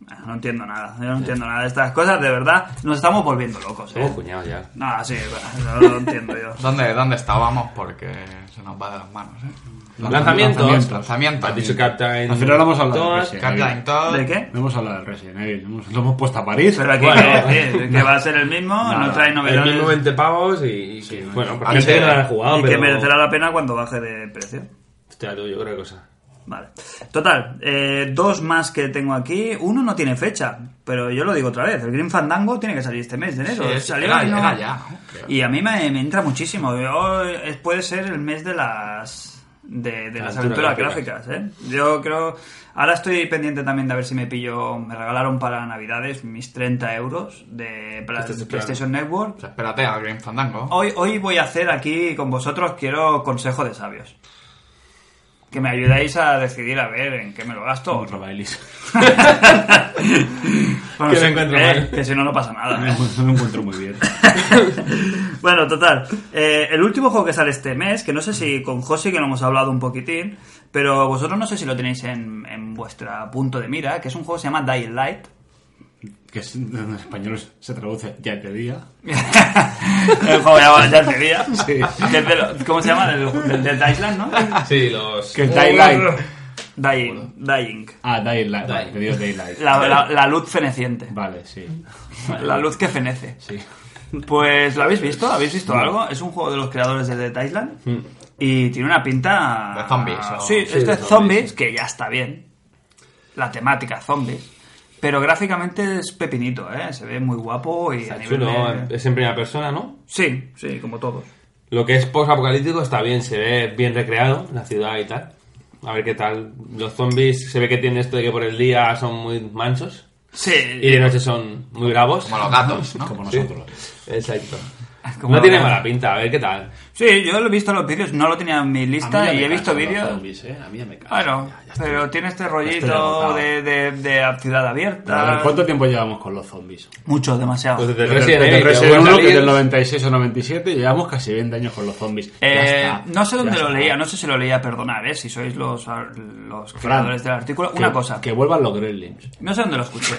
Ah, No entiendo nada, yo no entiendo nada de estas cosas, de verdad, nos estamos volviendo locos,
Somos
¿eh?
cuñados ya.
No, sí, bueno, no lo entiendo yo.
¿Dónde, ¿Dónde estábamos? Porque se nos va de las manos, ¿eh?
Lanzamientos.
Lanzamientos.
Has dicho Captain.
Al final vamos a hablar de
Toad.
Resident
Captain Todd.
¿De qué?
No hemos hablado del Resident Evil. hemos- lo hemos puesto a París.
¿Eh? Pero aquí, eh,
Bueno,
¿qué?
(laughs)
Sí, que va a ser el mismo, no trae
El mismo
novedades
20 pavos y, y que, bueno, porque
Ah,
gente que
sí.
no lo ha jugado,
y
pero...
que merecerá la pena cuando baje de precio.
Hostia, tú, yo creo que (laughs) cosa.
Vale. Total, eh, dos más que tengo aquí. Uno no tiene fecha, pero yo lo digo otra vez. El Green Fandango tiene que salir este mes de enero.
Sí, es-
Salió
era-
y no-
era ya, ¿no? Creo.
Y a mí me, me entra muchísimo. Yo, eh, puede ser el mes de las de, de las
Aventuras
aventuras
gráficas.
gráficas. ¿eh? Yo creo... Ahora estoy pendiente también de a ver si me pillo... Me regalaron para Navidades mis 30 euros de Pla-
Estás esperando.
PlayStation Network.
Pues espérate a Green Fandango.
Hoy, hoy voy a hacer aquí con vosotros, quiero consejo de sabios. Que me ayudáis a decidir a ver en qué me lo gasto. (laughs) o
(laughs)
no.
Contra Baileys.
Bueno,
Que lo
sí,
encuentro
eh,
mal.
que si no, no pasa nada. (laughs) ¿eh?
No me encuentro muy bien.
bueno, total. eh, el último juego que sale este mes, que no sé si con José, que lo hemos hablado un poquitín, pero vosotros no sé si lo tenéis en, en vuestra punto de mira, que es un juego que se llama Dying Light. (laughs)
Que es- en español se traduce ya te día.
el juego ya, ya te diría. Que es de lo- ¿Cómo se llama? Del, del, del Dying Light, ¿no?
Sí, los...
Que es Daylight.
Dying. Dying.
Ah, Daylight. Vale,
Day.
que digo Daylight.
La, la- la luz feneciente.
Vale, sí.
La luz que fenece.
Sí.
Pues, ¿lo habéis visto? ¿Habéis visto algo? Es un juego de los creadores de Dead Island. Y tiene una pinta...
De zombies, o-
Sí,
sí,
es de
de
zombies,
zombies,
que ya está bien. La temática, zombies. Pero gráficamente es pepinito, ¿eh? Se ve muy guapo y a
Está
nivel
chulo, ¿eh?
de-
es en primera persona, ¿no?
Sí, sí, como todos.
Lo que es post-apocalíptico está bien, se ve bien recreado, la ciudad y tal. A ver qué tal. Los zombies, se ve que tienen esto de que por el día son muy mansos y
Sí.
de noche son muy bravos.
Como los (laughs) gatos, ¿no?
Como nosotros.
Exacto.
Como
no tiene
los-
mala pinta, a ver qué tal.
Sí, yo lo he visto en los vídeos, no lo tenía en mi
A mí
lista
ya
y
me
he visto
cansan los
vídeos...
zombies, eh, A mí ya me cansan.
Bueno,
Ya, ya estoy-
pero tiene este
estoy
rollito
agotado.
de, de, de ciudad abierta.
A ver, ¿cuánto Pues, tiempo llevamos con los zombies?
Mucho, demasiado.
Los de
Desde
Resident
el
Evil,
Resident
Evil
1, que es del
Aliens.
96 o 97, llevamos casi 20 años con los zombies. Ya
Eh,
está,
no sé dónde
ya
lo
está.
leía, no sé si lo leía, perdonad, eh, si sois los, los
Fran,
creadores del artículo. Una
que-
cosa,
Que vuelvan los Gremlins.
no sé dónde lo escuché.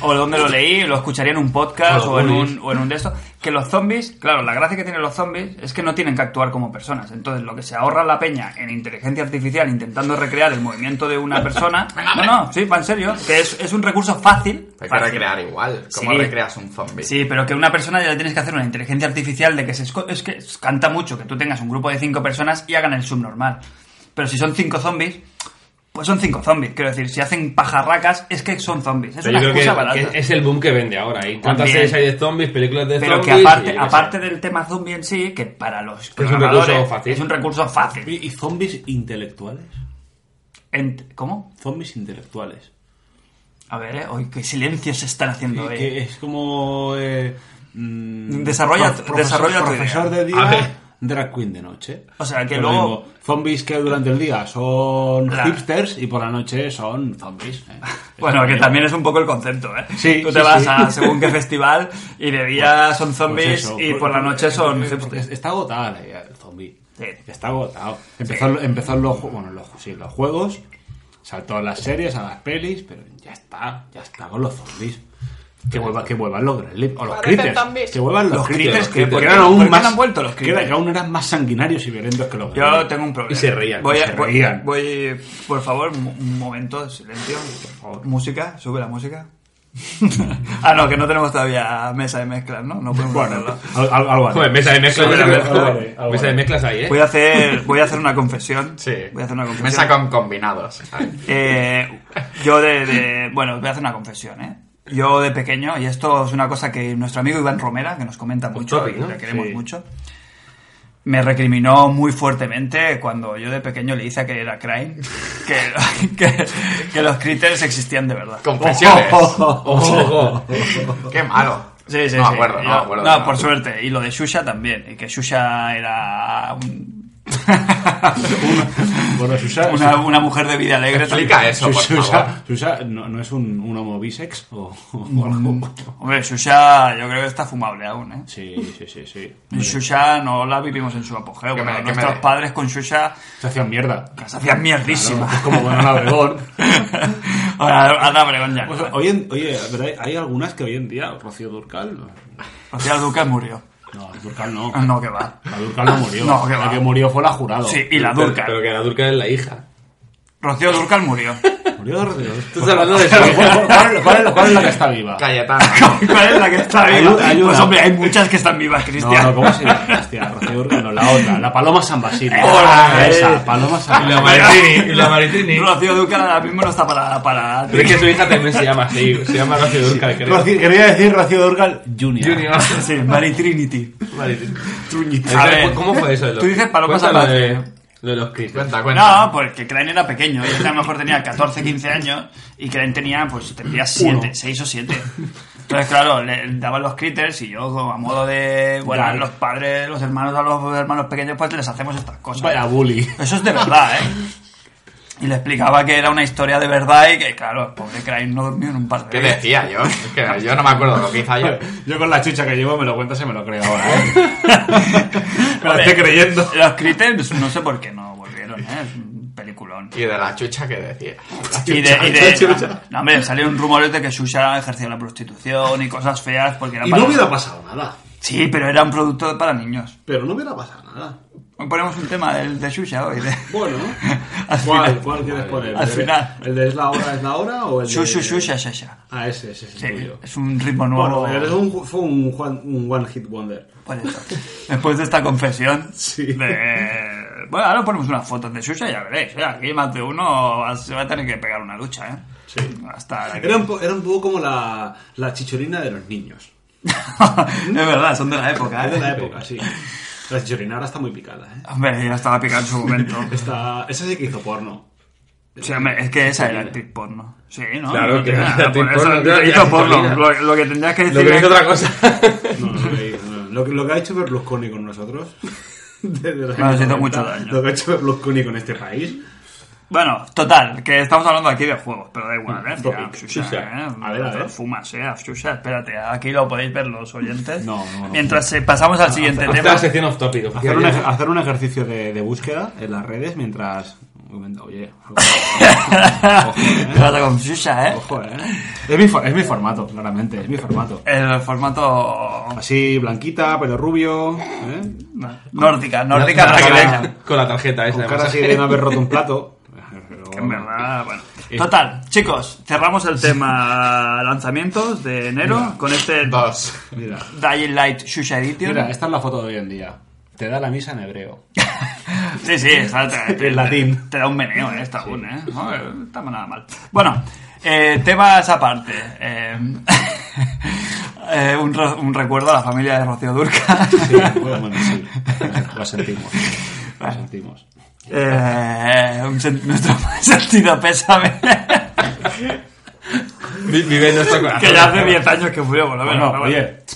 O dónde lo leí, lo escucharía en un podcast o en un, o en un de estos. Que los zombies, claro, la gracia que tienen los zombies es que no tienen que actuar como personas. Entonces, lo que se ahorra la peña en inteligencia artificial intentando recrear el movimiento de una
(laughs)
persona. No, no, sí, va en serio. Que es, es un recurso fácil.
Hay que
fácil.
recrear igual. ¿Cómo
Sí.
recreas un zombie?
Sí, pero que una persona ya le tienes que hacer una inteligencia artificial de que se esco- es que canta mucho que tú tengas un grupo de cinco personas y hagan el subnormal. Pero si son cinco zombies, pues son cinco zombies. Quiero decir, si hacen pajarracas, es que son zombies. Es
Pero
una
yo creo
excusa
que-
barata.
que, es el boom que vende ahora. Y tantas
También.
series hay de zombies, películas de
pero
zombies.
que
y
aparte,
yo qué
aparte
sé.
del tema zombie en sí, que para los
un
programadores
recurso fácil.
es un recurso fácil.
¿Y, y zombies intelectuales?
Ent- ¿Cómo?
Zombies intelectuales.
A ver, eh, hoy qué silencios se están haciendo.
Y
eh.
que es como... eh, mm,
Desarrolla-
prof- profesor,
desarrolla tu
profesor
idea.
de
A ver.
día, drag queen de noche.
O sea, que
Lo
luego-
mismo, zombies que durante el día son
Claro.
hipsters y por la noche son zombies. ¿eh?
(laughs) Bueno, que también es un poco el concepto, ¿eh?
Sí,
Tú
sí,
te vas
sí.
a según qué festival y de día son
Pues
zombies
eso,
y
por-
por la noche son
porque- porque
hipsters.
Está agotada la idea del zombie.
Sí.
Está agotado. Empezó, empezó en los, ju- bueno, en los, ju- sí, en los juegos, saltó a las series, a las pelis, pero ya está, ya está con los zombies. Que, vuelva, que vuelvan los Gremlins, o los
Parecen
critters.
zombies.
Que vuelvan los,
Los
critters,
critters,
que,
¿por qué-
porque eran aún
por qué
más.
no han vuelto los
que
critters?
era- que aún eran más sanguinarios y violentos que los
Yo
Gremlins.
tengo un problema.
Y se reían,
Voy, a-
se
voy-
reían.
voy- por favor, un- un momento de silencio. Por favor. Música, sube la música. (laughs) ah, no, que no tenemos todavía mesa de mezclas, ¿no? No podemos
Bueno,
hacerlo.
al- al- algo así.
Joder, mesa de mezclas.
Sí,
mesa de
algo
mezclas.
vale, algo
Mesa de
vale.
mezclas ahí, ¿eh?
Voy a hacer, voy a hacer una confesión.
Sí.
Voy a hacer una confesión.
Mesa con combinados.
Eh, yo de, de- Bueno, voy a hacer una confesión, ¿eh? Yo de pequeño, y esto es una cosa que nuestro amigo Iván Romera, que nos comenta
Pues
mucho,
Chopi, ¿no?
y le queremos
Sí.
mucho, me recriminó muy fuertemente cuando yo de pequeño le hice que era crime, que, (laughs) que, que los critters existían de verdad.
(laughs)
Confesiones.
Oh.
Ojo.
Qué malo.
Sí, sí,
no
sí.
me acuerdo, no me
Yo-
acuerdo.
no,
de
por
nada.
suerte. Y lo de Shusha también. Y que Shusha era un-
(laughs)
(laughs)
Bueno, Susa,
una, una mujer de vida alegre.
Explica eso, por
Susa-
favor.
Susa, ¿no, no es un, un homo bisex o, o algo?
Hombre, Shusha yo creo que está fumable aún, ¿eh?
Sí, sí, sí, sí.
En Shusha no la vivimos en su apogeo.
Que me-
Bueno,
que me
nuestros
dé.
padres con Shusha
Se hacían mierda.
las hacían mierdísimas.
Claro, es como bueno Obregón.
(laughs) Ahora, ahora Obregón ya.
O
no.
sea, hoy en- Pues, oye, pero hay, hay algunas que hoy en día, Rocío Durcal.
Rocío Duque murió.
No, Durcal no.
Ah, No, que va.
La Durcal no murió.
No, que
la
va.
que murió fue la jurado.
Sí, y la
Pero-
Durcal.
Pero que la Durcal es la hija.
Rocío Durcal murió.
Murió de Rocío Durcal.
Tú estás hablando (laughs) de
Pues, ¿Cuál,
eso.
cuál- cuál- cuál es la que está viva?
Cayetano.
¿Cuál es la que está
Hay
viva?
una- hay
Pues
una.
hombre, hay muchas que están vivas,
No,
Cristian.
no, ¿cómo (laughs) se llama? Hostia, Rocío Durcal no, la otra. La Paloma San (laughs) Basilio.
Hola, eh.
Esa, Paloma San
La
Basilio.
Maritini. La Maritini.
Rocío Durcal ahora mismo no está para... para...
Pero es que su hija también se llama así. Se llama Rocío Durcal, creo.
Rocío- Quería decir Rocío Durcal Junior.
Junior.
Sí, Mary Trinity.
Maritini.
Trinity. A
Entonces,
ver,
¿Cómo fue eso? de los-
tú dices Paloma
Cuéntalo
Salvaje.
de- Lo de los críticos.
Cuenta, cuenta.
No, porque Crane era pequeño. Yo a lo mejor tenía 14, 15 años y Crane tenía, pues tendría 7, 6 o 7. Entonces, claro, le daban los critters y yo, como a modo de. Bueno,
Dark.
los padres, los hermanos a los hermanos pequeños, pues les hacemos estas cosas.
Vaya bully.
Eso es de verdad, ¿eh? Y le explicaba que era una historia de verdad y que, claro, el pobre Crane no durmió en un par de
¿Qué
días.
decía yo? Es que yo no me acuerdo lo que hice ayer.
Yo con la chucha que llevo me lo cuento se me lo creo ahora, ¿eh? Me lo
Hombre,
estoy creyendo.
Los critters, no sé por qué no volvieron, ¿eh? Es un peliculón.
Y de la chucha que decía.
Y de, y de, no, hombre, salieron rumores de que Susha ejercía la prostitución y cosas feas porque era
Y
para-
no hubiera pasado nada.
Sí, pero era un producto para niños.
Pero no hubiera pasado nada.
Hoy ponemos un tema del de Susha hoy. De... (laughs)
Bueno.
Al
¿Cuál,
final.
cuál quieres poner?
Al
¿El de-
final.
¿El de es la hora, es la hora o el de...
Su, su, su, sha, sha, sha.
Ah, ese, ese es
Sí,
el tuyo.
es un ritmo nuevo.
Bueno, eres un- fue un, Juan- un one hit wonder.
Por eso. Después de esta confesión.
Sí.
de- Bueno, ahora ponemos unas fotos de Susha y ya veréis. ¿eh? Aquí más de uno va- se va a tener que pegar una ducha, ¿eh? Sí. Hasta la que-
Era un, po- era un poco como la, la chichorina de los niños.
(laughs) es verdad, son de la época,
Es de
¿eh?
la época, sí. La chichorina ahora está muy picada, ¿eh?
Hombre, ya estaba picado en su momento.
Está, esa sí que hizo porno.
Sí, hombre, es que esa era actriz porno. Sí, ¿no?
Claro
No
que
tiene
era
nada,
actriz
por eso
porno,
hizo
claro, ya,
porno.
Carolina.
Lo, lo que tendrías que
Lo
decir
que
es...
es otra cosa.
No, no, no, no. Lo, que- lo que ha hecho Berlusconi con nosotros. (laughs) desde los
Bueno,
años
se hizo
90,
mucho daño.
Lo que ha hecho Berlusconi con este país.
Bueno, total, que estamos hablando aquí de juegos, pero da igual, ¿eh? Mira,
Topic.
Xuxa,
Xuxa.
¿eh?
A ver, a
Te
ver.
Fumas, ¿eh? Xuxa, espérate, aquí lo podéis ver los oyentes.
No, no, no.
Mientras eh, pasamos al siguiente
Esta es
tema... (laughs)
la sección off topic.
Hacer un,
oficial.
ej- hacer un ejercicio de, de búsqueda en las redes mientras. Oye,
Te vas a con Xuxa, ¿eh?
ojo, eh. Es mi, for- es mi formato, claramente, es mi formato.
El formato...
Así, blanquita, pelo rubio, ¿eh?
Nórdica, nórdica
Con la-
para que
con la-
vean.
Con la tarjeta esa.
Con
de
cara así
¿eh?
masaje.
de no haber roto un
(laughs)
plato. Pero
Que en
bueno.
verdad, bueno. Total, chicos, cerramos el tema lanzamientos de enero con este
Dos.
Mira,
Dying Light Shusha Edition.
mira, esta es la foto de hoy en día. Te da la misa en hebreo.
(laughs) Sí, sí, está,
(laughs)
te, te-
En latín.
Te da un meneo, eh, esta aún, eh. No, eh, no está nada mal. Bueno, eh, temas aparte. Eh, (laughs) eh, un, ro- un recuerdo a la familia de Rocío Durca.
Sí,
(laughs)
bueno, bueno, sí. Lo sentimos. Lo sentimos.
Eh, un sen- nuestro (laughs) sentido pésame.
Vi- Vive en nuestro corazón.
que ya hace 10 años que murió, por lo menos.
Bueno,
pero bueno.
oye,
Pero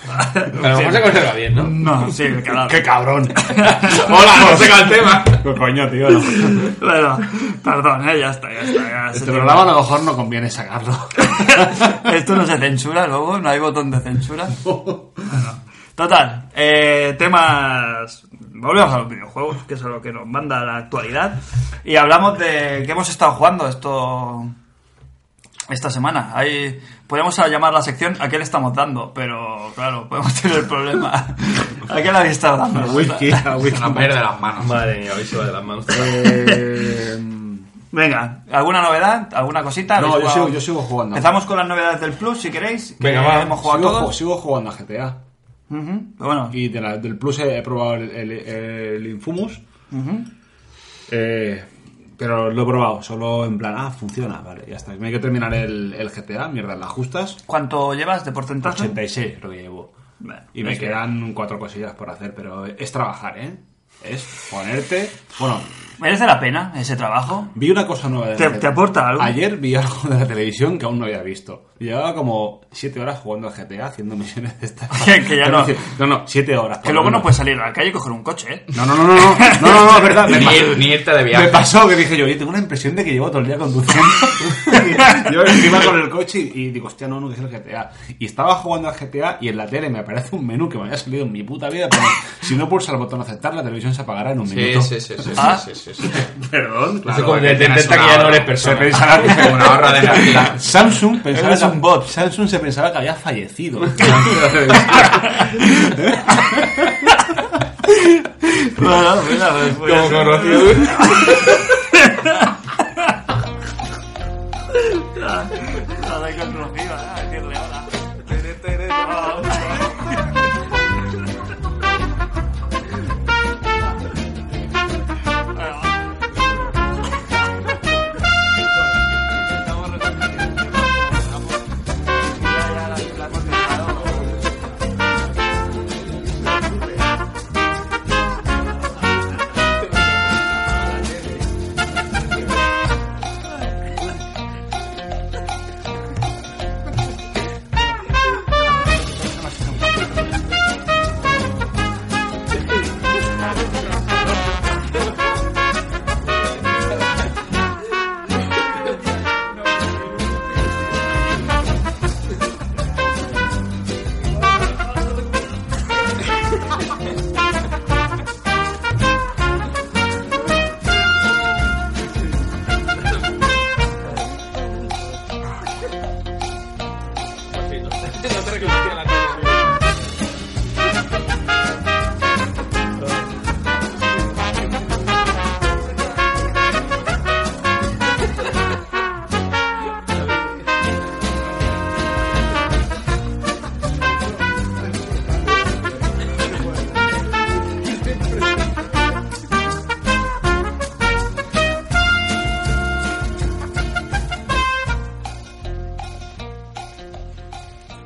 Sí.
vamos a conserva bien, ¿no?
No, sí, claro.
¡Qué cabrón!
(laughs) Hola, no el tema.
Pues coño, tío. pues,
(laughs)
Bueno, perdón, eh, ya está, ya está. ya se
Este
tiene-
programa a lo mejor no conviene
(laughs)
sacarlo.
Esto no se censura luego, no hay botón de
(laughs)
censura. Bueno, total, eh, temas... Volvemos a los videojuegos, que es a lo que nos manda la actualidad. Y hablamos de que hemos estado jugando esto esta semana. Hay, podemos llamar la sección a qué le estamos dando, pero claro, podemos tener el problema. (laughs) ¿A qué le habéis estado dando?
Se nos va a ir de las manos.
Madre mía, hoy se va de las manos.
Eh,
Venga, ¿alguna novedad? ¿Alguna cosita? ¿Habéis
No, yo
jugado?
sigo, yo sigo jugando.
Empezamos con las novedades del Plus, si queréis. que
Venga, va,
Hemos jugado
sigo,
todos.
ju- sigo jugando a GTA.
Ujú, Pues Bueno,
Y de la- del Plus he, he probado el, el, el Infumus. Eh, pero lo he probado, solo en plan, ah, funciona, vale, ya está. Me hay que terminar el, el GTA, mierda, las justas.
¿cuánto llevas de porcentaje?
86 lo que llevo.
Bueno,
Y me
es
quedan cuatro cosillas por hacer, pero es trabajar, ¿eh? Es ponerte... Bueno,
bien. ¿Merece la pena ese trabajo?
vi una cosa nueva de la
¿Te-
tele-
te aporta algo?
Ayer vi algo de la televisión que aún no había visto. Llevaba como siete horas jugando al GTA, haciendo misiones de estas.
(laughs) Que- que ya no.
No, no, siete horas.
Que luego no puedes salir a la calle y coger un coche, ¿eh?
No, no, no, no, no, no, no, no, es
(laughs)
verdad. Me,
Ni,
pa-
ir- ni irte de
me
viaje.
pasó que dije yo, yo tengo una impresión de que llevo todo el día conduciendo.
(laughs)
yo iba con el coche y, y digo, hostia, no, no, que es el GTA. Y estaba jugando al GTA y en la tele me aparece un menú que me había salido en mi puta vida. Pero si no pulsa el botón aceptar, la televisión se apagará en un
Sí,
minuto. (laughs)
sí, sí, sí,
Ah.
sí, sí, sí, sí.
Perdón.
Claro,
como
que
de- de-
tienes una
detecta que ya no
hora.
eres persona.
Se
(laughs)
pensaba que
Una hora de energía.
Samsung pensaba
Eres
que-
un bot.
Samsung se pensaba que
(laughs)
había fallecido.
Bueno, mira, pues, voy a
Como
hacer-
con (laughs) Rocío.
a la reconstructiva, ¿eh? A decirle hola.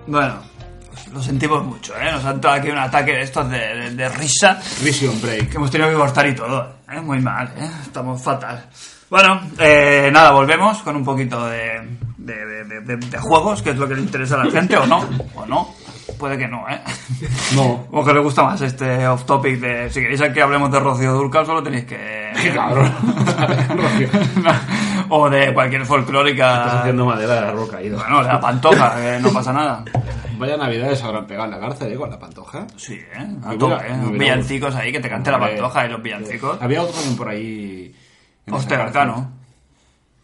Bueno, pues lo sentimos mucho, ¿eh? Nos han dado aquí un ataque de estos de, de- de risa.
Vision Break.
Que hemos tenido que cortar y todo, ¿eh? Muy mal, ¿eh? Estamos fatal. Bueno, eh, nada, volvemos con un poquito de, de, de- de- de- de juegos, que es lo que le interesa a la gente, o no, o no. Puede que no, ¿eh?
No.
(laughs) O que le gusta más este off topic de si queréis que hablemos de Rocío Durcal solo tenéis que
(laughs) Qué
(laughs)
cabrón. Rocío.
o de cualquier
Estás
folclórica
haciendo madera de la roca, ido.
bueno de la pantoja que no pasa nada
Vaya navidades habrán pegado en la cárcel, ¿eh? Con la pantoja.
sí eh a
Me
tope,
hubiera-
eh.
me hubiera
villancicos ahí que te cante la
Hombre,
pantoja y los villancicos
Había otro también por ahí. en esa cárcel.
Ostergano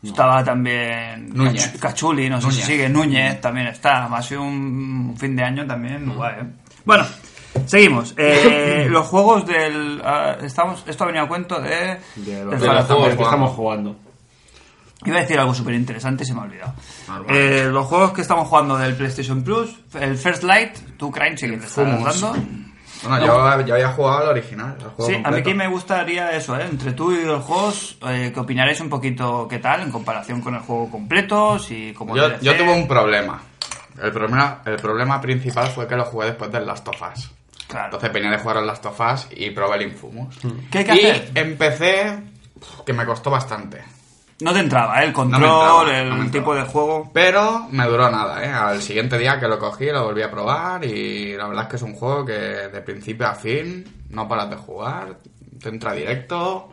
estaba también
Núñez.
Cach- Cachuli no sé
Núñez.
si sigue Núñez también está ha sido un fin de año también guay ¿eh? bueno seguimos Eh, los juegos del ah, estamos esto ha venido a cuento de,
De
del
los, de
Fallout
los juegos que
jugando.
estamos jugando.
Iba a decir algo súper interesante y se me ha olvidado. Eh, los juegos que estamos jugando del PlayStation Plus, el First Light, tú Crime sí que te estás
Infamous.
dando.
(laughs) Bueno, yo, yo había jugado al original. al juego
Sí, a mí
completo.
aquí me gustaría eso, ¿eh? entre tú y los juegos, eh, que opinaréis un poquito qué tal en comparación con el juego completo, si como
Yo,
DLC.
yo tuve un problema. El problema, el problema principal fue que lo jugué después del Last of Us.
Claro.
Entonces venía de jugar al Last of Us y probé el Infamous.
¿Qué hay que
y
hacer?
empecé, que me costó bastante.
No te entraba, ¿eh? El
me
control,
entraba, no me
el
entraba.
tipo de juego.
Pero me duró nada, ¿eh? Al siguiente día que lo cogí, lo volví a probar y la verdad es que es un juego que de principio a fin no paras de jugar, te entra directo.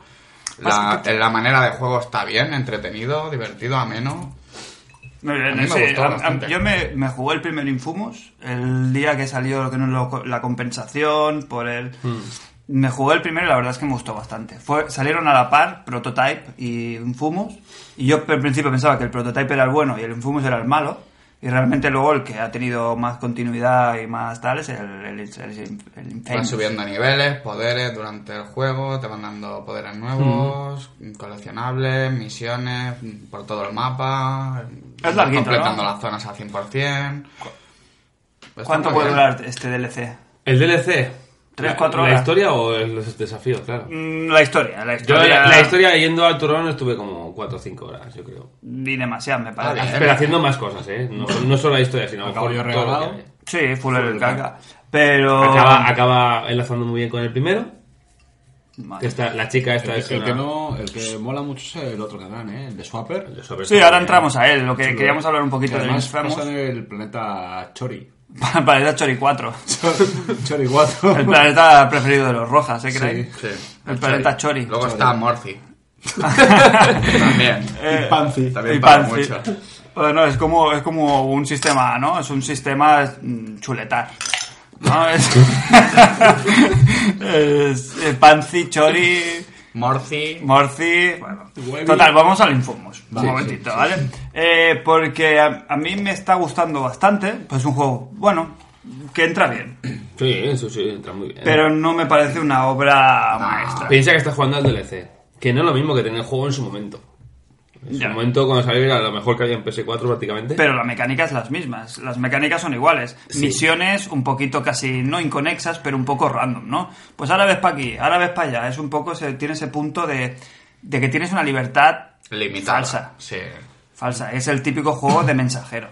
La, eh, la manera de juego está bien, entretenido, divertido, ameno.
En
me
ese-
gustó
a- a-
bastante.
yo me, me jugué el primer Infamous, el día que salió lo que no es lo- la compensación por el...
Hmm.
Me jugué el primero y la verdad es que me gustó bastante. Fue, salieron a la par Prototype y Infamous y yo al principio pensaba que el Prototype era el bueno y el Infamous era el malo y realmente luego el que ha tenido más continuidad y más tal es el, el, el- el
Vas
Infamous.
subiendo niveles, poderes durante el juego, te van dando poderes nuevos,
Mm.
coleccionables, misiones por todo el mapa.
Es larguito,
Completando
¿no?
las zonas al 100%. Está
¿Cuánto
muy
puede
bien.
durar este DLC?
¿El DLC?
Tres,
¿La-
cuatro
¿La
horas.
historia o los desafíos? Claro.
Mm, La historia, la
Yo
historia.
la, la historia yendo al turrón estuve como 4 o 5 horas, yo creo.
Ni demasiado, me parece.
Ah, bien.
Pero haciendo más cosas, ¿eh? No, no solo la historia, sino
Acabo
todo-
yo
todo lo
regalado.
que hay.
Sí, Fuller el caca. Pero.
Acaba, acaba enlazando muy bien con el primero.
Vale.
que está- la chica esta
El,
es
que- el que
una-
no, el que mola mucho es el otro canal, ¿eh? El de Swapper.
Yo sobre
Sí,
esto-
ahora entramos a él. Lo que queríamos hablar un
que
poquito de
además
Infamous.
pasa
(laughs)
del planeta Chori. (laughs)
Planeta Chori 4.
Chori 4.
El planeta preferido de los rojas, ¿eh, creéis?
Sí.
El planeta Chori.
Luego está
(laughs)
Morphy. También.
Eh,
Panzi.
También
y
para
Panzi.
mucho.
Bueno, es como, es como un sistema, ¿no? Es un sistema mm, chuletar. ¿No? Es, (laughs) es- eh, Panzi, Chori.
Morphy.
Morci. Bueno,
Huevi.
total, vamos al Infomos. Un
Sí,
momentito, ¿vale? Eh, porque a, a mí me está gustando bastante. Pues es un juego, bueno, que entra bien.
Sí, eso sí, entra muy bien.
Pero no me parece una
Ah.
obra maestra.
Piensa que estás jugando al DLC. Que no es lo mismo que tener el juego en su momento. En
Ya.
su momento, cuando salió, era lo mejor que había en PS4 prácticamente.
Pero las mecánicas las mismas. Las mecánicas son iguales. Misiones un poquito casi, no inconexas, pero un poco random, ¿no? Pues ahora ves para aquí, ahora ves para allá. Es un poco, se, tiene ese punto de, de que tienes una libertad
Limitada.
falsa.
Sí.
Falsa, es el típico juego de mensajero.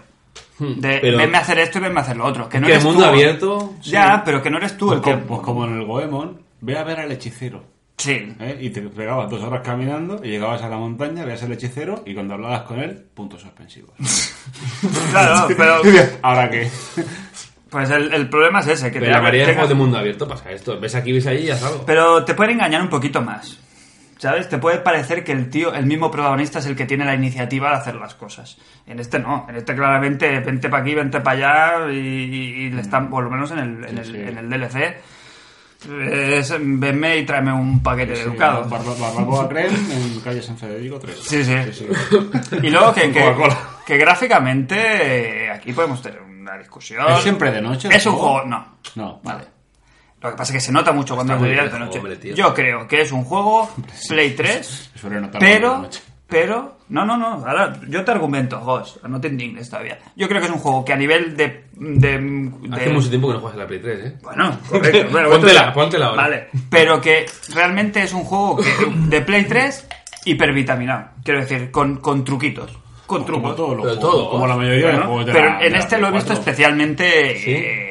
De
Hmm. pero-
venme a hacer esto y venme a hacer lo otro. Que no
Que
eres
mundo
tú.
abierto, sí.
Ya, pero que no eres tú el que.
Pues como en el Goemon, ve a ver al hechicero.
(laughs)
Sí.
¿eh? Y te pegabas dos horas caminando y llegabas a la montaña, veías al hechicero y cuando hablabas con él, puntos suspensivos.
Claro, (laughs)
(laughs)
pero. (laughs)
Ahora que.
Pues el, el problema es ese. Que
Pero la
te-
mayoría de
tengas-
juegos de mundo abierto pasa esto. Ves aquí, ves allí y ya salgo.
Pero te pueden engañar un poquito más. ¿Sabes? Te puede parecer que el tío, el mismo protagonista, es el que tiene la iniciativa de hacer las cosas. En este no. En este claramente, vente para aquí, vente para allá y, y le están, por lo menos en el, en el, en el DLC. Es, venme y tráeme un paquete de educado.
Barba- Barbacoa Crem en calle San Federico 3.
Sí, sí. Y luego que, que,
Coca-Cola.
que gráficamente eh, aquí podemos tener una discusión.
¿Es siempre de noche? el
Es un juego, no.
No, vale.
Lo que pasa es que se nota mucho cuando es
muy
de día y de
viejo,
noche.
hombre, tío.
Yo creo que es un juego Play 3,
Se suele notar cuando es de
pero,
noche.
pero, no, no, no, ahora yo te argumento, Jos, no te indignes todavía. Yo creo que es un juego que a nivel de... de, de-
Hace mucho tiempo que no juegas a la Play 3, ¿eh?
bueno, correcto. Bueno,
Póntela,
otro-
póntela ahora.
Vale, pero que realmente es un juego que, de Play 3 hipervitaminado. Quiero decir, con, con truquitos. Con
Como
trucos.
todos los
Pero
juegos,
todo.
Como la mayoría de los
Bueno,
juegos de
pero
la-
en
de la
este lo he
Play
visto
4.
especialmente...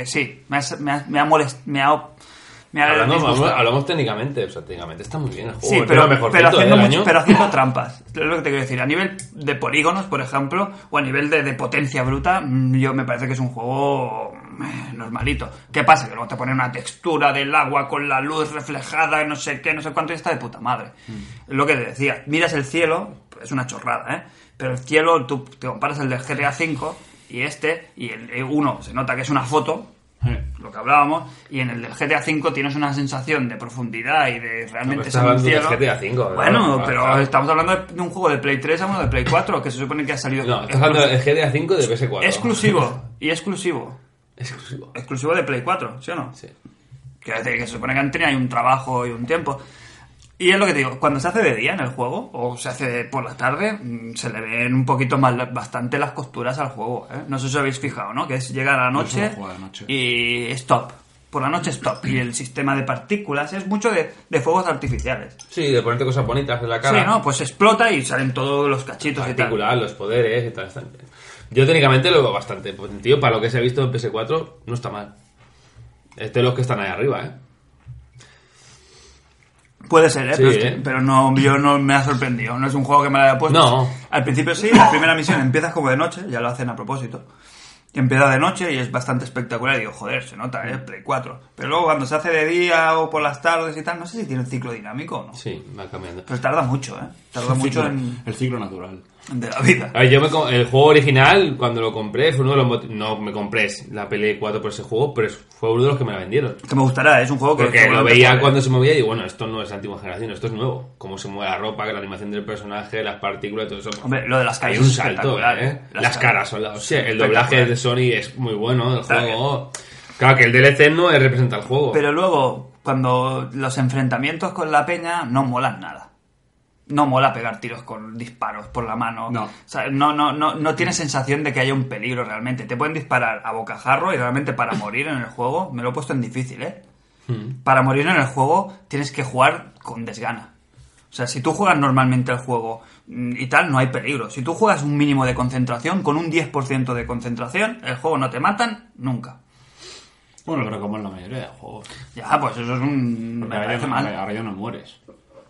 eh, sí, me, has- me, has- me ha molestado... Me ha, me ha
Hablando, hablamos,
disgustado.
hablamos técnicamente, o sea, técnicamente está muy bien el juego.
Sí,
es
pero,
lo mejorcito
pero haciendo
del
mucho-
año.
pero haciendo trampas. Es lo que te quiero decir. A nivel de polígonos, por ejemplo, o a nivel de, de potencia bruta, mm, yo me parece que es un juego eh, normalito. ¿Qué pasa? Que luego te ponen una textura del agua con la luz reflejada, no sé qué, no sé cuánto, y está de puta madre.
Mm.
Lo que te decía, miras el cielo, es una chorrada, ¿eh? Pero el cielo, tú te comparas el del GTA V y este, y el eh, uno se nota que es una foto,
Eh.
lo que hablábamos, y en el del GTA V tienes una sensación de profundidad y de realmente
No, pero estás
ser un
hablando del
cielo.
GTA V, ¿verdad?
Bueno,
Ah,
pero
claro.
estamos hablando de- de un juego de Play 3 a uno de Play 4, que se supone que ha salido
No, estás hablando del GTA V de PS4.
exclusivo y exclusivo.
Exclusivo.
Exclusivo de Play 4, ¿sí o no?
Sí.
Quiero decir que se supone que han tenido ahí un trabajo y un tiempo. Y es lo que te digo, cuando se hace de día en el juego, o se hace por la tarde, mm, se le ven un poquito más, la- bastante las costuras al juego. ¿eh? No sé si os habéis fijado, ¿no? Que es llegar a la noche,
solo juego de noche.
y stop. Por la noche stop. Y el sistema de partículas es mucho de, de fuegos artificiales.
Sí, de ponerte cosas bonitas en la cara.
Sí, ¿no? Pues explota y salen todos los cachitos y tal.
Particular, los poderes y tal. están bien. Yo técnicamente lo veo bastante. Pues, tío, para lo que se ha visto en PS4, no está mal. Este es los que están ahí arriba, ¿eh?
Puede ser, ¿eh?
Sí,
pero, es que-
¿eh?
pero no, yo no me ha sorprendido. No es un juego que me lo haya puesto.
No.
Al principio sí, la primera misión empiezas como de noche, ya lo hacen a propósito. Empieza de noche y es bastante espectacular. Y digo, joder, se nota, ¿eh? Play 4. Pero luego cuando se hace de día o por las tardes y tal, no sé si tiene un ciclo dinámico o no.
Sí, va cambiando.
Pero tarda mucho, ¿eh? Tarda
El
mucho
ciclo-
en...
El ciclo natural.
de la vida.
A ver, yo me com- el juego original, cuando lo compré, fue uno de los mot- No me compré la Play 4 por ese juego, pero es- fue uno de los que me la vendieron.
Que me gustará, ¿eh? es un juego que...
Porque lo
seguramente
veía
jugaré.
cuando se movía y digo, bueno, esto no es la antigua generación, esto es nuevo. Cómo se mueve la ropa, la animación del personaje, las partículas, todo eso.
Hombre, lo de las
Hay
calles
un
es
salto,
espectacular,
¿eh?
Las
Las,
caras.
caras son la hostia. El
Espectacular.
doblaje de Sony es muy bueno, el
Está
juego. Claro que el DLC no representa el juego.
Pero luego, cuando los enfrentamientos con la peña no molan nada. No mola pegar tiros con disparos por la mano.
No.
O sea, no, no, no, no tiene sensación de que haya un peligro realmente. Te pueden disparar a bocajarro y realmente para
(laughs)
morir en el juego, me lo he puesto en difícil, ¿eh?
Hmm.
Para morir en el juego tienes que jugar con desgana. O sea, si tú juegas normalmente el juego mm, y tal, no hay peligro. Si tú juegas un mínimo de concentración, con un 10% de concentración, el juego no te matan nunca.
Bueno, pero como en la mayoría de juegos.
Ya, pues eso es un... me
Porque ahora,
parece
ya no,
mal.
ahora ya no mueres.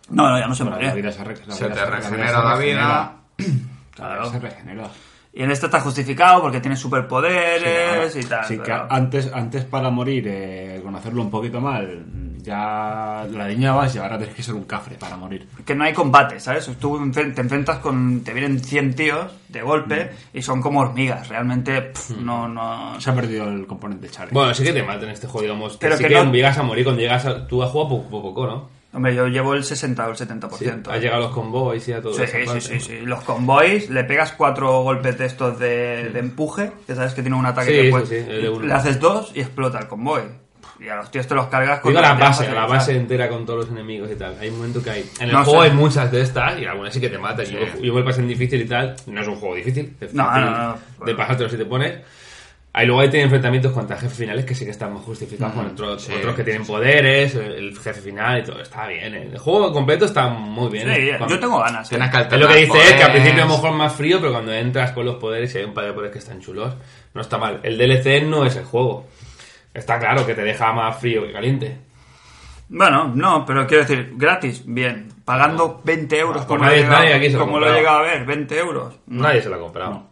No, no, ya no se
Ahora La
muere.
vida se, re- la
Se
vida
te
vida
regenera la vida.
(clears throat) Claro.
Claro.
Se regenera.
Y en este está justificado porque tiene superpoderes
Sí,
y tal.
sí, que
pero-
antes, antes para morir, eh, con hacerlo un poquito mal, ya la diñabas y ahora tienes que ser un cafre para morir.
que no hay combate, ¿sabes? Tú enfren- te enfrentas con... Te vienen 100 tíos de golpe
Mm.
y son como hormigas. Realmente pf, no... no
Se ha perdido el componente challenge.
Bueno, sí que te matan en este juego, digamos.
Pero
sí
que
que,
no-
llegas a morir cuando llegas a... Tú has jugado poco, poco, poco, ¿no?
Hombre, yo llevo el 60 o el
Sí,
70%.
has llegado a los convoys y a todo
Sí,
esa
sí,
parte.
sí, sí. Los convoys, le pegas cuatro golpes de estos de, de empuje, que sabes que tiene un ataque
Sí,
que
sí,
puedes-
sí, el de uno.
le haces dos y explota el convoy. Y a los tíos te los cargas con
Digo la base,
lanzallamas
la
y
base
tal.
entera con todos los enemigos y tal. Hay un momento que hay. En el
No
juego
sé.
hay muchas de estas y algunas sí que te matan. Yo, yo me lo pasé en difícil y tal. No es un juego difícil. Es
No,
fácil
no, no, no.
De pasártelo si te pones. Ahí luego ahí tienen enfrentamientos contra jefes finales que sí que están más justificados con otros, otros que tienen poderes, el- el jefe final y todo. Está bien. ¿eh? El juego completo está muy bien.
Sí,
¿eh?
ya,
Cuando-
yo tengo ganas. ¿eh?
Tienes que
Es lo
alternar
que dice Ed, que al
poderes.
principio a lo mejor más frío, pero cuando entras con los poderes y hay un par de poderes que están chulos, no está mal. El DLC no es el juego. Está claro que te deja más frío que caliente.
Bueno, no, pero quiero decir, gratis, bien. Pagando 20 euros,
Ah,
como,
pues nadie-
lo, he llegado-
nadie aquí se lo
como lo he
compraba.
llegado a ver, 20 euros.
Nadie se lo ha comprado.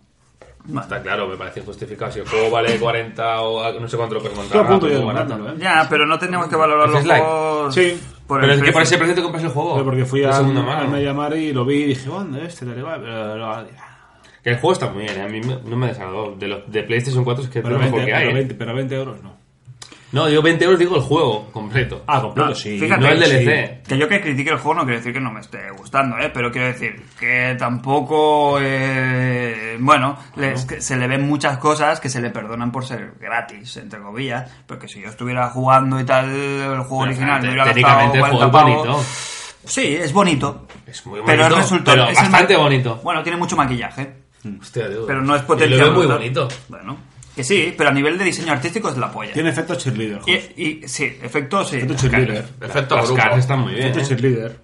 Bueno,
Está claro, me parece injustificado. Si el juego vale 40 o a- no sé cuánto lo puedes montar.
Estoy a punto yo
rápido,
de
barato.
comprándolo, ¿eh?
ya, pero no tenemos que valorar
Es
los
dislike.
juegos
Sí,
por
pero
el
es que por
precio.
ese precio te compras el juego.
Pero porque fui
de
al,
segunda mano.
al Mediamar y lo vi y dije, ¿dónde este tal y cual? Pero lo-
Que el juego está muy bien, ¿eh? a mí me- no me ha desagradado. De, los, de PlayStation 4 es que es
Pero
lo mejor
20,
que hay.
pero
¿eh?
20 pero 20 euros no.
No, digo 20 euros, digo el juego completo.
Ah, completo,
No,
sí.
fíjate,
no
sí.
el DLC.
Que yo que critique el juego no quiere decir que no me esté gustando, ¿eh? Pero quiero decir que tampoco, eh, bueno, les- que se le ven muchas cosas que se le perdonan por ser gratis, entre comillas. Porque si yo estuviera jugando y tal el juego original, me hubiera gastado
Técnicamente el
40
juego es
pavos.
bonito.
Sí, es bonito.
Es muy
Pero
bonito,
resultó
pero
es el
bastante
ma-
bonito.
Bueno, tiene mucho maquillaje,
Hostia, tío.
pero no es
Y
potencia.
Lo veo muy
brutal.
bonito.
Bueno, que sí, pero a nivel de diseño artístico es la polla.
Tiene efecto cheerleader,
Y,
joder.
y- sí, efectos sí.
Efecto cheerleader.
Efecto
Las
grupo.
caras están muy bien.
Efecto
¿eh?
cheerleader.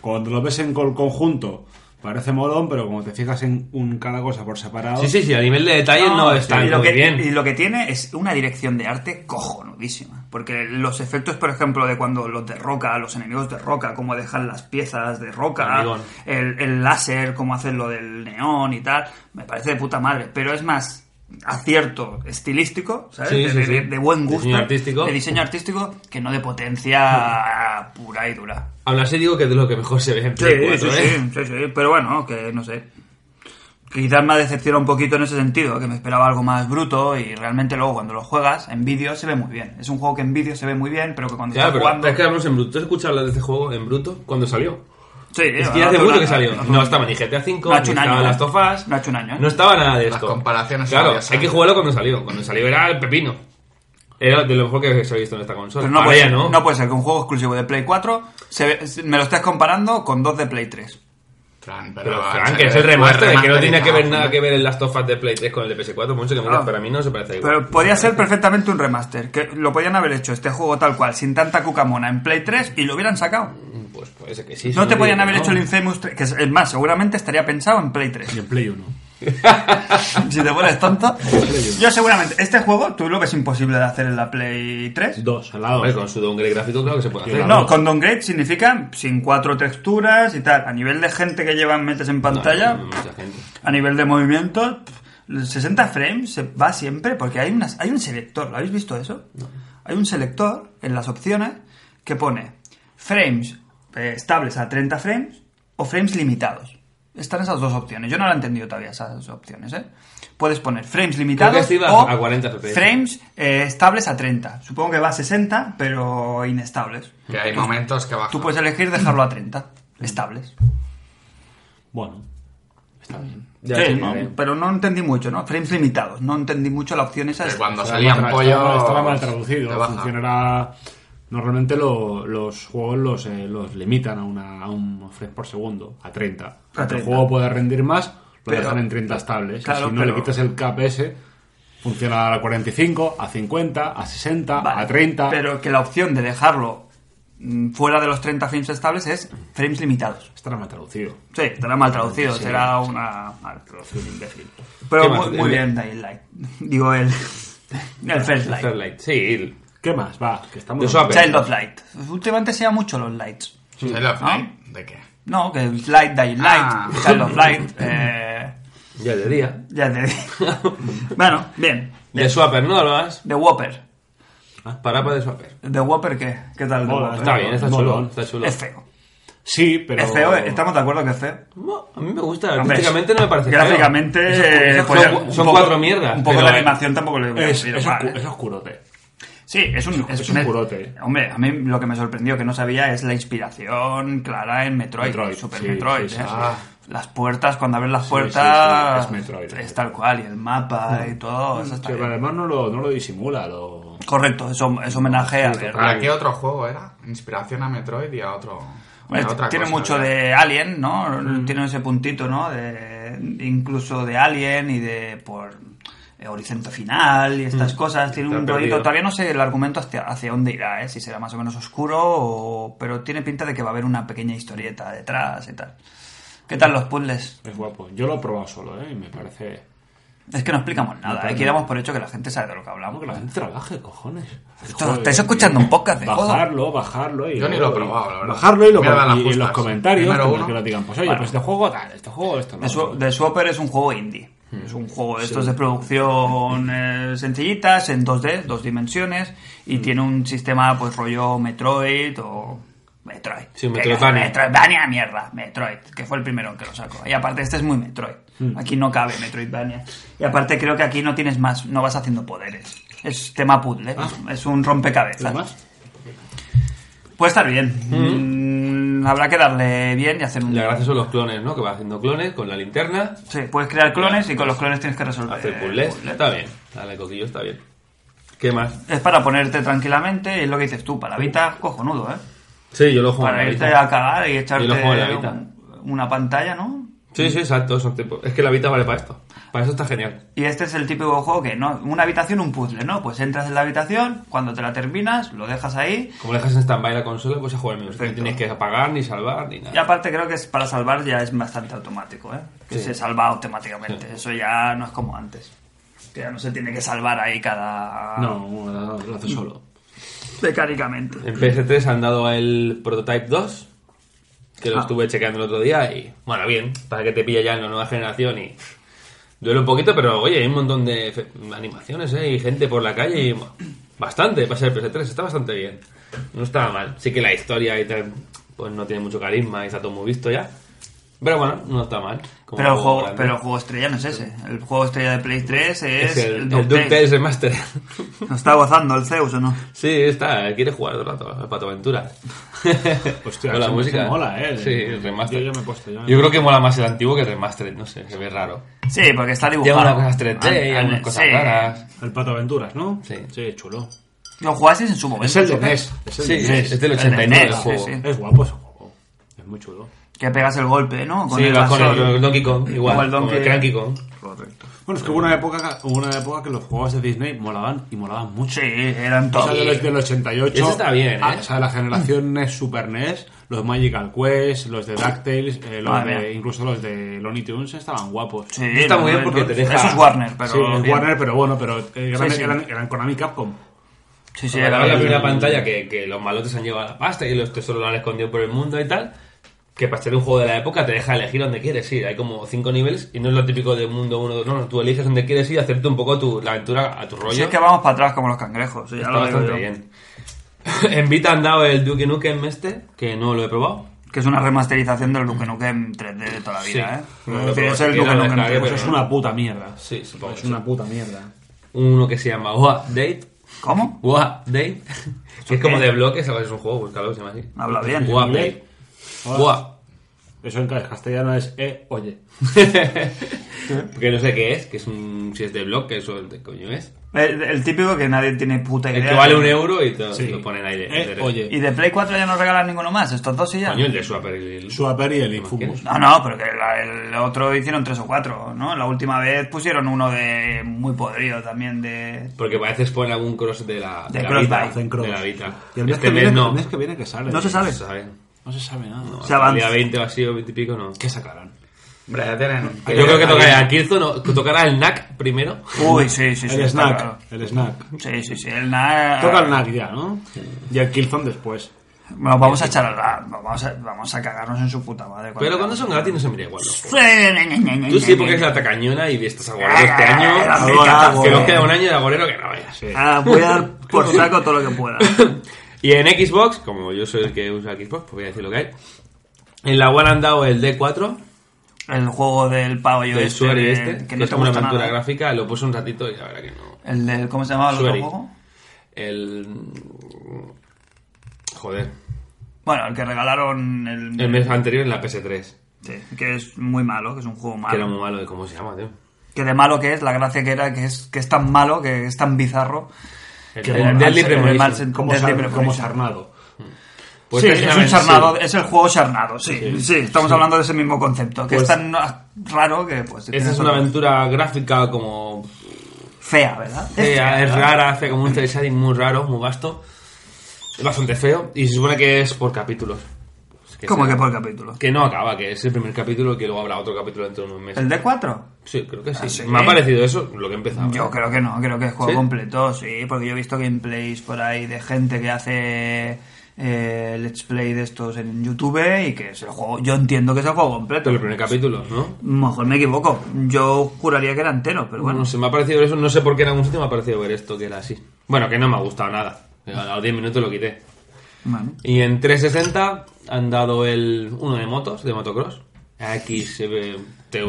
Cuando lo ves en col- conjunto, parece molón, pero como te fijas en un, cada cosa por separado,
Sí, sí, sí, a nivel de detalle no, está
y lo
muy
que,
bien.
Y lo que tiene es una dirección de arte cojonudísima. Porque los efectos, por ejemplo, de cuando los de roca, los enemigos de roca, cómo dejan las piezas de roca,
Amigón.
el, el láser, cómo hacen lo del neón y tal, me parece de puta madre. Pero es más acierto estilístico, ¿sabes?
Sí,
de,
sí,
de-
sí.
de- de buen gusto.
Diseño artístico.
De diseño artístico que no de potencia pura y dura.
Aún así digo que es de lo que mejor se ve en
Sí,
Play 4,
sí,
¿eh?
sí, sí, sí, pero bueno, que no sé. Quizás me ha decepcionado un poquito en ese sentido, que me esperaba algo más bruto y realmente luego cuando lo juegas en vídeo se ve muy bien. Es un juego que en vídeo se ve muy bien, pero que cuando
Ya,
estás
pero
jugando...
es que hablamos en bruto. ¿Tú has escuchado hablar de este juego en bruto cuando salió?
Sí,
Es
bueno,
que ya hace
hace
mucho
una-
que salió.
hace
No
un-
estaba ni GTA V,
No ha hecho
ni
un año,
estaba
¿eh?
Last of Us.
No ha hecho un año, ¿eh?
No estaba nada de
Las
esto.
comparaciones son
Claro,
odiosas.
hay que jugarlo cuando salió. Cuando salió era el pepino. Era de lo mejor que se ha visto en esta consola.
Pero no
Ahora
puede,
ya
ser-
no.
no puede ser que un juego exclusivo de Play 4 se ve- se- me lo estés comparando con dos de Play 3.
Fran, pero,
Pero,
Fran,
Frank, que es el
fue
remaster, que no tiene que ver
remasterizado,
nada
hombre.
que ver el Last of Us de Play 3 con el de PS4, mucho que me digas,
Ah.
pero a mí no se parece igual.
Pero podía ser perfectamente un remaster, que lo podían haber hecho este juego tal cual, sin tanta cucamona en Play 3 y lo hubieran sacado.
Pues puede ser que sí.
No te
digo
podían
que
haber
no.
hecho el Infamous 3, que es es más, seguramente estaría pensado en Play 3.
y en Play 1.
(laughs) si te pones
(laughs)
tonto. Yo seguramente, este juego tú lo ves imposible de hacer en la Play 3.
Dos, al lado.
Hombre, con su downgrade gráfico claro que se puede hacer.
No, con downgrade significa sin cuatro texturas y tal. A nivel de gente que llevan metes en pantalla,
No, Mm, mucha gente.
a nivel de movimiento, pff, los 60 frames se va siempre porque hay, unas, hay un selector, ¿lo habéis visto eso? Hay un selector en las opciones que pone frames eh, estables a 30 frames o frames limitados. Están esas dos opciones. Yo no la he entendido todavía esas opciones, ¿eh? Puedes poner frames limitados
este iba
o
a 40 FPS.
frames eh, estables a 30. Supongo que va a 60, pero inestables.
Que hay momentos que bajan.
Tú puedes elegir dejarlo a 30, estables.
Bueno, está bien.
Ya,
Sí,
sí,
¿no?
bien.
pero no entendí mucho, ¿no? Frames limitados, no entendí mucho la opción esa.
Que cuando
Estaba
salían
mal tra-
pollos.
Estaba, estaba mal
te
traducido.
baja.
Funcionará. Normalmente lo- los juegos los, eh, los limitan a, una, a un frame por segundo, a 30. Para que
30.
el juego pueda rendir más, lo
Pero-
dejan en 30 estables. Y
Claro,
si no
pero-
le quitas el KPS, funciona a 45, a 50, a 60,
Ah, Vale,
a 30.
Pero que la opción de dejarlo mm, fuera de los 30 frames estables es frames limitados.
Estará mal traducido.
Sí, estará mal traducido,
Sí.
será una mal traducción imbécil.
¿Qué
Pero
más?
muy, muy bien, Dying Light. (laughs) Digo, el. El First Light.
Fairlight, Sí, el-
¿Qué más? Va, que estamos...
De suave.
Child of Light. Últimamente se llama mucho los lights.
¿Child of
¿No?
Light? ¿De qué?
No, que es Light, Dying Light,
Ah.
Child of Light. eh,
ya de día.
ya te (laughs) bueno, bien.
De Swapper, ¿no? Lo has.
The Whopper.
Parapa de Swapper.
¿The Whopper qué? ¿Qué tal? The
Mola,
Whopper?
Está bien, está chulo.
Molón.
Está chulo.
Es feo.
Sí, pero...
Es feo, eh, estamos de acuerdo que es feo.
No, A mí me gusta.
Hombre,
Artísticamente no me parece. feo.
Gráficamente.
Es-
eh,
son-
pues,
son
un poco-
cuatro mierdas.
Un poco
pero,
de
eh,
animación tampoco le voy a
Es,
decir,
es
vale.
oscu- es oscurote.
Sí, es un,
es un
es-
curote.
Hombre, a mí lo que me sorprendió que no sabía es la inspiración clara en Metroid.
Metroid,
Super
sí,
Metroid.
sí,
¿eh?
sí,
Las puertas, cuando abres las
sí,
puertas.
es Metroid.
es tal cual, y el mapa y todo. eso está
Pero
bien.
además no lo, no lo disimula, lo...
Correcto, eso es homenaje a ver.
¿Para qué otro juego era? Inspiración a Metroid y a otro.
Bueno,
a otra
tiene
cosa,
mucho
¿verdad?
de Alien, ¿no? Tiene ese puntito, ¿no? De, incluso de Alien y de por eh, Horizonte Final y estas cosas. Tiene
Está
un rollito.
perdido.
Todavía no sé el argumento hacia, hacia dónde irá, ¿eh? Si será más o menos oscuro, o- pero tiene pinta de que va a haber una pequeña historieta detrás y tal. ¿Qué tal los puzzles?
Es guapo. Yo lo he probado solo, ¿eh? Y me parece...
Es que no explicamos nada, ¿eh? Que damos por hecho que la gente sabe de lo que hablamos.
Vamos, que la gente trabaje, cojones.
Esto- estáis escuchando un podcast de
Bajarlo, bajarlo y...
Yo ni
luego-
lo he probado, la verdad.
Bajarlo y, lo,
Me dan las
y en
justas.
los comentarios
Primero
que,
uno.
que lo digan. Pues oye,
Vale.
pues este juego tal, este juego esto.
The,
No,
Swa- The Swapper es un juego indie. Es un juego de estos de producción eh, sencillitas, en 2D, dos dimensiones, y tiene un sistema, pues, rollo Metroid o. Metroid.
Sí,
Que-
Metroidvania.
Metroidvania, mierda. Metroid, que fue el primero que lo sacó. Y aparte, este es muy Metroid. Aquí no cabe Metroidvania. Y aparte, creo que aquí no tienes más, no vas haciendo poderes. Es tema puzzle, ¿eh? es un rompecabezas.
Además,
Puede estar bien. Mm, habrá que darle bien y hacer un.
La gracia son los clones, ¿no? Que va haciendo clones con la linterna.
Sí, puedes crear clones y con los clones tienes que resolver.
Hacer puzzles. Está bien. Dale, coquillo, está bien. ¿Qué más?
Es para ponerte tranquilamente, es lo que dices tú, para Vita, cojonudo, ¿eh?
Sí, yo lo juego.
Para
en la
irte
Vita.
a cagar y echarte
Yo lo juego en la Vita.
un- una pantalla, ¿no?
Sí, sí, exacto. Esos tipos. Es que la Vita vale para esto. Para eso está genial.
Y este es el típico juego que, ¿no? Una habitación, un puzzle, ¿no? Pues entras en la habitación, cuando te la terminas, lo dejas ahí.
Como dejas en stand-by la consola, pues a jugar menos. No
Perfecto.
tienes que apagar, ni salvar, ni nada.
Y aparte creo que es para salvar ya es bastante automático, ¿eh? Que se salva automáticamente. Eso ya no es como antes. Que ya no se tiene que salvar ahí cada...
no, lo- lo hace solo.
Mecánicamente.
En PS3 han dado el Prototype 2, que lo
Ah.
estuve chequeando el otro día y, bueno, bien, para que te pilla ya en la nueva generación y duele un poquito, pero oye, hay un montón de fe- animaciones ¿eh? y gente por la calle y bueno, bastante para ser PS3, está bastante bien. No estaba mal. Sí que la historia y tal, pues no tiene mucho carisma y está todo muy visto ya. Pero bueno, no está mal. como
Pero el, juego,
grande.
pero el juego estrella no es ese. El juego estrella de Play 3 es,
es el, el
DuckTales.
DuckTales Remastered.
¿No está gozando el Zeus o no?
sí, está, quiere jugar todo el rato al Pato Aventura.
(laughs) Hostia,
Con la
eso
música.
mola, ¿eh?
Sí, el remaster.
Yo ya me he puesto, ya me he
Yo creo que mola más el antiguo que el remaster, no sé, se ve raro.
Sí, porque está
Lleva
dibujado.
unas cosas 3D y
Ah,
algunas
ah,
cosas
sí.
raras.
El Pato Aventuras, ¿no?
Sí.
Sí, chulo.
Lo jugasteis en su momento.
Es el de E
¿no?
NES. Es el
Sí,
de NES.
es del
El de
89 el
NES,
juego.
sí, sí.
Es guapo ese juego. Es muy chulo.
Que pegas el golpe, ¿no?
Sí, vas con
vasor.
el, el Donkey Kong, igual.
Como el Donkey-
con el Cranky Kong.
Correcto.
Bueno, es que hubo una época, hubo una época que los juegos de Disney molaban y molaban mucho.
Sí, eran
O sea,
todos.
de los del 88.
Eso está bien, ¿eh?
Ah, o sea, la generación NES Super NES, los Magical Quest, los de DuckTales, eh, los
Madre
de-
mía.
incluso los de Looney Tunes estaban guapos.
Sí,
Está muy bien porque te deja-
Eso es Warner, pero.
Sí, es
bien.
Warner, pero bueno, pero eh, eran,
Sí, sí.
eran- eran Konami Capcom.
Sí, sí,
Sí, acaba
era-
la primera pantalla que, que los malotes han llevado la pasta y los tesoros lo han escondido por el mundo y tal. Que para ser un juego de la época te deja elegir donde quieres ir. Hay como cinco niveles y no es lo típico del mundo uno, dos. No, no, tú eliges donde quieres ir, hacerte un poco tu, la aventura a tu rollo.
Si es que vamos para atrás como los cangrejos. sí, ya
Está
lo digo
bastante
yo.
bien. (laughs) en Vita han dado el Duke Nukem este, que no lo he probado.
Que es una remasterización del Duke Nukem 3D de toda la vida,
Sí.
¿eh?
No,
Es decir, es
pero
el
si
Duke
quieren
Nukem
mezclar,
3D.
pues
Es una puta mierda.
Sí, supongo.
Es
que
una
sí.
puta mierda.
Uno que se llama What Date.
¿Cómo?
What Date. (laughs) Que
qué?
es como de bloques, ¿sabes? es un juego, búscalo, se llama así.
Ah,
Habla bien.
What Date. What.
Eso en castellano es, eh, oye.
(laughs) Porque no sé qué es, que es un. Si es de blog, que eso de coño es.
El, Eh, el típico que nadie tiene puta idea.
El que vale un euro y te
Sí.
lo ponen ahí de.
Eh,
de-
oye.
Y de Play 4 ya no regalan ninguno más, estos dos y ya.
Coño, el de Swapper. el-
Suaper y el Infumus.
No, no, pero que la- el otro hicieron tres o cuatro, ¿no? La última vez pusieron uno de muy podrido también de...
Porque a veces ponen algún cross de la.
De
la
cross
Vita,
buy.
Hacen cross.
De la Vita.
Y el mes,
este
que viene,
mes no.
el mes que viene que sale.
No se sabe.
No saben.
No se sabe nada.
Se avanza.
El día 20 o así, o 20 y pico, no.
¿Qué sacarán?
Hombre, ya tienen.
Yo creo que tocará a Kirzo, no, que tocará el NAC primero.
Uy, sí, sí, sí.
el
está
snack.
claro.
El snack.
Sí, sí, sí. El na-
Toca el NAC ya, ¿no? Y el Killzone después.
Bueno, vamos a echar a la... Vamos a, vamos a cagarnos en su puta madre.
Pero cuando son gratis no se mira igual. ¿no?
Sí, ne, ne, ne, ne,
Tú sí,
ne,
porque
ne.
es la tacañona y estás agorero este año.
Ah,
cago,
Que nos
eh.
queda un año de agorero que no veas.
Ah, voy a dar
(laughs)
por saco todo lo que pueda.
Y en Xbox, como yo soy el que usa Xbox, pues voy a decir lo que hay. En la One han dado el D4,
El juego del pavo yo
el
este,
Sugar
de-
este,
que
que,
no
es
te
como una
gusta
aventura
nada.
gráfica, lo puse un ratito y la verdad que no.
El del... ¿Cómo se llamaba el otro
Sugar
juego?
El. mm, Joder.
Bueno, el que regalaron el...
El mes anterior en la PS3,
Sí, que es muy malo, que es un juego malo.
que era muy malo, ¿cómo se llama, tío?
que de malo que es, la gracia que era, que es, que es tan malo, que es tan bizarro.
El,
Que
el
bueno,
Deadly
el-
Premonition.
el Marcel-
Como,
Deadly
sar-
Premonition.
como sarnado.
Pues
sí,
esta
es
una
un
versión-
charnado, es el juego charnado, sí, sí, estamos hablando de ese mismo concepto, que es tan ah, raro que pues...
Esta
tiene
Pues es una
todo.
aventura gráfica como
Fea, ¿verdad? Es
Fea, es
¿verdad?
rara, hace como un cel shading muy raro, muy vasto. Es bastante feo y se supone que es por capítulos. Pues
¿Cómo
sea-
que por capítulo?
Que no acaba, que es el primer capítulo y que luego habrá otro capítulo dentro de unos meses.
¿El D4?
Sí, creo que sí.
sí.
Me ha parecido eso lo que empezaba.
Yo creo que no, creo que es juego
¿Sí?
completo, sí, porque yo he visto gameplays por ahí de gente que hace eh, let's play de estos en YouTube y que es el juego, yo entiendo que es el juego completo.
Pero el primer capítulo, ¿no?
Mejor me equivoco, yo juraría que era entero, pero bueno.
No sé, me ha parecido eso, no sé por qué en algún sitio me ha parecido ver esto que era así. Bueno, que no me ha gustado nada. A los 10 minutos lo quité.
Bueno.
Y en 360 han dado el uno de motos, de motocross. XTV,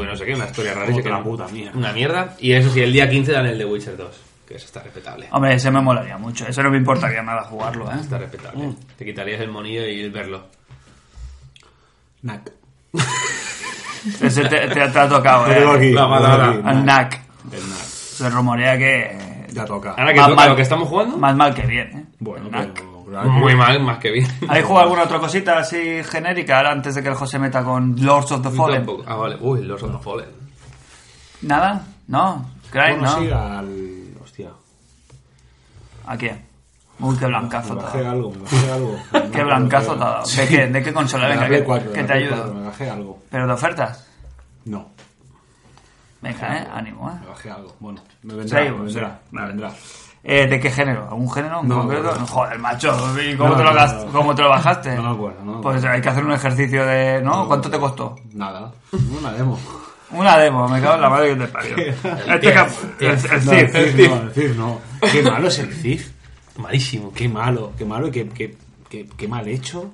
no sé qué, una historia rarísima.
Otra puta mierda.
Una mierda. Y eso sí, el día 15 dan el de Witcher 2, que eso está respetable.
Hombre, ese me molaría mucho. Eso no me importaría nada jugarlo, ¿eh?
Está respetable. Te quitarías el monillo y el verlo.
NAC.
Ese te, te- te ha
(laughs)
tocado,
Lo tengo aquí.
¿eh?
la
lo tengo
palabra.
aquí.
Al NAC.
El NAC.
Se rumorea que...
Ya toca.
Ahora que
Más
toca
mal.
lo que estamos jugando,
Más mal que bien, ¿eh?
Bueno,
El NAC.
pero...
muy mal, más que bien. (laughs)
¿Habéis jugado alguna otra cosita así genérica ahora antes de que el José meta con Lords of the Fallen?
Tampoco. Ah, vale. Uy, los otros Fallen.
¿Nada? ¿No? ¿Cry?
Bueno,
¿No?
sí, al... Hostia.
¿A quién? Uy, qué blancazo
Me
te ha
bajé
dado.
algo, me
(laughs)
bajé algo.
Qué blancazo te ha dado. ¿De qué, de qué consola?
(laughs) Me
Venga,
bajé
que,
cuatro,
que
me
te
bajé cuatro, Me
ayudo.
bajé algo.
¿Pero de ofertas?
No,
Venga, ¿eh? Ánimo, ¿eh?
me bajé algo. Bueno, me vendrá,
Seguimos,
me vendrá,
sí.
me vendrá.
Eh, ¿De qué género? ¿Algún género en
No,
concreto?
no, no.
Joder, macho, ¿y cómo,
No,
te lo
no,
gast-
no.
¿cómo te lo bajaste?
No me acuerdo, no me
Pues hay que hacer un ejercicio de... ¿no? ¿Cuánto te costó?
Nada, una demo.
Una demo, me cago en la madre que te parió. este cap... (laughs) El, el
No,
Cid.
el Cid no, el Cid no. Qué malo es el Cif.
Malísimo.
Qué malo, qué malo y qué, qué, qué, qué mal hecho.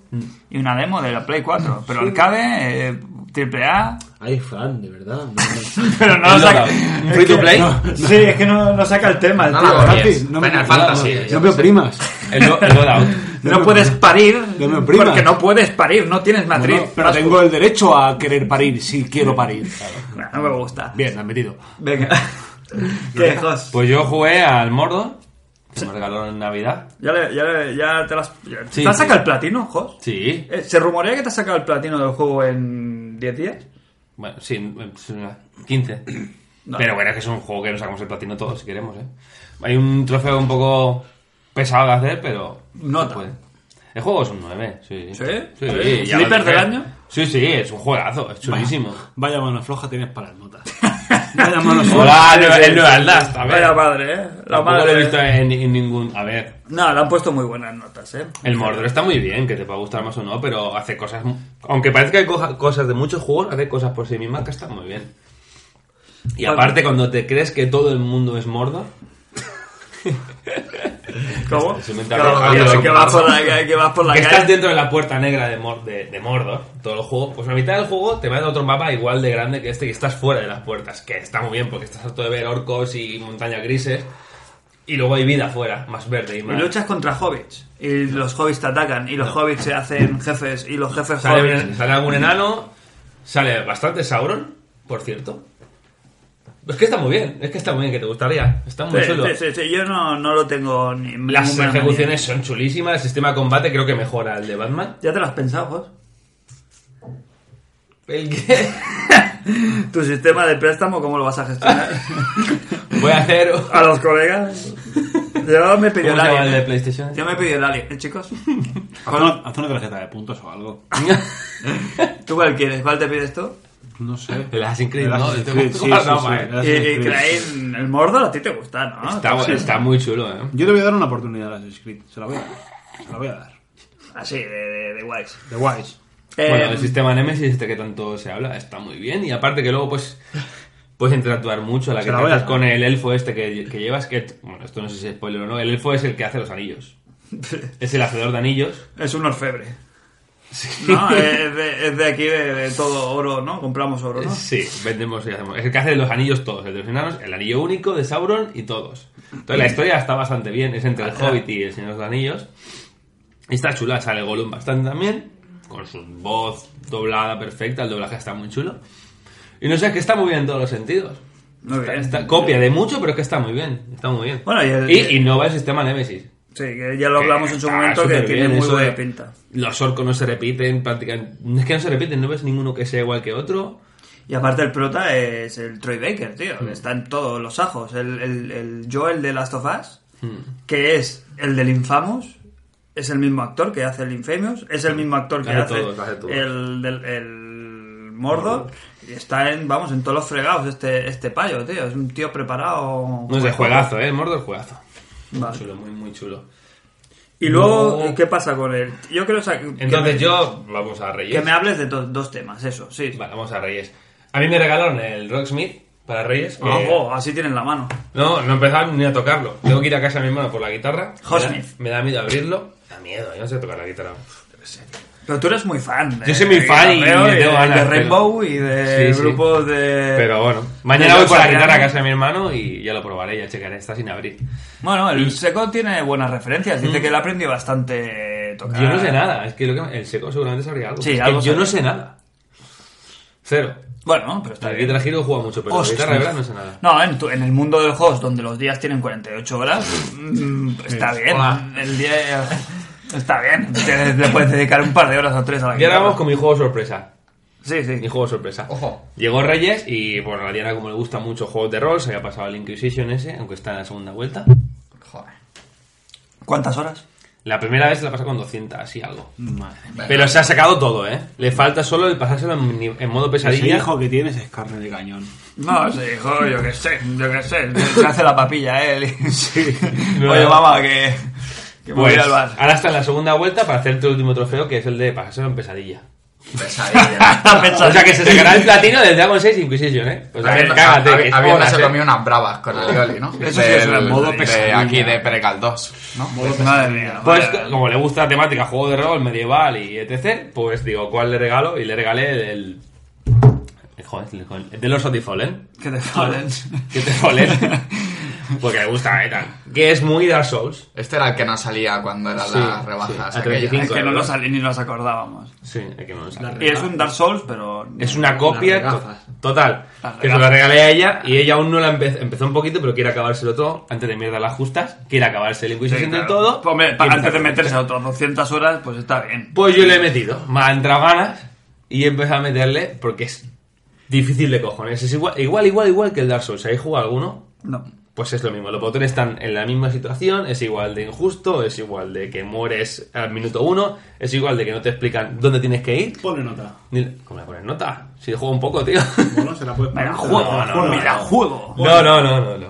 Y una demo de la Play 4. Pero Arcade, eh, triple A...
Ay, Fran, de verdad. (laughs) No,
Pero no
El
saca...
Dota.
es
Free to
que-
play.
Sí, es que no, no saca el tema. el
No,
tío.
no,
Fran,
Yes,
me
Final
oprimas.
Fantasy, yo
No me
qué sé.
oprimas.
El, lo-
(laughs)
el loadout.
No puedes parir
No me oprimas.
porque no puedes parir, no tienes matriz.
Bueno, pero tengo el derecho a querer parir si quiero parir.
No me gusta.
Bien, admitido.
Venga. ¿Qué, Jos?
Pues yo jugué al Mordor. que me regalaron en Navidad.
Ya, le- ya, le- ya te las. ya-
Sí,
¿Te has
sí.
sacado el platino, Jos?
Sí.
Eh, ¿Se rumorea que te has sacado el platino del juego en 10
(laughs)
días?
Bueno, sí, en-
(clears throat)
en- 15.
No.
Pero bueno, es que es un juego que nos sacamos el platino todos si queremos, ¿eh? Hay un trofeo un poco pesado de hacer, pero.
Nota.
se puede. El juego es un 9, sí.
¿Sí?
Sí,
¿Sí?
ya
¿Flipper
lo dije.
del año?
Sí, sí, es un juegazo, es
(laughs)
chulísimo.
Vaya mano floja tienes para las notas. Vaya mano floja.
(laughs) Hola, el el Nueva Aldaz, a ver.
Vaya madre, ¿eh? La
Tampoco lo he visto
madre.
en, en ningún. A ver,
No, le han puesto muy buenas notas, ¿eh?
el Mordor está muy bien, que te pueda gustar más o no, pero hace cosas. mu- Aunque parece que coja cosas de muchos juegos, hace cosas por sí misma que están muy bien. Y
Bueno.
aparte, cuando te crees que todo el mundo es Mordor,
¿Cómo?
Se inventa
Claro,
algo,
que-
algo.
que vas por la que- que vas por la
que estás
calle.
dentro de la puerta negra de, Mor- de, de Mordor, todo el juego, pues a mitad del juego te vas a otro mapa igual de grande que este, que estás fuera de las puertas, que está muy bien porque estás harto de ver orcos y montañas grises, y luego hay vida fuera, más verde y
Y
más...
luchas contra hobbits. Y los hobbits te atacan. Y los hobbits se hacen jefes. Y los jefes
Sale,
hobbits.
un- sale algún enano, sale bastante Sauron, por cierto. Es que está muy bien, es que está muy bien, que te gustaría, está muy
Sí,
chulo.
sí, sí, sí, Yo no, no lo tengo ni en
Las
ninguna
ejecuciones son chulísimas, el sistema de combate creo que mejora el de Batman.
manera. Ya te lo has pensado, Jos.
(laughs) El que...
Tu sistema de préstamo, ¿cómo lo vas a gestionar?
(laughs) (laughs) Voy a hacer...
a los colegas. Yo me pidió
¿Cómo
el
se llama el de
alien.
PlayStation?
Yo me pidió el alien, ¿eh, chicos? (laughs)
Haz una, haz una tarjeta de puntos o algo.
¿Tú cuál quieres? ¿Cuál te pides tú?
No
(laughs)
sé.
El Assassin's Creed,
El
¿no?
Assassin's
Este
Creed,
juego
sí,
está
sí,
guapa,
sí,
eh.
el
Y,
Assassin's
y
Creed.
Krayn, el Mordor a ti te gusta, ¿no?
Está, guay, está muy chulo, ¿eh?
Yo le voy a dar una oportunidad a Assassin's Creed. Se la voy a dar. Se la voy a dar.
Así, de, de, de guays.
The Wise.
Eh,
Bueno, el sistema Nemesis este que tanto se habla está muy bien y aparte que luego pues puedes interactuar mucho a la
Se
que
la voy a
tratas
dar.
con el elfo este que, que llevas que bueno esto no sé si es spoiler o no el elfo es el que hace
(laughs)
los anillos es el hacedor de anillos
Es un orfebre. No, es de, es de aquí, de, de todo oro, ¿no? Compramos oro,
Ah.
¿no?
sí vendemos y hacemos es el que hace los anillos todos el de los enanos el anillo único de Sauron y todos entonces la historia está bastante bien es entre el Hobbit y el Señor de los Anillos Y Está chula, sale Gollum bastante también, con su voz doblada perfecta, el doblaje está muy chulo. Y no sé, que está muy bien en todos los sentidos.
Muy
Está-
bien.
está- copia de mucho, pero es que está muy bien, está muy bien.
Bueno, y el-
y innova el sistema Nemesis.
Sí, que ya lo hablamos en su
Está
momento que
súper
tiene
bien,
muy
eso
buena
de-
pinta.
Los orcos no se repiten prácticamente... Es que no se repiten, no ves ninguno que sea igual que otro.
Y aparte el prota es el Troy Baker, tío, que está en todos los ajos. El, el, el Joel de Last of Us,
Hmm.
que es el del Infamous, es el mismo actor que hace el Infamous, es el mismo actor que
Hace
hace,
todo, hace todo.
el, del, el Mordor. Y está en, vamos, en todos los fregados este, este payo, tío. Es un tío preparado.
No es de juegazo, ¿eh? El Mordor juegazo.
Vale.
Chulo, muy, muy chulo.
Y luego,
No.
¿qué pasa con él? Yo quiero sa- que,
Entonces
me,
yo... Vamos a Reyes.
que me hables de to- dos temas, eso, sí.
Vale, vamos a Reyes. A mí me regalaron el Rocksmith para Reyes. que-
Oh, oh, así tienen la mano.
No, no empezaba ni a tocarlo. Tengo que ir a casa de mi hermano por la guitarra.
Hosmith.
Me da, me da miedo abrirlo. Me da miedo, yo no sé tocar la guitarra. Uf, yo qué sé.
Pero tú eres muy fan. de-
Yo soy muy
de
fan y
Guitarreo
le tengo
de, de
ganas, pero-
Rainbow y de
Sí, sí.
grupos de...
Pero bueno,
de
mañana voy por la
Lost
guitarra a
Ark.
casa de mi hermano y ya lo probaré, ya checaré. Está sin abrir.
Bueno, el Seco tiene buenas referencias. Dice que él aprendió bastante tocar.
Mm. Yo no sé nada. Es que, lo que- el seco seguramente sabría algo.
Ah. Sí,
Es que
algo
yo
sabe.
no sé nada. Cero.
Bueno, pero está
La
bien.
guitarra giro juega mucho, pero la
Hostia.
guitarra de verdad no sé nada.
No, en, tu- en el mundo del host, donde los días tienen 48 horas, mm, está bien.
Hola.
El día... Está bien. Te, te puedes dedicar un par de horas o tres a la
Y ahora
guitarra.
vamos con mi juego sorpresa.
Sí, sí.
Mi juego sorpresa.
Ojo.
Llegó Reyes y, bueno, a Diana, como le gusta mucho juegos de rol, se había pasado el Inquisition ese, aunque está en la segunda vuelta.
Joder.
¿Cuántas horas?
La primera vez se la pasa con 200, así algo.
Madre mía.
Pero se ha sacado todo, ¿eh? Le falta solo el pasárselo en, ni- en modo
Ese
pesadilla.
hijo que tienes es carne de cañón.
No, sí, hijo, yo qué sé, yo qué sé. Se hace la papilla él.
(laughs)
Sí. (laughs)
No.
Oye, mamá, que, que me voy
Pues,
al bar.
ahora está en la segunda vuelta para hacerte el último trofeo, que es el de pasárselo en pesadilla.
(laughs)
Pesadilla.
O sea que se sacará el platino del Dragon 6 Inquisition, ¿eh? O sea, que
Habiendo-
cágate,
habi-
que es
habiéndose
horas, ¿eh?
comido unas bravas con el Ioli, ¿no?
Eso sí es
Del-
el modo
de
pesadilla.
aquí de Perecaldós, ¿no?
Madre mía.
Pues
madre mía.
como le gusta la temática, juego de rol, medieval y etc, pues digo, ¿cuál le regalo? Y le regalé el... el- el- Joder, el- el- el del oso de Fallen.
que te joden. (laughs)
Que te jolen. Porque le gusta Ethan. Que es muy Dark Souls.
Este era el que no salía cuando eran
Sí,
las
sí, a
rebajas. aquellas.
35.
que no nos, ni nos acordábamos.
Sí, aquí no lo sabe.
Y es un Dark Souls, pero...
Es una copia
Las
to-
gafas.
total.
Las
Que se
gafas.
la regalé a ella y ella aún no la empe- empezó un poquito, pero quiere acabárselo todo antes de mierda las justas. Quiere acabarse el
Sí,
Inquisition del
claro.
todo.
Pues, hombre, pa-
Y
antes de
empezar.
meterse a otras 200 horas, pues está bien.
Pues yo le he metido. Me ha entrado ganas y he empezado a meterle porque es difícil de cojones. Es igual, igual, igual, igual que el Dark Souls. Si ¿Habéis jugado alguno?
No.
Pues es lo mismo, los botones están en la misma situación, es igual de injusto, es igual de que mueres al minuto uno, es igual de que no te explican dónde tienes que ir.
Pone nota.
Ni- ¿Cómo le pones nota? Si juego un poco, tío. (laughs)
Bueno, se la puedes
Me
poner.
la juego,
no, no,
me la
no.
juego.
No, no, no, no, no.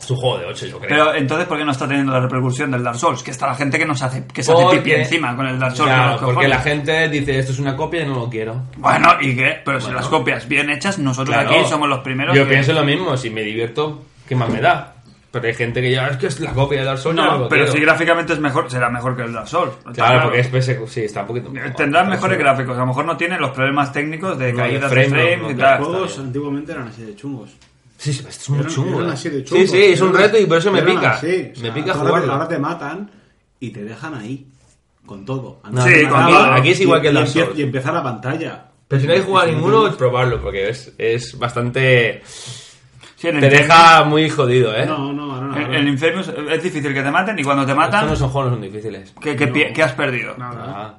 Es un juego de 8, yo creo.
Pero entonces, ¿por qué no está teniendo la repercusión del Dark Souls? Que está la gente que nos hace, que se hace
Porque-
pipi encima con el Dark Souls.
Claro,
con los
porque
cojones.
la gente dice esto es una copia y no lo quiero.
Bueno, ¿y qué? Pero si
Bueno.
las copias bien hechas, nosotros
Claro.
aquí somos los primeros
Yo
que-
pienso lo mismo, si me divierto, ¿qué más me da? Pero hay gente que ya es que es la copia de Dark Souls.
No,
no lo
pero
quiero".
si gráficamente es mejor, será mejor que el Dark Souls. Está
Claro, porque es PS... Sí, está un poquito...
Tendrán mejores
Sí.
gráficos, a lo mejor no tienen los problemas técnicos de
No,
caídas
de
de
frame,
frames
no,
y tal.
no, no,
Los
está
juegos
bien.
antiguamente eran así de chungos.
Sí, sí, esto es muy
Eran-
chungo.
eran
¿eh?
así de
sí,
chungos.
sí, es un
Eran-
reto y por eso me
eran
pica.
así, o
me
sea,
pica
ahora te-
jugarlo.
Ahora te matan y te dejan ahí. Con todo.
No,
Sí,
te
con
mataban
todo.
Aquí es igual
y-
que el
y
Dark
empie-
Souls.
Y empieza la pantalla.
Pero si no hay jugado a
Sí,
ninguno,
sí.
es probarlo, porque es, es bastante...
Sí, en
Te
el-
deja muy jodido, ¿eh?
No, no, ahora no.
en-
ahora
en
no.
Infamous es difícil que te maten y cuando te
Estos
matan,
no son juegos, no son difíciles.
¿qué, qué pie- qué has perdido?
Nada.
Ah.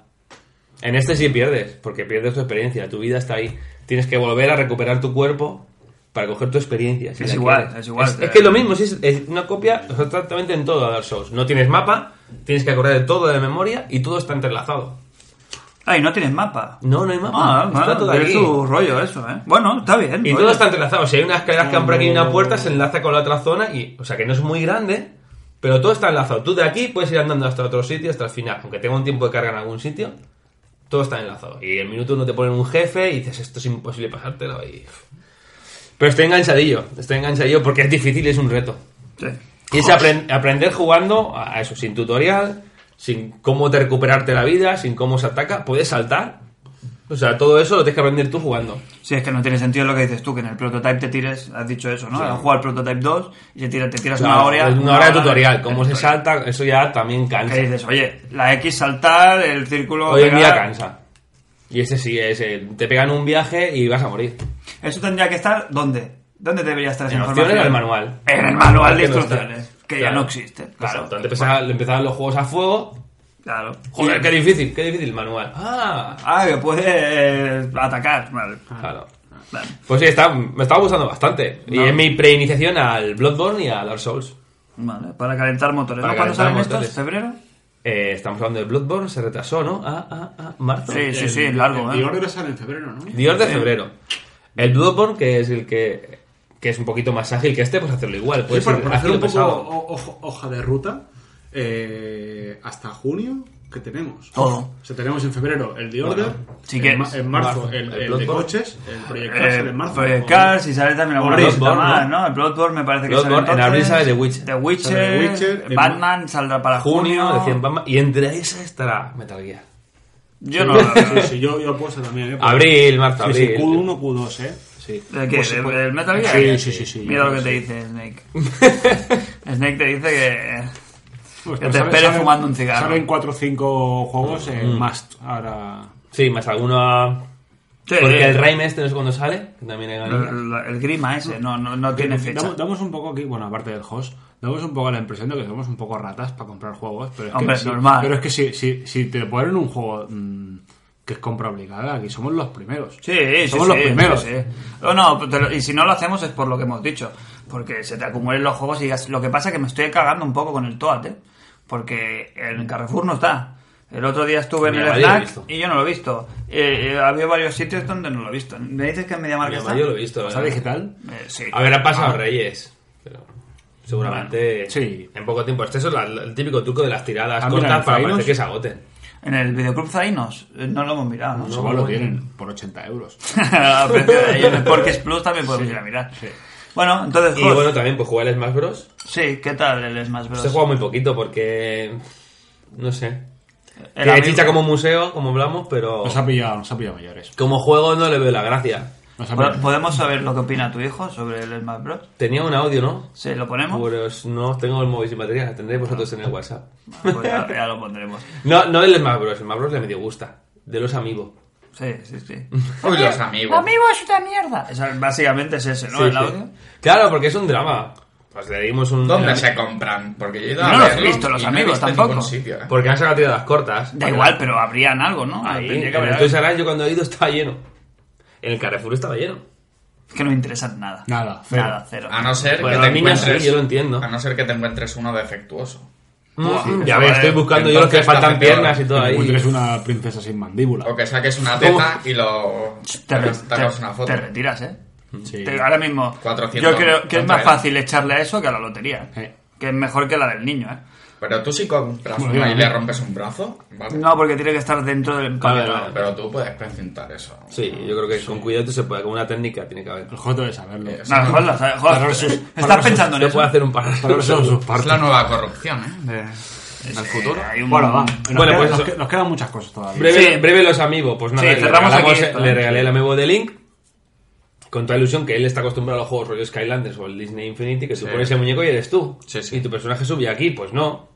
En este sí pierdes, porque pierdes tu experiencia, tu vida está ahí. Tienes que volver a recuperar tu cuerpo para coger tu experiencia. si
Es
la
igual,
quieres.
es igual.
Es, es que es lo mismo, sí, es, es una copia exactamente en todo a Dark Souls. No tienes mapa, tienes que acordar de todo de memoria y todo está entrelazado.
Ay, no tienes mapa.
No, no hay mapa.
Ah,
está
bueno,
todo
es
aquí.
tu rollo eso, ¿eh? Bueno, está bien.
Y
rollo.
todo está entrelazado. Si hay unas escaleras que han por aquí y una puerta, se enlaza con la otra zona. y O sea que no es muy grande, pero todo está enlazado. Tú de aquí puedes ir andando hasta otro sitio, hasta el final. Aunque tenga un tiempo de carga en algún sitio, todo está enlazado. Y el minuto no te ponen un jefe y dices, esto es imposible pasártelo. Y... Pero estoy enganchadillo, estoy enganchadillo porque es difícil y es un reto.
Sí.
Y es apren- aprender jugando a a eso, sin tutorial, sin cómo te recuperarte la vida, sin cómo se ataca. Puedes saltar. O sea, todo eso lo tienes que aprender tú jugando.
Sí, es que no tiene sentido lo que dices tú, que en el prototype te tires, has dicho eso, ¿no? Has jugado al prototype 2 y te, tira- te tiras
Claro,
una Ah, hora.
es Una hora de tutorial.
de
Cómo se
tutorial.
salta, eso ya también
Que
cansa.
dices, oye, la X saltar, el círculo.
Hoy en
pegar.
día cansa. Y ese sí, es el- te pegan un viaje y vas a morir.
Eso tendría que estar, ¿dónde? ¿Dónde debería estar esa
En
información?
opciones o en el manual. Ah,
En el manual de
Que no
instrucciones,
está.
que ya
Claro.
no existe. Claro,
Exacto, antes empezaba- empezaban los juegos a fuego.
claro.
Joder, qué difícil, qué difícil el manual. Ah,
Ah, que puede eh, atacar. Vale.
claro.
Vale.
Pues sí, está, me estaba gustando bastante. Y
No.
es mi preiniciación al Bloodborne y a Dark Souls.
Vale, para calentar motores.
Para
¿No? ¿Cuándo
calentar
salen
motores.
estos? ¿Febrero?
Eh, estamos hablando de Bloodborne, se retrasó, ¿no? Ah, ah, ah, marzo.
Sí, sí, sí, largo,
Y
¿eh?
ahora sale en febrero, ¿no?
Dios de febrero. El Bloodborne, que es el que, que es un poquito más ágil que este, pues hacerlo igual. Puede
Sí, por,
ser
por hacer
ágil
un
o
poco
pesado.
ho- ho- hoja de ruta, eh, hasta junio, ¿qué tenemos?
Oh.
Todo.
O sea, tenemos en febrero el The
Bueno,
Order,
sí
en
que-
ma- en, marzo,
marzo,
el,
el
el de
Bloodborne.
coches, el Project Cars sale
Eh,
en marzo.
Project
o-
Cars y sale también alguna
Abril,
cosita
¿no?
más, ¿no? El Bloodborne me parece que
Bloodborne,
sale
en abril
entonces.
sale The Witcher.
The Witcher, eh,
Sale The Witcher, en
Batman saldrá para junio.
Junio, decían Batman, y entre esas estará Metal Gear.
Yo no lo veo.
Sí, sí, yo, yo apuesto también. ¿eh?
Abril, marzo,
Sí, sí,
abril.
Q1, Q2, ¿eh? Sí.
¿De qué?
Pues,
¿De-
pues,
del Metal Gear?
Sí, sí, sí. sí
Mira
yo
lo que te
sí.
dice Snake. Snake te dice que... que
Pues, pues
te
sale-
espere
sale-
fumando un cigarro. Mm.
Salen 4 o 5 juegos en Must ahora.
Sí, más alguna.
Sí,
Porque el
el,
Rime este no sé cuándo sale, que también hay ganado.
el- el Grima ese no, no, no tiene fecha.
Damos, damos un poco aquí, bueno, aparte del host, damos un poco la impresión de que somos un poco ratas para comprar juegos. Pero es
Hombre,
que, si-
normal.
Pero es que si, si, si te ponen un juego mm, que es compra obligada, aquí somos los primeros.
Sí, sí,
somos
sí,
los primeros.
sí, sí. No, no, te lo- y si no lo hacemos es por lo que hemos dicho. Porque se te acumulen los juegos y digas- lo que pasa es que me estoy cagando un poco con el Toad, ¿eh? Porque en Carrefour no está. El otro día estuve en
En
el
Mediamayor lo he
snack
visto.
y yo no lo he visto. Eh, eh, había varios sitios donde no lo he visto. ¿Me dices que en Mediamarkt está?
Yo lo he visto, la
¿Está
verdad.
digital?
Eh, sí.
A ver, han pasado Reyes. Pero seguramente.
Bueno, sí.
En poco tiempo. Este es la- el típico truco de las tiradas
Ah, mira,
cortas
los
para
zainos.
parecer que se
(laughs)
agoten.
En el videoclub Zainos eh, no lo hemos mirado. ¿no?
Somos lo tienen por 80 euros.
(laughs) A
(laughs)
precio de ahí, en el Porques Plus también podemos ir a mirar. Bueno, entonces,
Y
Jos,
bueno, este también, pues jugar el Smash Bros.
sí, ¿qué tal el Smash Bros?
Se juega muy poquito porque. No sé.
El
Tiene
amigo- Oh.
chicha como museo, como hablamos, pero.
Nos ha pillado, nos ha pillado mayores.
Como juego no le veo la gracia.
O sea,
¿Po- ¿Podemos saber lo que opina tu hijo sobre el Smash Bros?
Tenía un audio, ¿no?
¿Sí, ¿Lo ponemos?
Pues no tengo el móvil sin batería, la tendréis vosotros en el WhatsApp.
Pues ya, ya lo pondremos.
No, no el Smash Bros. El Smash Bros. le medio gusta. De los amigos.
Sí, sí, sí.
Uy, los amigos.
es una mierda. básicamente es ese, ¿no?
Sí,
el
sí.
audio.
Claro, porque es un drama. Pues le dimos un.
¿Dónde se compran? Porque yo he ido a
No los he
verlos
visto, los
y no he
amigos
visto en
tampoco.
ningún sitio, ¿eh?
Porque han sacado tiradas cortas.
Da igual, pero habrían algo, ¿no?
Ahí,
Tendría
en
que haber
el
algo.
Toys R Us yo cuando he ido estaba lleno. En el Carrefour estaba lleno.
Es que no me interesan nada.
Nada, cero.
Nada, cero.
A no ser
Bueno,
que te
los niños sí,
encuentres...
yo lo entiendo.
A no ser que te encuentres uno defectuoso.
Mm,
sí,
ya
eso
ves,
vale.
estoy buscando yo los que
Entonces,
faltan
está peor.
piernas y todo
Te
ahí.
encuentres una princesa sin mandíbula.
O que saques una teta y lo...
te, re-
te hagas
te-
una foto.
te retiras, ¿eh?
Sí.
Te- ahora mismo,
400
yo creo que es más
contra él.
fácil echarle a eso que a la lotería.
Sí.
Que es mejor que la del niño, ¿eh?
Pero tú si compras
Bueno,
una y
yo-
le rompes un brazo, vale.
No, porque tiene que estar dentro del empaque.
Vale, vale.
Pero tú puedes precintar eso.
Sí, yo creo que con cuidado se puede, con una técnica tiene que haber.
El Joto de saberlo.
Eh,
No, joder, joder, joder,
Para sus- para
estás
sus-
pensando en
Se
eso.
puede hacer un par
Para ver si son sus
Es
partes.
la nueva corrupción, ¿eh? De- del futuro.
Hay un-
Bueno, va. Nos,
Bueno,
queda-
pues
nos,
eso.
que- nos quedan muchas cosas todavía.
Breve,
Sí.
breve los amigos, pues nada,
Sí,
le,
cerramos
regalamos-
aquí esto,
le
¿eh?
regalé el amigo de Link. Con toda ilusión que él está acostumbrado a los juegos rollo Skylanders o el Disney Infinity, que tú
Sí.
pones el muñeco y eres tú.
Sí, sí.
Y tu personaje sube aquí, pues no.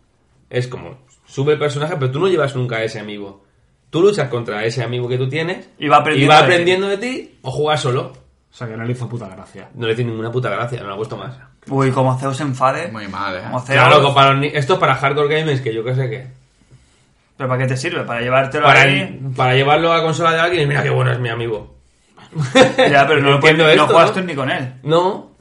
Es como, sube el personaje, pero tú no llevas nunca a ese amigo. Tú luchas contra ese amigo que tú tienes
Y va aprendiendo de ti.
aprendiendo de ti o juegas solo.
O sea, que no le hizo puta gracia.
No le tiene ninguna puta gracia, no le ha puesto más.
Uy, como Zeus se enfade.
Muy mal, ¿eh?
Como Zeus-
Claro, que para los ni- esto es para hardcore gamers, que yo qué sé qué.
¿Pero para qué te sirve? ¿Para llevártelo
Para,
ahí?
para llevarlo a la consola de alguien y mira qué bueno es mi amigo.
(laughs) Ya, pero no, lo puedes-
entiendo
no
esto,
juegas
¿no?
tú ni con él.
No.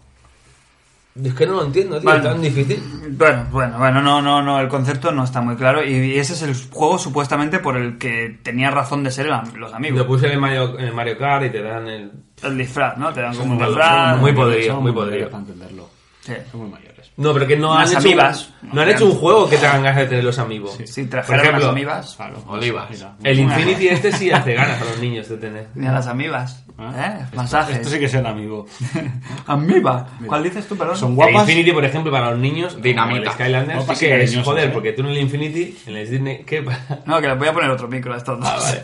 Es que no lo entiendo, tío.
Vale.
Es tan difícil.
Bueno, bueno, bueno, no, no, no, el concepto no está muy claro. Y ese es el juego supuestamente por el que tenía razón de ser el- los
Lo
amigos.
puse en el, Mario, en el Mario Kart y te dan el...
El disfraz, ¿no? Te dan como un
Somos-
disfraz.
somos
muy podrido,
somos
muy
mayores
podrido.
Para entenderlo.
Sí.
Somos mayores.
No, pero que no
Unas
han hecho...
amibas.
Un, no han hecho un juego que te hagan ganas de tener los amigos.
Si
Por
trajeran las
ejemplo,
amibas.
Claro.
Olivas.
Mira.
El Infinity este sí hace ganas a los niños
(laughs)
de tener.
Ni a las amibas.
Ah,
¿Eh?
esto-
Masajes.
Esto sí que es el
(laughs)
amigo.
Amiba. ¿Cuál dices tú, perdón?
Son
El
guapas.
Infinity, por ejemplo, para los niños...
Dinamita.
como El Skylanders
Guapas
sí
y
que es...
cariñosas,
Joder,
¿eh?
porque tú en el Infinity, en el Disney... ¿Qué pasa?
No, que les voy a poner otro micro a estos dos.
Ah, Vale.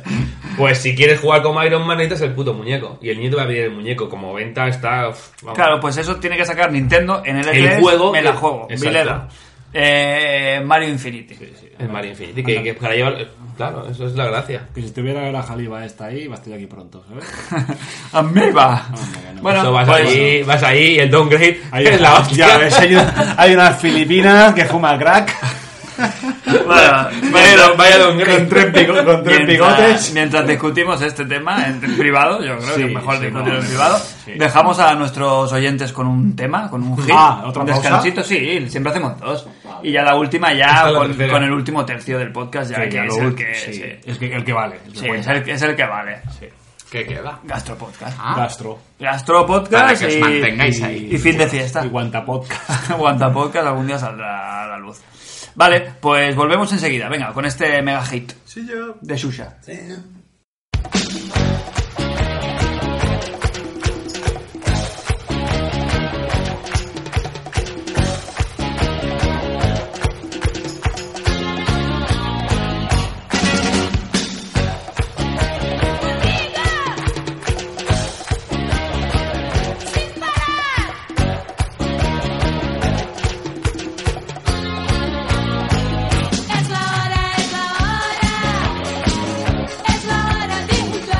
Pues si quieres jugar como Iron Man necesitas el puto muñeco. Y el niño te va a pedir el muñeco. Como venta está... uf, vamos.
Claro, pues eso tiene que sacar Nintendo en el E3.
Ah, El juego
Me la
que-
juego.
Exacto.
Vileda. Eh, Mario Infinity. (laughs)
El Mario Infinity, que, que para llevar... Claro, eso es la gracia.
Que si tuviera la jaliba esta ahí, va a estar aquí pronto, ¿sabes?
(laughs)
¡Amiba!
hombre, no.
Bueno,
Eso vas
pues-
ahí, vas ahí y el downgrade
Ahí
es la hostia.
Ya ves, hay, una- hay unas filipinas que fuma crack.
Vaya,
(laughs) Vaya- vaya don Grey.
Con tres, pico- con tres
Mientras-
bigotes. Mientras discutimos este tema en en privado, yo creo
Sí,
que es mejor
sí,
discutirlo
no,
en privado.
sí.
Dejamos a nuestros oyentes con un tema, con un hit.
Ah, ¿otra
un
pausa?
descansito, sí, siempre hacemos dos. Y ya la última,
Esta
ya
es la
con,
tercera.
con el último tercio del podcast, ya
Que
que
ya
es
lo-
el que.
sí,
sí.
Es que el que vale. el que
Sí, es
cuenta.
el, es el que vale.
¿Qué queda?
Gastropodcast.
Ah,
Gastro.
para
Gastropodcast
que os
y,
mantengáis ahí.
y fin de fiesta.
Y
(laughs)
guantapodcast.
Aguanta podcast, algún día saldrá a la luz. Vale, pues volvemos enseguida. Venga, con este mega hit de Shusha.
Es la hora, es la hora, es la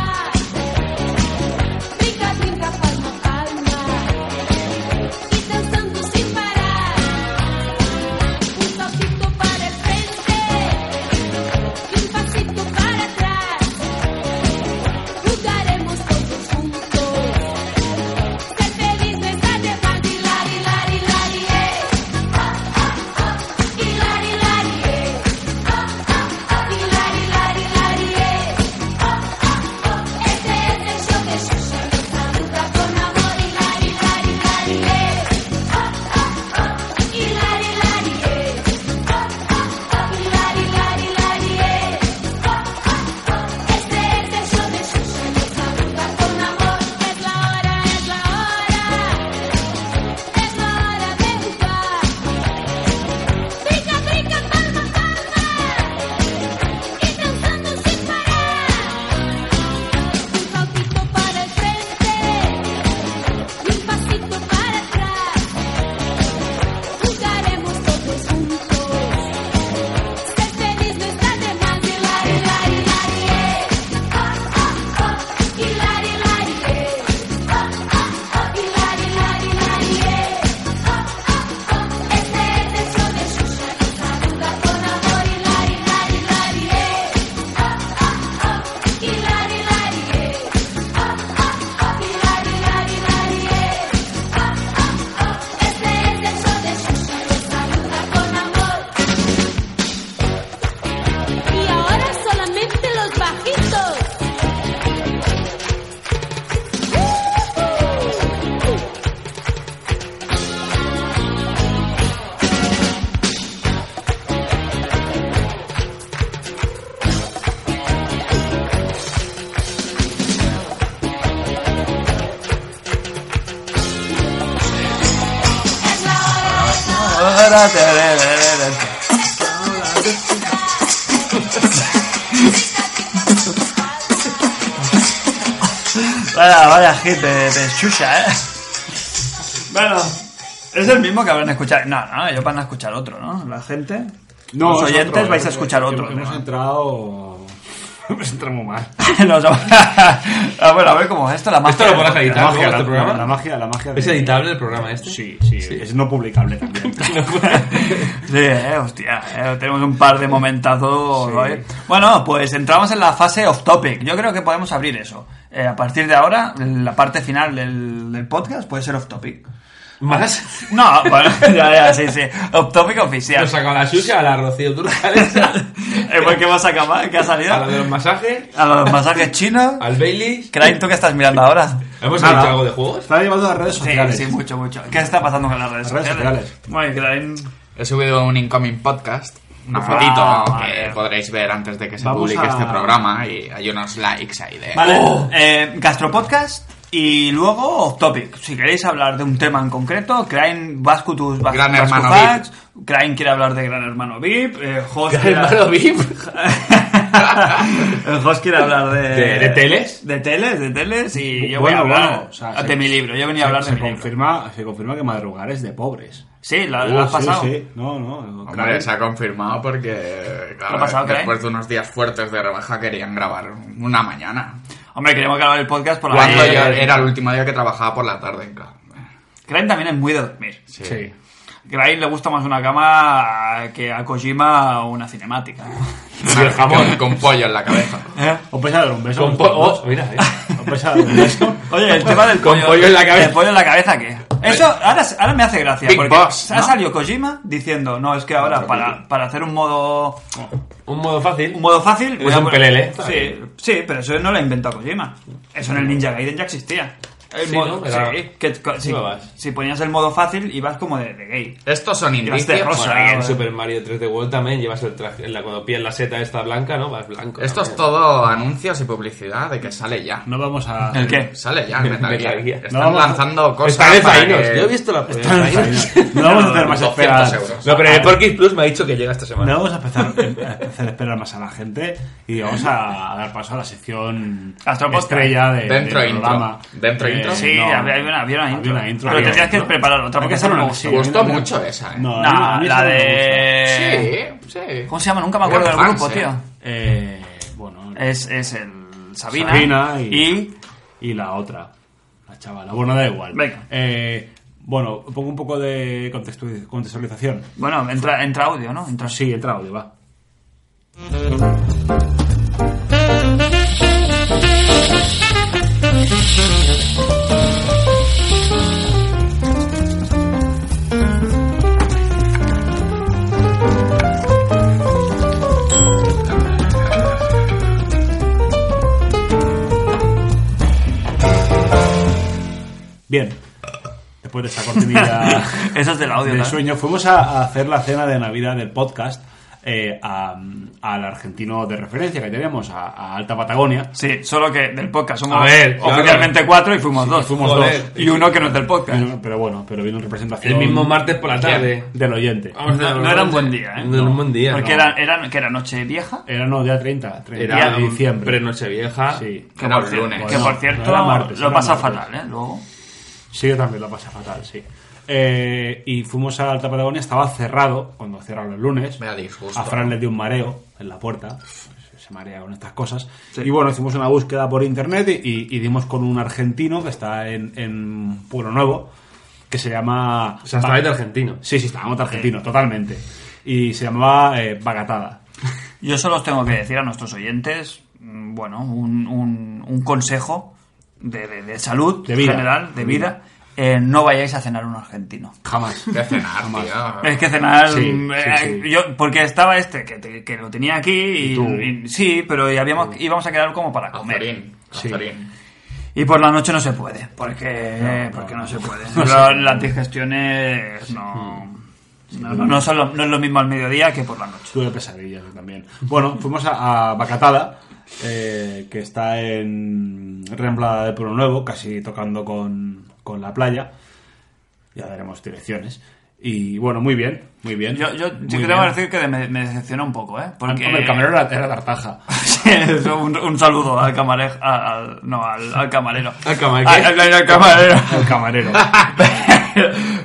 Ahora te veré, veré, veré. Vaya, vaya hit de, de chucha, eh. Bueno, es el mismo que habrán escuchado. No, no, ellos van a escuchar otro, ¿no? La gente. los
es
oyentes
otro,
vais a
hemos-
escuchar otro. (laughs)
Hemos
¿no?
entrado. (laughs) Hemos entrado muy mal.
Nos- (laughs) Ah, bueno, a ver cómo es esto, la magia.
Esto lo
del
podrás
podcast.
editar.
La magia,
este
la,
programa?
la magia, la magia.
¿Es
de-
editable el programa este?
Sí, sí, es no
(laughs)
publicable también.
Sí, eh, hostia, eh, tenemos un par de momentazos. ¿vale? Bueno, pues entramos en la fase off topic. Yo creo que podemos abrir eso. Eh, a partir de ahora, la parte final del, del podcast puede ser off topic.
(laughs) ¿Más?
No, (laughs) bueno, ya, ya, sí, sí. Off topic oficial.
Nos saca la sucia a la Rocío Turcales,
(laughs) Eh, ¿Por qué
(laughs)
vas a acabar? ¿Qué ha salido?
a la de los masajes,
A los masajes chinos.
al Bailey.
Crane, ¿tú qué estás mirando ahora?
¿Hemos
Nada.
dicho algo
(laughs)
de juegos?
Está llevando a las redes
Sí,
sociales.
sí, mucho, mucho. ¿Qué está pasando con las redes
Las redes
sociales?
sociales.
Bueno, Crane...
He subido un incoming podcast, una fotito que podréis ver antes de que se
Vamos
publique
a-
este programa y hay unos likes ahí de...
Vale,
Oh.
eh, Gastropodcast y luego Off Topic. Si queréis hablar de un tema en concreto, Crane, Vascutus, Vas-
Gran Hermano
Vascufax, Crane quiere hablar de Gran Hermano VIP, eh, Jos quiere-
VIP.
(laughs) el host quiere hablar de,
¿De- de teles?
De teles, de teles, y yo
Bueno,
voy a hablar
bueno, o sea,
de
se-
mi libro. Yo venía
Se-
a hablar de
se
mi libro.
confirma, se confirma que madrugar es de pobres.
Sí, lo, lo has
Oh, sí,
pasado.
sí. No, no.
Hombre,
claro.
se ha confirmado porque claro,
¿Lo ha pasado,
después
Crane?
de unos días fuertes de rebaja querían grabar una mañana.
Hombre, queremos grabar el podcast por la
Cuando yo
mañana.
era el último día que trabajaba por la tarde, claro.
Crane también es muy de dormir.
Sí.
Sí.
Crane le gusta más una cama que a Kojima una cinemática. (laughs)
Una- con, con pollo en la cabeza.
¿Eh?
O pesa dar un beso.
Con po- oh, mira, eh. (laughs)
O pesa dar un beso.
(laughs) Oye, el
(laughs)
tema del
Con pollo en la cabeza.
¿El pollo en la cabeza qué? Eso ahora, ahora me hace gracia.
Big
porque
Boss,
ha
¿no?
salido Kojima diciendo, no, es que ahora para, para hacer un modo
Un modo fácil.
un modo fácil... voy
Es
a
un
poner-".
pelele.
Sí, sí, pero eso no lo ha inventado Kojima. Eso en el Ninja Gaiden ya existía. El
Sí,
modo,
¿no? Era-
sí, que- que- si,
No vas.
si ponías el modo fácil ibas como de, de gay.
Estos son
Ibas
indicios.
de rosa.
Bueno, en
eh.
Super Mario 3D World también llevas el traje, en la, cuando pillas la seta esta blanca, ¿no? Vas blanco.
Esto es
también.
todo anuncios y publicidad de que sale ya.
No vamos a.
¿El qué?
Sale ya el Metal
Metal
Gear.
Gear.
Están
No, vamos a-
lanzando cosas
Está de
para
Zainos.
que-
Yo he visto la
No vamos a hacer más
200
esperas.
euros.
No, pero el Porky Plus me ha dicho que llega esta semana.
No vamos a empezar em, a hacer esperar más a la gente y vamos a dar paso a la sección
Astropodcast.
estrella de,
Dentro
del
intro.
programa. Eh,
Dentro intro.
Sí, había, había una, había una intro. Pero
había
tendrías que
intro.
preparar otra porque
Hay que
esa
hacer
no me
una-
gustó.
sí,
Gustó
a mí no me
mucho esa, ¿eh?
No, a mí- a
No,
mí
la
esa no me
de...
Sí, sí.
¿Cómo se llama? Nunca me acuerdo del
Gran
grupo,
fans, eh.
tío.
gusta. Eh, bueno,
Es, es el Sabina,
Sabina y-
y
y la otra, la chavala. Bueno, da igual.
Venga.
Eh, bueno, pongo un poco de contextu- contextualización.
Bueno, entra, entra audio, ¿no? Entra
Sí, entra audio, va. Bien. Después de esa cortinilla
(laughs) Eso es del audio,
de
¿no?
sueño, fuimos a, a hacer la cena de Navidad del podcast eh, a- al argentino de referencia que teníamos, a, a Alta Patagonia.
Sí, solo que del podcast somos
A ver, claro.
oficialmente cuatro y fuimos dos.
fuimos
Joder.
dos.
Y uno que no es del podcast.
Pero, pero bueno, pero vino en representación
El mismo martes por la tarde. Ah.
del oyente.
Vamos a hacer
No,
algo
no era un
antes.
buen día, ¿eh?
No era un buen día.
Porque
no.
era, era, que era noche vieja.
Era no, día 30, 30
Era
de diciembre.
Prenoche vieja.
Sí.
Que
Era
por
un
cier-
lunes.
Que
Bueno,
por
no
cierto,
era martes,
lo
era
pasa
martes.
fatal, ¿eh? Luego.
Sí, yo también la pasé fatal, sí. Eh, y fuimos a Alta Patagonia, estaba cerrado cuando cerraron el lunes.
Me da disgusto.
A Fran le dio un mareo en la puerta. Se marea con estas cosas. Y bueno, hicimos una búsqueda por internet y, y- y dimos con un argentino que está en, en Pueblo Nuevo, que se llama.
O sea, hasta ahí de argentino.
Sí, sí, estábamos argentino, totalmente. Y se llamaba eh, Bagatada.
Yo solo os tengo que decir a nuestros oyentes, mm, bueno, un, un- un consejo de, de- de salud
De vida.
general, de vida. Eh, no vayáis a cenar a un argentino.
Jamás.
De cenar, tío.
Es que cenar.
Sí, sí,
eh,
sí.
Yo, porque estaba este que, te- que lo tenía aquí y, y- sí, pero y habíamos, íbamos a quedar como para comer.
Cazorín,
Sí.
cazorín.
Y por la noche no se puede, porque no, porque no, se
(laughs)
puede. La- las digestiones no. No, no- no son lo- no es lo mismo al mediodía que por la noche.
Tuve pesadillas yo también. Bueno, fuimos a, a Bacatada, eh, que está en Rambla de Pueblo Nuevo, casi tocando con, con la playa. Ya daremos direcciones. Y bueno, muy bien, muy bien.
Yo, yo, yo
Muy
te
bien.
voy a decir que me, me decepciona un poco, ¿eh? Porque...
Hombre, el camarero era, era tartaja.
Sí, eso, un, un saludo al camarero. Al, al- no, al, al camarero.
Al camarero.
Al, al- al camarero.
El camarero.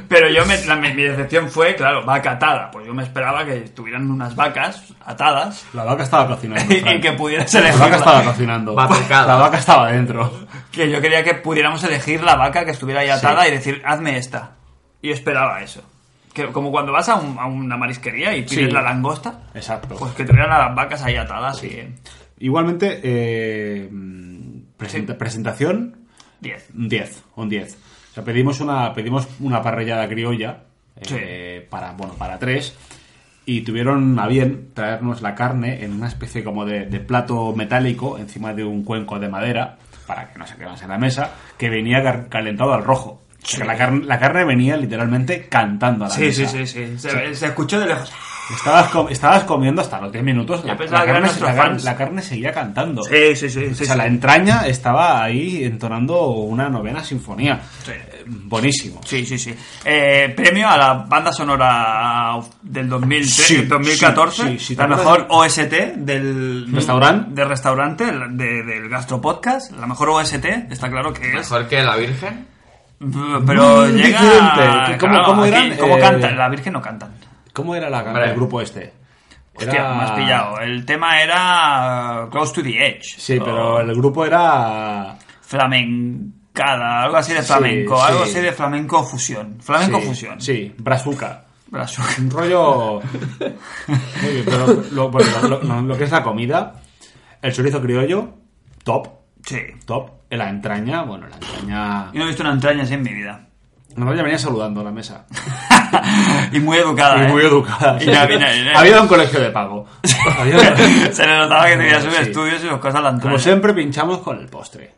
Pero yo, me, la- mi, mi decepción fue, claro, vaca atada. Pues yo me esperaba que estuvieran unas vacas atadas
La vaca estaba
(laughs)
cocinando.
y, y
Frank.
que pudieras
La vaca estaba
elegir.
cocinando.
Va pecado.
La vaca estaba dentro.
Que yo quería que pudiéramos elegir la vaca que estuviera ahí atada y decir, hazme esta. Y esperaba eso. Que, como cuando vas a, un- a una marisquería y pides
Sí.
la langosta,
Exacto.
pues que tuvieran a las vacas ahí atadas y.
Igualmente, eh, mm, presenta- presentación,
10.
un 10, un 10. O sea, pedimos una, pedimos una parrillada criolla eh, para, bueno, para tres y tuvieron a bien traernos la carne en una especie como de, de plato metálico encima de un cuenco de madera para que no se quedase en la mesa que venía car- calentado al rojo. O sea, que la, carne, la carne venía literalmente cantando a la
Sí,
mesa.
sí, sí, sí. Se, se escuchó de lejos.
Estabas, com- estabas comiendo hasta los 10 minutos. La,
pensaba
la
que eran
carne, se- la
nuestros
car-
fans.
la carne seguía cantando.
Sí, sí, sí. sí,
o sea,
sí.
la entraña estaba ahí entonando una novena sinfonía.
Sí.
Eh, Buenísimo.
Sí, sí, sí. Eh, premio a la banda sonora del 2003,
Sí,
2014,
sí, sí, sí,
la
¿te
mejor OST del
Restaurant.
del restaurante, la- de- del gastropodcast, la mejor OST, está claro que es.
Mejor que la Virgen.
B- Pero
Mm,
llega,
diferente. ¿Cómo-
claro,
cómo eran?
¿cómo
Eh,
cantan? La Virgen no cantan.
¿Cómo era la,
Hombre.
el grupo este? Era-
Hostia, me has pillado. El tema era uh, Close to the Edge.
Sí,
o
pero el grupo era...
Flamencada, algo así de
Sí,
flamenco,
sí.
algo así de flamenco fusión. Flamenco
sí,
fusión.
Sí, Brazuca.
Brazo. (laughs)
Un rollo... Muy bien, pero lo, bueno, lo- lo- lo que es la comida, el chorizo criollo, top,
Sí.
top. La entraña, bueno, la entraña...
Yo no he visto una entraña así en mi vida.
La entraña venía saludando a la mesa.
(laughs) y muy educada. ¿eh?
Y muy educada.
Y (laughs) ya viene- viene-
Había un colegio
(laughs)
de pago. Había un-
Se le notaba que tenía sus
Sí.
estudios y sus cosas a la entrada.
Como siempre, pinchamos con el postre.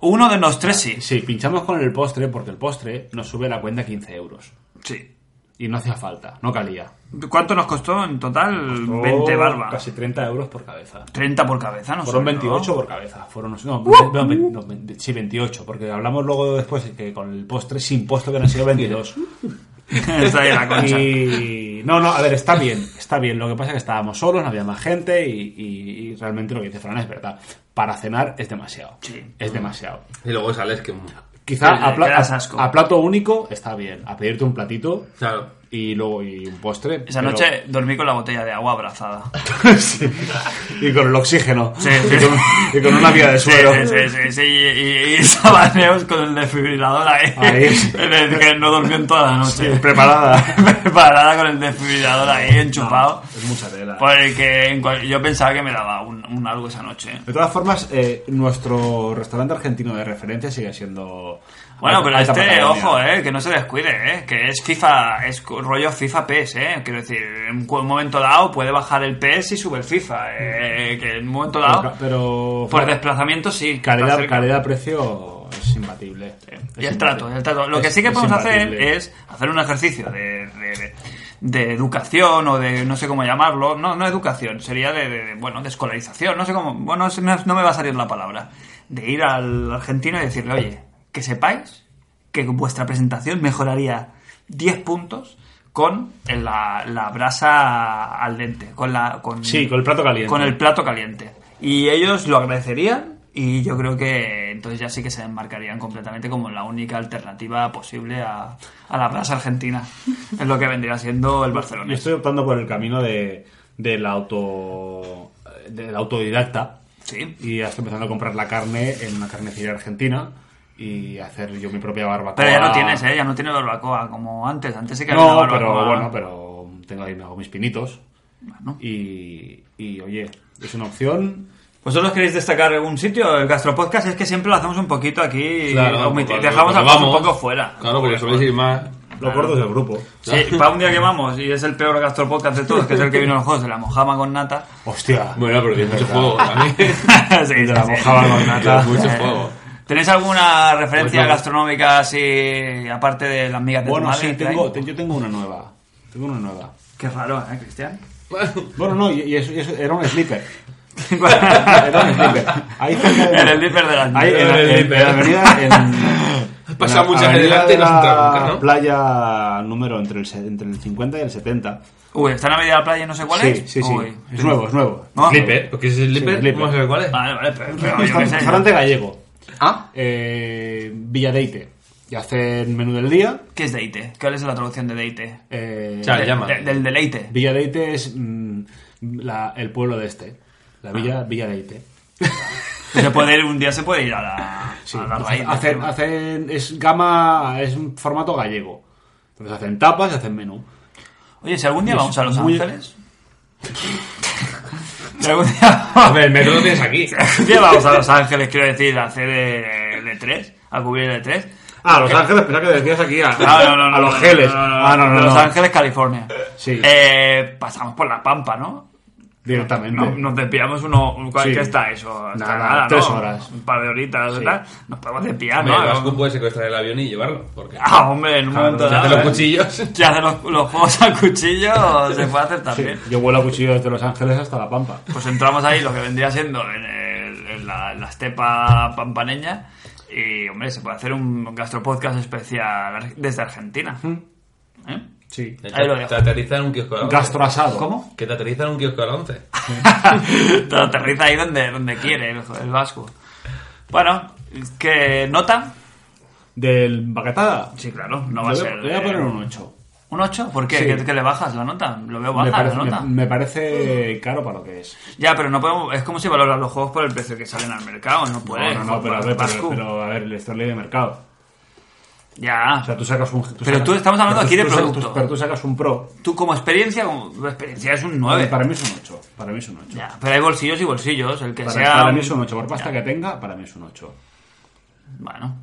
Uno de los tres sí.
Sí, pinchamos con el postre porque el postre nos sube la cuenta 15 euros.
Sí.
Y no hacía falta, no calía.
¿Cuánto nos costó en total? 20
Oh,
barba.
Casi 30 euros por cabeza.
30 por cabeza, no
Fueron
sé, ¿no? Uh.
28 por cabeza. Fueron, no, no, ve- no, ve- sí, 28, porque hablamos luego después que con el postre, sin postre, hubieran
(laughs)
sido 22.
(laughs) Está ahí la concha.
Y... No, no, a ver, está bien, está bien. Lo que pasa es que estábamos solos, no había más gente y, y- y realmente lo que dice Fran es verdad. Para cenar es demasiado.
Sí.
Es demasiado.
Y luego sales que...
Quizá
Sí,
a, pla-
quedas
a-
asco.
a plato único está bien. A pedirte un platito
Claro.
y luego y un postre.
Esa
pero-
noche dormí con la botella de agua abrazada.
(laughs) Sí. Y con el oxígeno.
Sí, sí.
y, con, (laughs) y con una vía de
Sí,
suero.
sí, sí, sí, sí, Y, y- y Sabaneos con el desfibrilador ahí.
Ahí.
En el que no durmió en toda la noche.
Preparada.
(laughs) Preparada con el desfibrilador ahí, enchufado.
Es mucha tela.
Por el que en cual- yo pensaba que me daba un, un algo esa noche.
De todas formas, eh, nuestro restaurante argentino de referencia sigue siendo.
Bueno,
Alta-
pero
Alta
este,
Patagonia.
ojo, eh, que no se descuide, eh, que es FIFA, es co- rollo FIFA PES, eh. Quiero decir, en cu- un momento dado puede bajar el PES y sube el FIFA, eh, que en un momento
Pero,
dado,
ca- pero-
por desplazamiento sí. está
calidad,
cerca.
calidad-precio es imbatible.
Y
Es
el trato,
imbatible.
el trato. Lo que
Es-
sí que
es
podemos hacer
imbatible.
es hacer un ejercicio de, de- de educación o de no sé cómo llamarlo. No, no educación, sería de, de- de, bueno, de escolarización, no sé cómo. Bueno, se me- no me va a salir la palabra. De ir al argentino y decirle, oye, que sepáis que vuestra presentación mejoraría 10 puntos con la, la brasa al dente, con la con,
Sí, con el plato caliente.
con el plato caliente. Y ellos lo agradecerían y yo creo que entonces ya sí que se enmarcarían completamente como la única alternativa posible a, a la plaza argentina. Es lo que vendría siendo el
Yo
Barcelona.
estoy optando por el camino de, del auto del autodidacta
Sí.
y estoy empezando a comprar la carne en una carnicería argentina y hacer yo mi propia barbacoa.
Pero ya no tienes, ¿eh? Ya no tienes barbacoa como antes. Antes sí que había
Ah. No,
una
pero
barbacoa.
bueno, pero tengo ahí me hago mis pinitos
Bueno.
y, y oye, es una opción.
¿Vosotros queréis destacar algún sitio? El Gastropodcast es que siempre lo hacemos un poquito aquí. y omiti-
porque-
dejamos a
porque
Pau un
vamos.
poco fuera.
Claro, porque soléis ir más.
Lo corto es el grupo.
Sí, para un día que vamos, y es el peor Gastropodcast de todos, que es el que vino a los juegos de la mojama con nata.
Hostia.
Bueno, pero tiene mucho
(laughs)
juego también.
Sí, sí,
de la
sí.
mojama con nata.
Mucho
Eh,
juego.
¿Tenéis alguna referencia
Pues no.
gastronómica así, aparte de las migas de
Bueno,
tomate?
sí,
que
tengo,
hay?
te- yo tengo una nueva. Tengo una nueva.
Qué raro, ¿eh, Cristian?
Bueno, no, y, y eso- y eso era un slipper.
Era
Era un slipper. Ahí cerca de-
el dipper de las
Ahí en la, en- en la avenida, en,
Pasa muchas
Avenida
adelante y
de
no se entra
la
nunca, ¿no?
playa número entre el, se- entre el 50 y el 70.
(laughs) Uy, ¿está en la media de la playa y no sé cuál
sí,
es?
sí, sí.
Uy.
Es nuevo, es nuevo.
¿No?
Slipper, ¿qué es Slipper?
Slipper.
Vamos a ver cuál es.
Vale, vale, pero, pero yo qué sé.
Restaurante gallego.
Ah,
Eh, Villadeite. Y hacen menú del día.
¿Qué es deite? ¿Cuál es la traducción de deite?
Eh,
Chale. La
De-
llama.
de- del deleite.
Villa de Ite es mm, la- el pueblo de este. La
Ah.
villa, Villa de Ite.
Se puede ir, un día se puede ir a la,
Sí,
a la
hace-
raíz. del
hacen,
tema.
hacen- es gama, es un formato gallego. Entonces hacen tapas y hacen menú.
Oye, si algún día vamos a Los
muy-
Ángeles. si algún día
A ver, el metro lo tienes aquí.
Si algún día vamos a Los Ángeles, quiero decir, a hacer de, de 3, a cubrir el 3.
Ah, Los Ángeles, pensaba que decías aquí a,
no,
Los Geles.
no, no, no,
ah, no, no,
Los
no.
Ángeles, California.
Sí.
Eh, pasamos por La Pampa, ¿no?
Directamente.
No- nos despillamos uno. un- ¿Cuál
Sí.
que está eso? Está
Nada,
nada, ¿no?
tres horas.
Un par de horitas,
Sí.
¿verdad? Nos podemos desviar,
Hombre,
¿no?
el Vasco puede secuestrar el avión y llevarlo. Porque
Ah, hombre, en un momento
ya
dado,
hace los
¿eh?
cuchillos.
Si hace los, los juegos a cuchillo, se puede hacer también.
Yo vuelo a cuchillo desde Los Ángeles hasta La Pampa.
Pues entramos ahí, lo que vendría siendo en, el- en la, en la estepa pampaneña. Y, hombre, se puede hacer un gastropodcast especial ar- desde Argentina. ¿Eh? (laughs)
Sí.
Ahí lo dejo.
Te aterriza en un kiosco a la once.
Gastro asado.
¿Cómo?
Que te aterriza en un kiosco a la 11.
Te aterriza ahí donde, donde quiere el, el vasco. Bueno, ¿qué nota?
Del Bacatada.
Sí, claro, no va
Le
a
voy-
ser.
le voy a
eh,
poner un 8.
¿Un 8? ¿Por qué?
Sí.
¿Qué, qué le bajas la nota? Lo veo
Me
baja
parece,
la nota.
me- me parece caro para lo que es.
Ya, pero no podemos. Es como si valoras los juegos por el precio que salen al mercado. No puedes.
no, no, no, pero, a
Pues,
ver,
Vasco.
pero, pero, a ver, esto es ley de mercado.
Ya.
O sea, tú sacas un...
Pero tú- estamos hablando
pero tú-
aquí de
tú sacas-
producto.
tú- pero tú sacas un Pro.
Tú como experiencia, como experiencia es un 9.
Para mí es un 8. Para mí es un 8.
Ya, pero hay bolsillos y bolsillos. El que
Para,
sea.
para
un-
mí es un 8. Por pasta
Ya,
que tenga, para mí es un 8.
Bueno.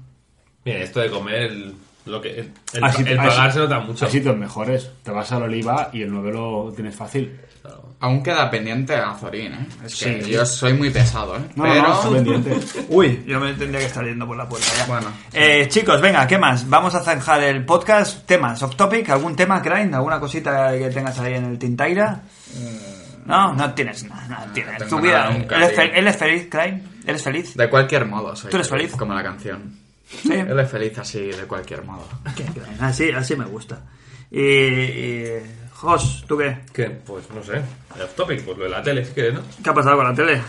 Mira, esto de comer, el, lo que, el, el,
Así-
el
así-
pagar se nota mucho.
Hay sitios mejores. Te vas al Oliva y el 9 lo tienes fácil.
Claro.
aún queda pendiente Azorín, ¿eh? Es que
Sí.
yo soy muy pesado, ¿eh?
No,
Pero...
no, no, está pendiente.
Uy, yo me tendría que estar yendo por la puerta ya.
Bueno.
Eh, chicos, venga, ¿qué más? Vamos a zanjar el podcast. Temas, off topic, algún tema, grind, alguna cosita que tengas ahí en el Tintaira. No, no tienes nada, nada tienes.
Eh, tengo
tu vida.
nada nunca,
él, es
tío.
fel- él es feliz, Crane. Él es feliz.
De cualquier modo soy
Tú eres feliz.
Como la canción. (laughs)
Sí.
Él es feliz así, de cualquier modo.
Qué Crane, Así, así me gusta. Y. y, Jos, ¿tú qué?
¿Qué? Pues no sé. Off topic, pues lo de la tele, si quieres, ¿no?
¿Qué ha pasado con la tele?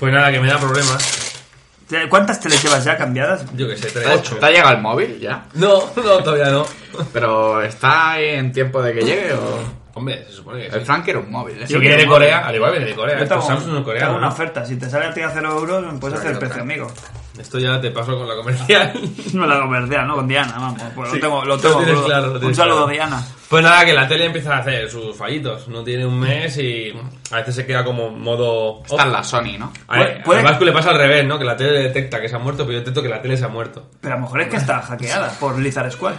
Pues nada, que me da problemas.
¿Te- ¿Cuántas teles llevas ya cambiadas?
Yo qué sé,
¿Te ha-
3, 8.
¿Te ha llegado el móvil ya?
No, no, todavía no. (laughs)
¿Pero está ahí en tiempo de que llegue o...?
Hombre, se supone que sí.
El Frank era un móvil, ¿eh?
Si viene de Corea, al igual viene de Corea. Esto Samsung
te
no
hago
coreano.
una
¿no?
oferta. Si te sale a ti a 0 euros, puedes
Pero
hacer
yo
precio,
creo.
amigo. (laughs)
Esto ya te paso con la comercial. (laughs)
No la comercial, ¿no? Con Diana, vamos. Pues
Sí,
lo tengo, lo
lo
tengo.
tienes
boludo.
claro, lo
Un
tienes
saludo,
claro.
Diana.
Pues nada, que la tele empieza a hacer sus fallitos. No tiene un mes y a veces se queda como modo.
Está en la Sony, ¿no?
A ver,
Puede- puede-
al Vasco le pasa al revés, ¿no? Que la tele detecta que se ha muerto, pero yo detecto que la tele se ha muerto.
Pero a lo mejor es que
(laughs)
está hackeada por Lizard Squad.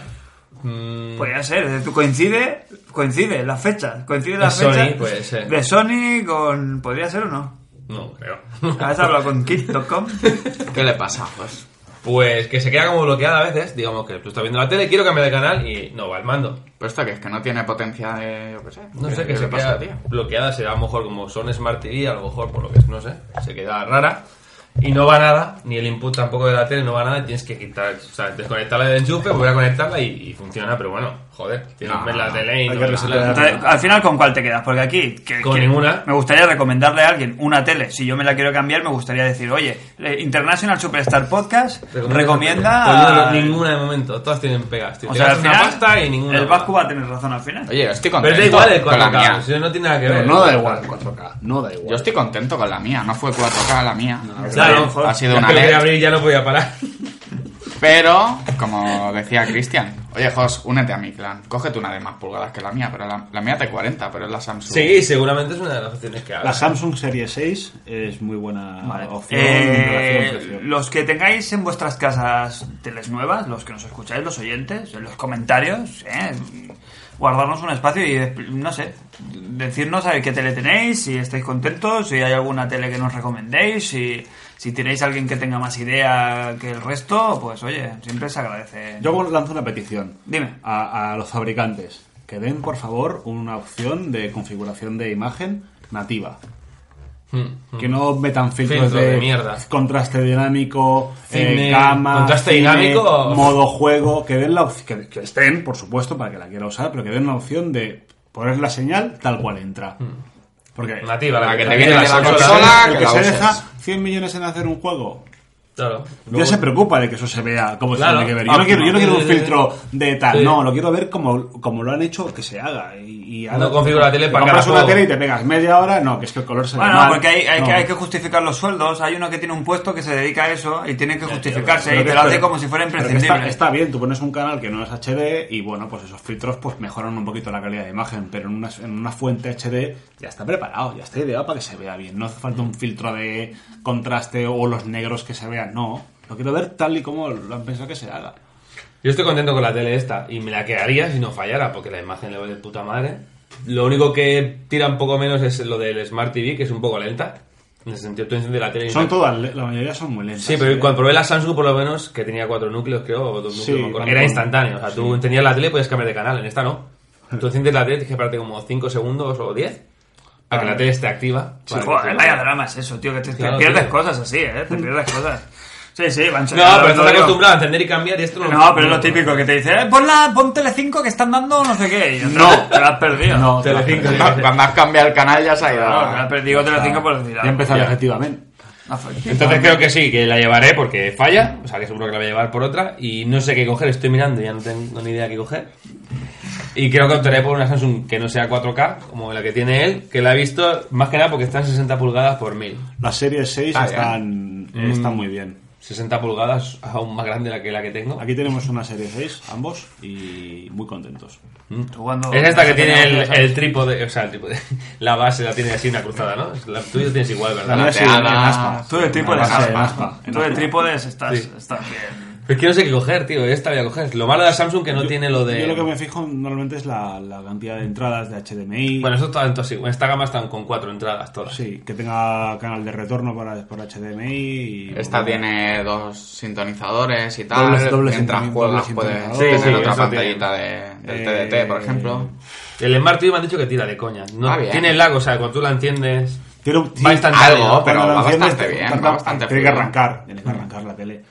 Mm,
Podría ser. eh, Coincide, coincide las fechas. Coincide las
De Sony,
fechas.
puede ser.
De Sony con. ¿Podría ser o no?
no,
(laughs)
creo. Ah.
¿Has hablado con
(laughs)
Kid.com?
¿Qué le pasa, pues?
Pues que se queda como bloqueada a veces. Digamos que tú estás viendo la tele, quiero cambiar de canal y no va el mando.
¿Pero esto qué es? ¿Que no tiene potencia de...? Yo qué sé.
No sé qué
le
se
pasa,
pasa,
tío?
Bloqueada será a lo mejor como son Smart TV, a lo mejor por lo que es, no sé. Se queda rara. Y no va nada, ni el input tampoco de la tele, no va nada. y Tienes que quitar, o sea, desconectarla del enchufe, volver a conectarla y, y funciona. Pero bueno, joder, tienes que
No,
ver la
no,
tele y
hay
no
que
ver
resetear.
la-
Entonces, al final, ¿con cuál te quedas? Porque aquí. que-
Con
que-
ninguna.
Me gustaría recomendarle a alguien una tele. Si yo me la quiero cambiar, me gustaría decir, oye, eh, International Superstar Podcast
Pues yo
recomienda.
no- ninguna de momento, todas tienen pegas. tío.
O
Te
sea, al
gastas una
final,
pasta y ninguna.
el Vasco va a tener razón al final.
Oye, yo estoy
Pero
contento
da igual eh, el
con la
4K,
mía.
si no tiene nada que
Pero
ver.
no da igual el 4K. No da
Yo
igual.
estoy contento con la mía. No fue 4K la mía.
Claro,
ha sido
ya
una
que lo
ley.
quería abrir y ya no podía parar.
Pero, como decía Cristian, oye, Jos, únete a mi clan. Cógete una de más pulgadas que la mía, pero la, la mía T40, pero es la Samsung.
Sí, seguramente es una de las opciones que
La
hagas.
Samsung Serie 6 es muy buena
Vale.
opción en
Eh,
relación precio.
los que tengáis en vuestras casas teles nuevas, los que nos escucháis, los oyentes, en los comentarios, eh, guardarnos un espacio y, expl- no sé, decirnos a ver qué tele tenéis, si estáis contentos, si hay alguna tele que nos recomendéis, si, si tenéis alguien que tenga más idea que el resto, pues oye, siempre se agradece.
Yo lanzo una petición
Dime.
a, a los fabricantes que den por favor una opción de configuración de imagen nativa.
Hmm,
Que no metan filtros
Filtro
de,
de mierda.
contraste dinámico,
Cine,
eh, cama,
contraste dinámico.
modo juego, que den la opci- que, que estén, por supuesto, para que la quiera usar, pero que den la opción de poner la señal tal cual entra. Porque
Mm. Nativa, la
La que te
la
viene
la
de la
consola.
consola.
el
que
que
la
se
uses.
deja 100 millones en hacer un juego
Claro.
ya se preocupa de que eso se vea como
Claro,
se tiene que ver. Yo no,
óptimo.
quiero, yo no quiero un
Sí, sí, sí.
filtro de tal,
Sí.
no, lo quiero ver como, como lo han hecho que se haga. Y, y ahora-
configura la tele
te
para
compras
cada
una
juego.
tele y te pegas media hora, no, que es que el color se ve
Bueno,
mal.
porque hay, hay
No.
que, hay que justificar los sueldos. Hay uno que tiene un puesto que se dedica a eso y tiene que justificarse
Pero
y
que-
te lo hace
pero-
como si fuera
pero que
imprescindible.
Está, está bien, tú pones un canal que no es HD y bueno, pues esos filtros pues mejoran un poquito la calidad de imagen, pero en una, en una fuente HD ya está preparado, ya está ideado para que se vea bien. No hace falta un filtro de contraste o los negros que se vean, no. Lo quiero ver tal y como lo han pensado que se haga.
Yo estoy contento con la tele esta y me la quedaría si no fallara, porque la imagen le va de puta madre. Lo único que tira un poco menos es lo del Smart TV, que es un poco lenta. En ese sentido, tú enciendes la tele y
Son
no-
todas, le- la mayoría son muy lentas.
Sí, pero
(laughs)
cuando probé la Samsung, por lo menos, que tenía cuatro núcleos, creo, o dos
Sí,
núcleos, no me acuerdo,
van
era
con-
instantáneo. O sea, tú tenías la tele y podías cambiar de canal, en
(laughs)
esta no. Tú enciendes la tele, tienes que pararte como 5 segundos o 10 para que la tele esté activa.
Ah. Sí,
Para que
joder,
te-
vaya drama es eso, tío, que te, te
Claro,
pierdes
tío.
cosas así, ¿eh? Te pierdes cosas. Sí, sí, van
No, pero estás acostumbrado a encender y cambiar y esto no
No, pero es lo típico que te dice, eh, pon, la, pon Telecinco que están dando no sé qué. no, te lo has perdido.
No, te-
Telecinco, (laughs)
Cuando-
tío.
Cuando has cambiado el canal ya se ha ido.
Claro, te lo has perdido Telecinco por decir
ya
algo. Ah,
empezaron efectivamente.
Entonces creo que sí, que la llevaré porque falla, o sea que seguro que la voy a llevar por otra y no sé qué coger, estoy mirando y ya no tengo ni idea qué coger. Y creo que optaré por una Samsung que no sea 4K, como la que tiene él, que la he visto más que nada porque está en 60 pulgadas por 1000.
Las series 6
Ah, ya.
están,
Mm.
están muy bien.
60 pulgadas aún más grande la que la que tengo.
Aquí tenemos una serie 6, ambos, y muy contentos.
Es esta que tiene el, el trípode, o sea, el trípode. (laughs) La base la tiene así una cruzada, ¿no? La tuya tienes igual,
La
¿verdad?
mía sí, en
plateada.
aspa.
Tú de trípodes
En aspa,
estás.
en aspa, en
Tú de
aspa.
trípodes estás,
Sí.
estás bien.
Es que no sé qué coger, tío, esta voy a coger. Lo malo de la Samsung que no tiene lo de...
Yo lo que me fijo normalmente es la, la cantidad de entradas de HDMI.
Bueno, eso está en así. Esta gama están con cuatro entradas todas.
Sí, que tenga canal de retorno para, por HDMI. Y,
Esta
bueno,
tiene dos sintonizadores y tal.
Doble- doble
Mientras
sintonizador,
juegas
doble
puedes
sintonizador.
tener
Sí, sí,
otra
eso
pantallita de- del TDT, por
Eh,
ejemplo.
El Smart TV me han dicho que tira de coña. No,
Ah, bien.
tiene lag, o sea, cuando tú la entiendes...
Tiene un-
eh. Va instantáneo.
Algo, pero
cuando la
va
enciendes,
bastante bien.
tarda-
Va bastante
Tiene que
fluido.
arrancar, tiene que arrancar la tele.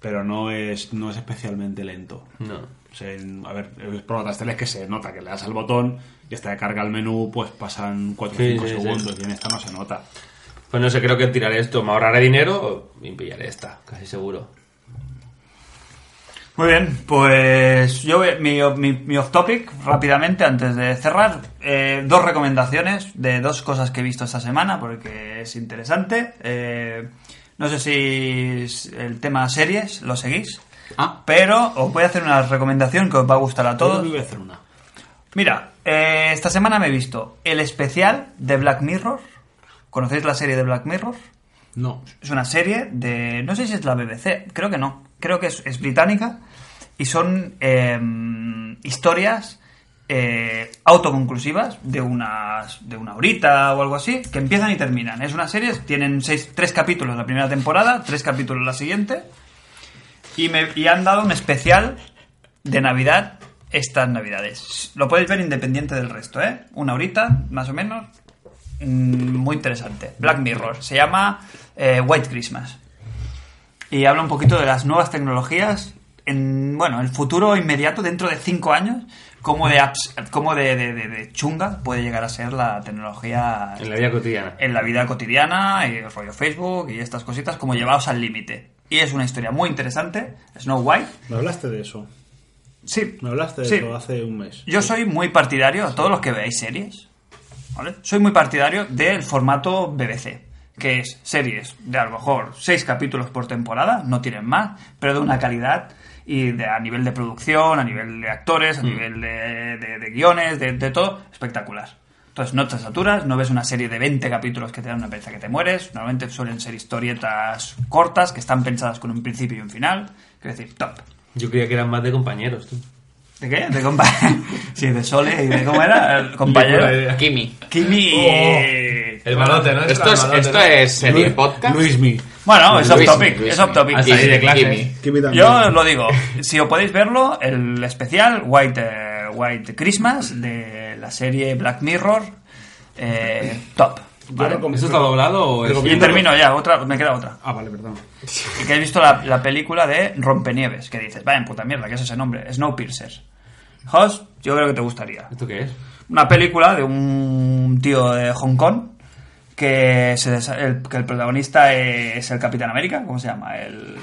Pero no es, no es especialmente lento.
No.
O sea, en- a ver, he probado otras teles que se nota que le das al botón y hasta que carga el menú, pues pasan 4 o
Sí,
5
sí, sí.
segundos y en esta no se nota.
Pues no sé, creo que tiraré esto. Me ahorraré dinero y pillaré esta, casi seguro.
Muy bien, pues yo voy- mi, mi, mi off topic rápidamente antes de cerrar. eh, dos recomendaciones de dos cosas que he visto esta semana porque es interesante. Eh, no sé si es el tema series lo seguís,
Ah.
pero os voy a hacer una recomendación que os va a gustar a
Todo
todos.
voy a hacer una.
Mira, eh, esta semana me he visto el especial de Black Mirror. ¿Conocéis la serie de Black Mirror?
No.
Es una serie de. No sé si es la BBC, creo que no. Creo que es, es británica. Y son eh, historias eh, autoconclusivas de unas. de una horita o algo así. Que empiezan y terminan. Es una serie, tienen seis, tres capítulos la primera temporada, tres capítulos la siguiente. Y, me, y han dado un especial de Navidad estas Navidades. Lo podéis ver independiente del resto, ¿eh? Una horita, más o menos. Mm, muy interesante. Black Mirror. Se llama eh, White Christmas. Y habla un poquito de las nuevas tecnologías. En, bueno, el futuro inmediato, dentro de cinco años, cómo de, abs- cómo de, de- de- de chunga puede llegar a ser la tecnología
En la vida cotidiana.
en la vida cotidiana, y el rollo Facebook y estas cositas, como llevados al límite. Y es una historia muy interesante, Snow White.
Me hablaste de eso.
Sí,
Me hablaste de
sí.
eso hace un mes.
Yo soy muy partidario, a todos los que veáis series, ¿vale? Soy muy partidario del formato BBC, que es series de a lo mejor seis capítulos por temporada, no tienen más, pero de una calidad y de, a nivel de producción, a nivel de actores, a nivel de, de- de guiones, de, de todo, espectacular. Entonces no te saturas, no ves una serie de 20 capítulos que te dan una pereza que te mueres, normalmente suelen ser historietas cortas que están pensadas con un principio y un final, es decir, top.
Yo creía que eran más de compañeros, tú.
¿De qué? De compa... (laughs) sí, de Sole y de cómo era, el compañero.
Kimi.
Kimi.
El malote, ¿no?
Esto es, esto es serie podcast.
Luismi.
Bueno, es off
Luismi,
topic,
Luismi.
es off topic.
Hasta ahí de clase.
Kimi.
Yo os lo digo, si os podéis verlo, el especial White, eh, White Christmas de la serie Black Mirror, eh, top. Vale.
recom-
¿Eso está doblado o es.?
Y termino ya, otra, me queda otra.
Ah, vale, perdón.
Que he visto la, la película de Rompenieves, que dices, vaya en puta mierda, ¿qué es ese nombre? Snowpiercer. Host, yo creo que te gustaría.
¿Esto qué es?
Una película de un tío de Hong Kong que, se desa- el, que el protagonista es el Capitán América, ¿cómo se llama? El...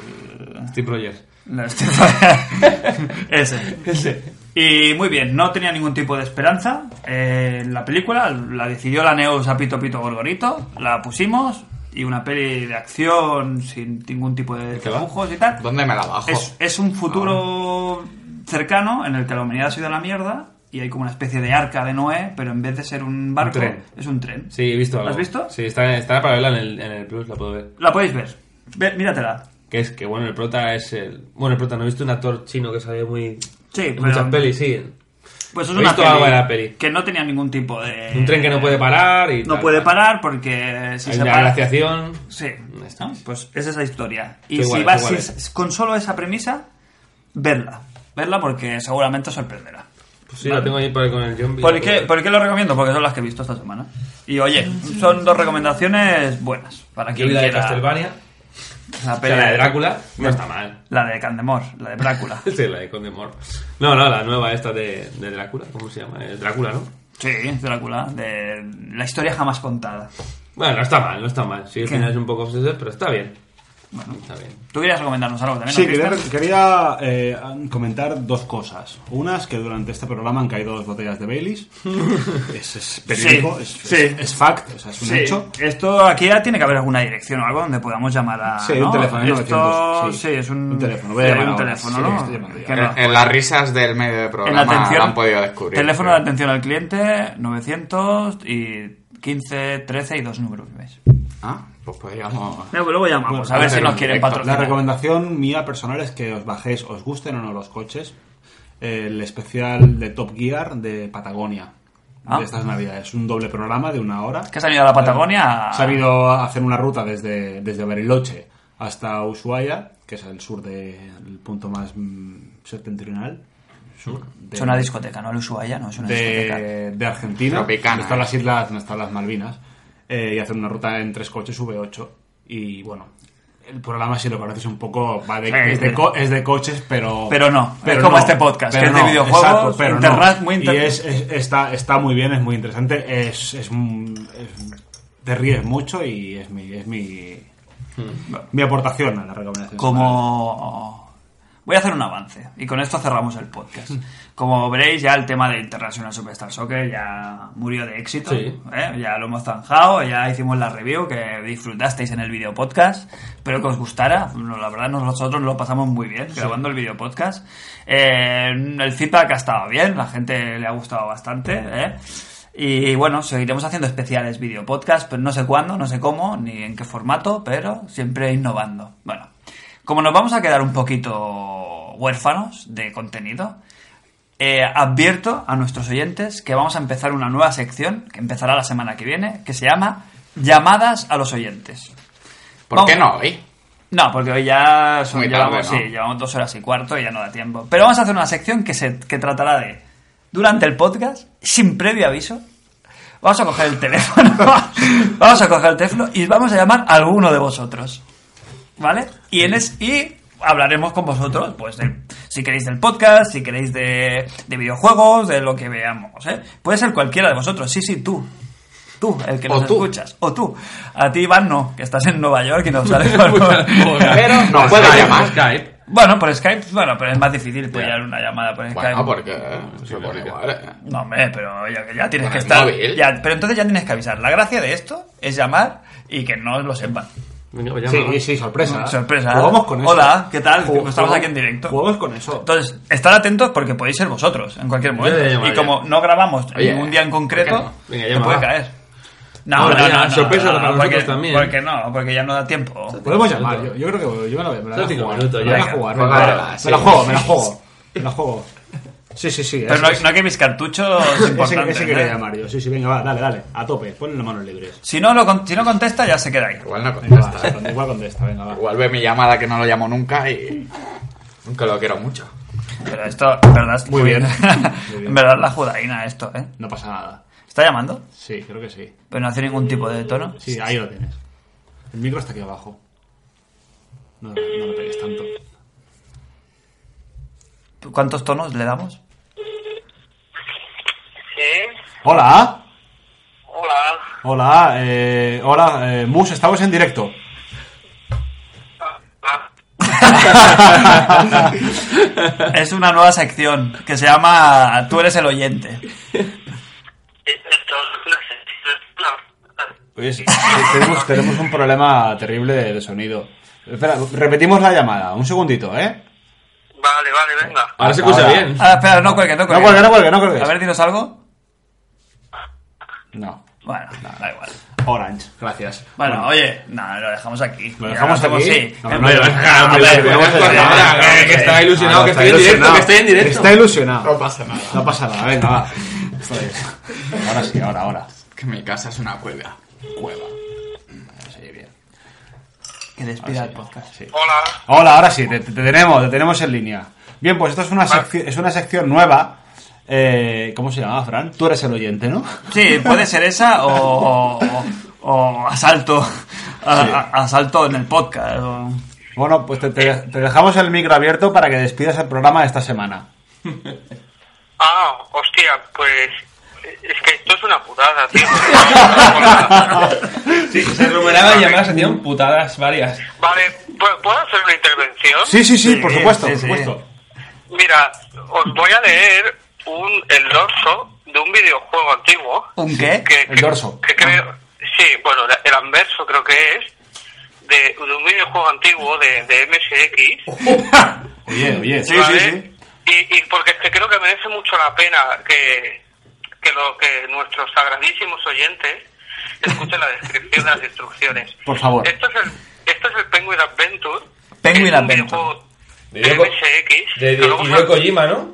Steve Rogers.
no, Steve- (laughs) Ese. Y muy bien, no tenía ningún tipo de esperanza eh, en la película. La decidió la Neus a Pito Pito Gorgorito. La pusimos y una peli de acción sin ningún tipo de
qué va?
dibujos y tal.
¿Dónde me la bajo?
Es, es un
Ah,
futuro cercano en el que la humanidad se ha ido a la mierda y hay como una especie de arca de Noé, pero en vez de ser un barco,
tren.
es un tren.
Sí, he visto
¿La
algo.
has visto?
Sí, está, está para verla en el, en el Plus, la puedo ver.
La podéis ver. Ve- míratela.
Que es que, bueno, el prota es el. Bueno, el prota, no he visto un actor chino que sabe muy.
Sí,
en
pero-
muchas pelis, sí.
Pues es
He
una
visto
peli,
algo de la peli.
que no tenía ningún tipo de...
Un tren que no puede parar y.
Eh, No
tal,
puede
tal.
parar porque si
Hay
se
una
para...
glaciación.
Sí,
Ya está.
¿no? pues es esa historia. Y
Qué
si
guay,
vas
qué guay.
si es- con solo esa premisa, verla. Verla porque seguramente os sorprenderá.
Pues sí, la tengo ahí para con el zombie.
¿Por qué, por qué lo recomiendo? Porque son las que he visto esta semana. Y oye, son dos recomendaciones buenas para
Yo
quien
vi la de
quiera-
Castlevania.
La,
O sea, la de Drácula. No está mal. (laughs)
La de Candemor, la de Drácula.
Sí, la de Condemor. No, no, la nueva esta de, de Drácula. ¿Cómo se llama? Es Drácula, ¿no?
sí, Drácula, de la historia jamás contada.
Bueno, no está mal, no está mal. Sí, al
¿Qué?
final es un poco obsesivo, pero está bien. está bien.
¿Tú querías recomendarnos algo también?
Sí,
no,
quería,
Cristian?
quería, eh, comentar dos cosas. Una es que durante este programa han caído dos botellas
(laughs)
de Baileys. es, es periódico,
Sí,
es,
sí.
es- es fact, o sea, es un
Sí,
hecho.
Pues esto aquí ya tiene que haber alguna dirección o algo donde podamos llamar a.
Sí,
¿no?
un teléfono, el
Esto-
900,
sí.
sí.
es un,
Un teléfono, voy a
sí,
llamar
un
ahora.
teléfono,
Sí,
¿no?
estoy llamando ya.
Que
En,
no.
en las risas del medio de
En
programa
atención,
la han podido descubrir.
Teléfono
sí.
de atención al cliente 900 y 15, 13 y dos números. ¿ves?
Ah, pues podríamos...
Luego luego llamamos a ver si
hacer
nos
un
quieren
directo.
La
patrocinar.
recomendación mía personal es que os bajéis, os gusten o no los coches, el especial de Top Gear de Patagonia.
Ah.
De estas navidades. Un doble programa de una hora.
Que se han ido a la Patagonia. a-
Se ha ido a hacer una ruta desde, desde Bariloche hasta Ushuaia, que es el sur del punto más mm, septentrional. Sur. de-
Es una discoteca, ¿no? El Ushuaia, no, es una discoteca.
de, de Argentina,
Tropicana,
donde están
eh.
las islas, donde están las Malvinas, eh, y hacen una ruta en tres coches V8. Y bueno, el programa, si lo conoces un poco, va de,
Sí,
es, de
pero-
co- es de coches, pero.
Pero no, es como este podcast, que es de videojuegos, internet, muy inter-
Y es- es- está, está muy bien, es muy interesante, es. es, un- es- te ríes mucho y es mi. Es mi
Hmm.
mi aportación a la recomendación.
Como. Voy a hacer un avance y con esto cerramos el podcast. Como veréis, ya el tema de International Superstar Soccer ya murió de éxito.
Sí.
¿eh? Ya lo hemos zanjado, ya hicimos la review que disfrutasteis en el video podcast. Espero que os gustara. No, la verdad, nosotros lo pasamos muy bien grabando el video podcast. Eh, el feedback ha estado bien, la gente le ha gustado bastante. ¿eh? Y bueno, seguiremos haciendo especiales video podcast, pero no sé cuándo, no sé cómo, ni en qué formato, pero siempre innovando. Bueno, como nos vamos a quedar un poquito huérfanos de contenido, eh, advierto a nuestros oyentes que vamos a empezar una nueva sección que empezará la semana que viene, que se llama Llamadas a los oyentes.
¿Por
Vamos.
qué no hoy?
No, porque hoy ya son,
Muy tarde,
llevamos,
¿no?
sí, llevamos dos horas y cuarto y ya no da tiempo. Pero vamos a hacer una sección que, se, que tratará de, durante el podcast, sin previo aviso, vamos a coger el teléfono, (laughs) vamos a coger el teléfono y vamos a llamar a alguno de vosotros. ¿Vale? Y, en es, y hablaremos con vosotros, pues, de- si queréis del podcast, si queréis de, de videojuegos, de lo que veamos, ¿eh? Puede ser cualquiera de vosotros, sí, sí, tú. Tú, el que
O
nos
tú.
escuchas. O tú. A ti, Iván, no, que estás en Nueva York y
(laughs)
no sales por-
Pero no
Por
puedo
Skype, por
llamar.
Skype.
Bueno, por Skype, bueno, pero es más difícil pillar una llamada por Skype.
Bueno, porque eh, se pone igual, eh.
No, hombre, pero ya, ya tienes
Con
que
el
estar.
móvil.
ya- pero entonces ya tienes que avisar. La gracia de esto es llamar y que no lo sepan.
Venga, pues
Sí,
llama.
sí, sí, sorpresa.
Mm, Sorpresa.
Jugamos con eso.
Hola, ¿qué tal?
Jugamos-
Estamos aquí en directo.
Jugamos con eso.
Entonces, estar atentos porque podéis ser vosotros en cualquier momento.
le llamo
Y
ya.
como no grabamos
Oye,
ningún día en concreto,
¿por qué no?
Venga,
te
llama,
puede
va.
caer. No,
Ahora
no,
ya,
no, no,
sorpresa
no,
para
porque-
nosotros también.
Porque no, porque ya no da tiempo.
Podemos llamar, yo, yo creo que yo me la, me la voy a
Son cinco
jugar.
minutos,
me la voy
ya.
a jugar,
Juega,
me la-
juega,
me la
sí.
juego, me la juego. Me la juego. Sí, sí, sí.
Pero
ese-
no, (laughs) no que mis cartuchos
(laughs) ese,
importantes.
ese quería
¿eh?
llamar yo. Sí, sí, venga, va, dale, dale. A tope, ponle las manos libres.
Si no, lo con- si no contesta, ya se queda ahí.
Igual no
Venga, va,
contesta. eh.
con- igual contesta, venga, va.
Igual ve mi llamada que no lo llamo nunca y... Nunca lo quiero mucho.
Pero esto, en verdad, es (laughs)
Muy bien. Muy bien.
en verdad, la judaína, esto, ¿eh?
No pasa nada.
¿Está llamando?
Sí, creo que sí.
Pero no hace ningún tipo de tono.
Sí, ahí lo tienes. El micro está aquí abajo. No, no le pegues tanto.
¿Cuántos tonos le damos?
Sí,
Hola,
hola.
hola, eh, hola, eh, Mus, estamos en
(laughs)
directo.
Ah,
Es una nueva sección que se llama Tú eres el oyente.
esto no
Oye, sí, Pues, eh, tenemos, tenemos un problema terrible de, de sonido. Espera, repetimos la llamada, un segundito, ¿eh?
sé. Vale, vale, venga.
Ahora se escucha
Ahora.
bien.
Ah, espera, no cuelgue, no cuelgue.
cuelgue, no cuelgue, no cuelgues.
A ver, dinos algo.
No.
Bueno, no, da igual.
Orange, gracias.
Bueno, oye, no, lo dejamos aquí.
¿Lo dejamos
Ya hacemos-
aquí?
Sí.
No, no, ya-
Ah,
A
hombre,
ver,
vamos
vamos
con
pues
a-
la hora,
a
eh,
ver,
eh,
que estaba ilusionado, que
está
estoy en directo,
ilusionado.
que estoy en directo.
Está ilusionado.
No pasa nada.
No pasa nada, venga, va. Joder. Ahora sí, ahora, ahora.
Que mi casa es una cueva.
Cueva. Ahora se oye bien.
Que despida el podcast.
Sí.
Hola.
Hola, ahora sí, te, te tenemos, te tenemos en línea. Bien, pues esto es una, sección, es una sección nueva. Eh, ¿Cómo se llamaba, Fran? Tú eres el oyente, ¿no?
Sí, puede ser esa o, o- o asalto. a- a- asalto en el podcast. o-
Bueno, pues te, te- te dejamos el micro abierto para que despidas el programa de esta semana.
Ah, hostia, pues. Es que esto es una putada, tío.
Sí, se rumoreaba llamar a la sección putadas varias.
vale, ¿pu- ¿puedo hacer una intervención?
Sí, sí, sí, por
sí,
supuesto,
sí,
por
sí.
supuesto.
Mira, os voy a leer un, el dorso de un videojuego antiguo.
¿Un qué?
que,
El
que-
dorso. Ah.
que creo, sí, bueno, la- el anverso creo que es, de, de un videojuego antiguo de, de MSX.
Oye, oye,
¿vale? Y, y porque es que creo que merece mucho la pena que, que, lo, que nuestros sagradísimos oyentes escuchen la descripción de
(laughs)
las instrucciones.
Por favor.
Esto es el, esto es el Penguin Adventure.
Penguin
que es un
Adventure.
videojuego
De
De,
Hideo Ko-
MSX.
De
que luego
Hideo
sal-
Kojima, ¿no?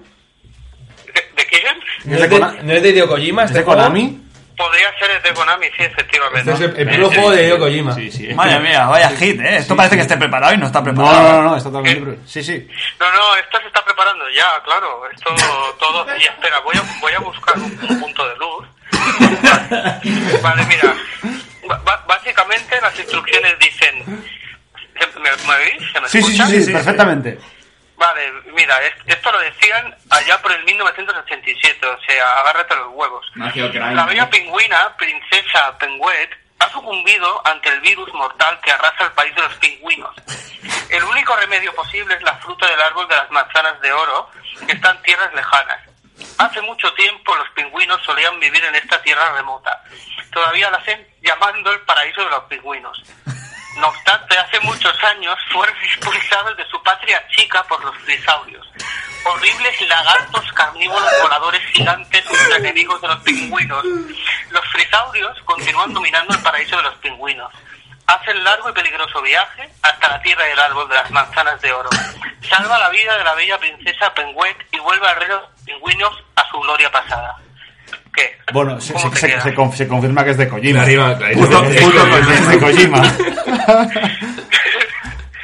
¿De- de quién?
No es de, no es de Hideo Kojima, este
¿Es de
juego.
Konami?
Podría ser de Konami, sí, efectivamente.
Este es el,
eh,
el primer juego de Hideo Kojima.
Sí, sí.
Madre mía, vaya hit, ¿eh? Esto parece que esté preparado y no está
No, no,
preparado.
no, no, está totalmente...
¿Qué?
pro- Sí, sí.
No, no, esto se está preparando ya, claro. Esto todo. Y espera, voy a, voy a buscar un, un punto de luz. (laughs) Vale, mira. Ba- ba- básicamente las instrucciones dicen. ¿se- ¿Me, me oís? ¿Se me
Sí, sí, sí,
escucha?
sí, perfectamente.
Vale, mira, es- esto lo decían allá por el 1987, o sea, agárrate los huevos. La bella pingüina, princesa Penguet, ha sucumbido ante el virus mortal que arrasa el país de los pingüinos. El único remedio posible es la fruta del árbol de las manzanas de oro, que está en tierras lejanas. Hace mucho tiempo los pingüinos solían vivir en esta tierra remota. Todavía la hacen llamando el paraíso de los pingüinos. No obstante, hace muchos años fueron expulsados de su patria chica por los frisaurios, horribles lagartos carnívoros voladores gigantes ultra enemigos de los pingüinos. Los frisaurios continúan dominando el paraíso de los pingüinos. Hacen largo y peligroso viaje hasta la tierra del árbol de las manzanas de oro. Salva la vida de la bella princesa Penguet y vuelve al rey de los pingüinos a su gloria pasada. ¿Qué?
Bueno, se,
¿Cómo
se-
te
se-
queda?
se conf- se confirma que es de Kojima.
Arriba, claro.
Justo,
Es
justo
Kojima.
con- de Kojima.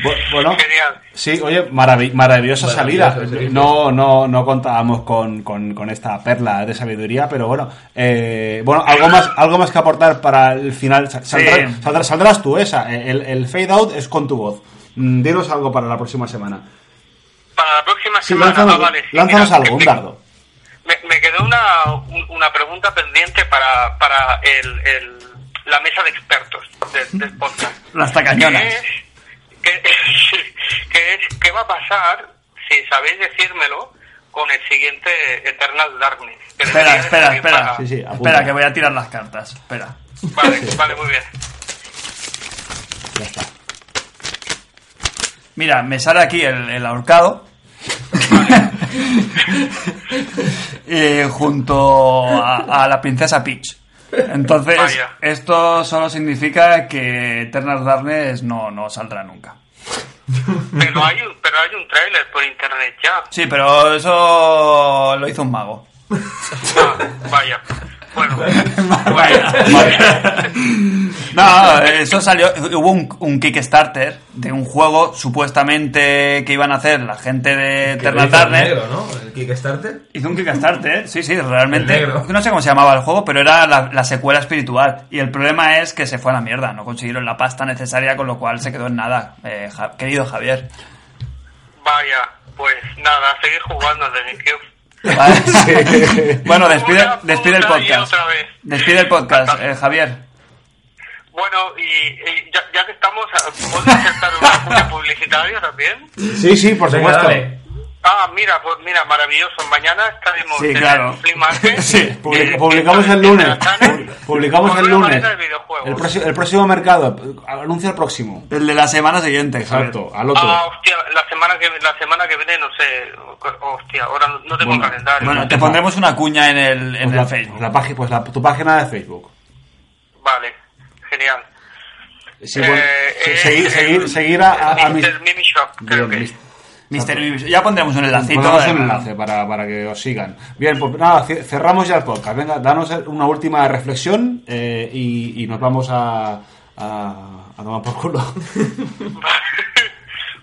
Bu- bueno,
Genial.
sí, oye, maravi- maravillosa salida.
Maravillosa, sí.
No, no, no contábamos con, con- con esta perla de sabiduría, pero bueno, eh, bueno, algo más, algo más que aportar para el final. Sa- Saldrás,
Sí.
saldrás- saldrás tú esa. El, el fade out es con tu voz. Mm, Dinos algo para la próxima semana.
Para la próxima
Sí,
semana,
lánzanos,
ah, vale, sí,
lánzanos
mira,
algo, un
te-
dardo.
Me, me quedó una, un- una pregunta pendiente para, para el, el- la mesa de expertos del, del podcast.
Las tacañonas.
¿Qué es, qué- qué (laughs) es- qué va a pasar, si sabéis decírmelo, con el siguiente Eternal Darkness? Que
Espera,
debería
espera,
servir
espera.
para-
Sí, sí, apunta.
espera, que voy a tirar las cartas. Espera.
Vale, vale, muy bien.
Mira, me sale aquí el, el
(laughs)
ahorcado. Eh, junto a, a la princesa Peach. Entonces,
Vaya.
esto solo significa que Eternal Darkness no, no saldrá nunca.
Pero hay un, pero hay un tráiler por internet ya.
Sí, pero eso lo hizo un mago.
Ah, vaya. Bueno,
Vaya, vaya. No, eso salió. Hubo un, un Kickstarter de un juego supuestamente que iban a hacer la gente de
Que
Terna
lo hizo el
Turner.
negro, ¿no? El Kickstarter.
Hizo un Kickstarter, sí, sí, realmente.
El negro.
No sé cómo se llamaba el juego, pero era la, la secuela espiritual. Y el problema es que se fue a la mierda, no consiguieron la pasta necesaria, con lo cual se quedó en nada, eh, Ja- querido Javier.
Vaya, pues nada, a seguir jugando al GameCube.
Vale. (laughs) bueno, despide,
Una
despide el
puta y
podcast.
otra vez.
Despide el
(laughs)
podcast, eh, Javier.
Bueno, y, y ya, ya que estamos, ah, ¿puedo aceptar
(laughs)
un anuncio publicitario también?
Sí, sí, por
Venga,
supuesto.
dale.
Ah, mira, pues mira, maravilloso. Mañana estaremos
Sí,
en
claro.
el Flea
(laughs)
Market. (laughs)
Sí,
Eh,
public- publicamos el
entonces,
lunes.
en la tarde,
Pub- Publicamos
con
el
una
lunes.
manera de videojuegos.
El, próximo- el próximo mercado. Anuncia el próximo.
El de la semana siguiente, Javier.
Exacto, al otro.
Ah, hostia, la semana que la semana que viene no sé, hostia, ahora no, no tengo
Bueno,
un calendario.
Bueno, te pondremos una cuña en el, en
Pues
el
la,
Facebook.
la página, pues la- tu página de Facebook.
Vale, genial.
Sí, bueno,
Eh,
se-
eh,
seguir,
eh,
seguir, seguir a, a- a mis-
Mr. Mimi Shop, creo
Dios,
que
mis-
es.
Mister Bibis. Ya pondremos un enlacito.
Pondremos
de-
un enlace para, para que os sigan. Bien, pues nada, ce- cerramos ya el podcast. Venga, danos una última reflexión eh, y, y nos vamos a, a, a tomar por culo. (laughs)
(laughs)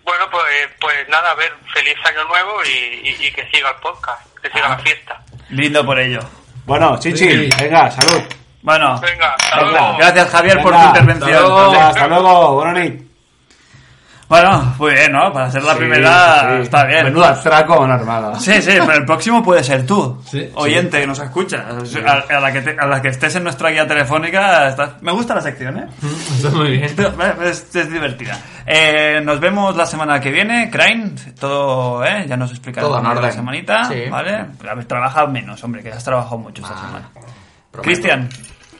bueno, pues, eh, pues nada, a ver, feliz año nuevo y, y- y que siga el podcast, que siga
Ah.
la fiesta.
Lindo por ello.
Bueno, chichi,
Sí.
venga, salud.
Bueno,
Venga, hasta
venga,
luego.
gracias Javier por tu
Venga,
intervención.
Hasta luego, hasta luego, buena nit.
Bueno, muy bien, ¿no? Para ser la
Sí,
primera
sí.
está bien.
Menudo atraco con armada.
Sí, sí, pero el próximo puede ser tú,
Sí,
oyente que nos escucha. A, a la que te- a la que estés en nuestra guía telefónica, estás- me gusta la sección, ¿eh?
Está muy bien.
(laughs) Es, es divertida. Eh, nos vemos la semana que viene, Crane. Todo, ¿eh? Ya nos explicarás
Todo en
la
orden.
semanita,
Sí.
¿vale? A ver, trabaja menos, hombre, que has trabajado mucho esta semana.
Prometo.
Cristian,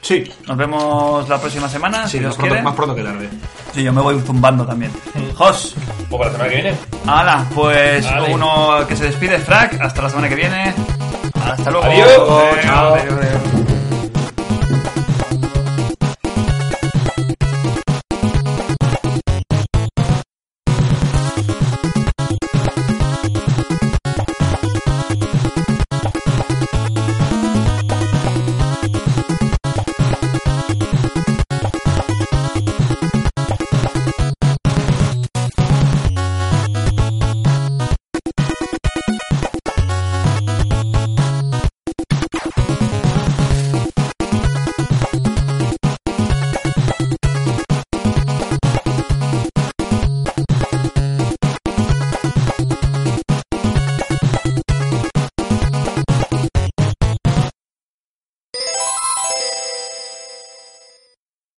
Sí,
nos vemos la próxima semana, si Dios
más, pronto,
quiere.
más pronto que tarde.
Sí, yo me voy zumbando también. Jos,
Pues para la semana que viene.
ala, pues
Vale.
uno que se despide, Frac. Hasta la semana que viene. Hasta luego.
Adiós.
Chao.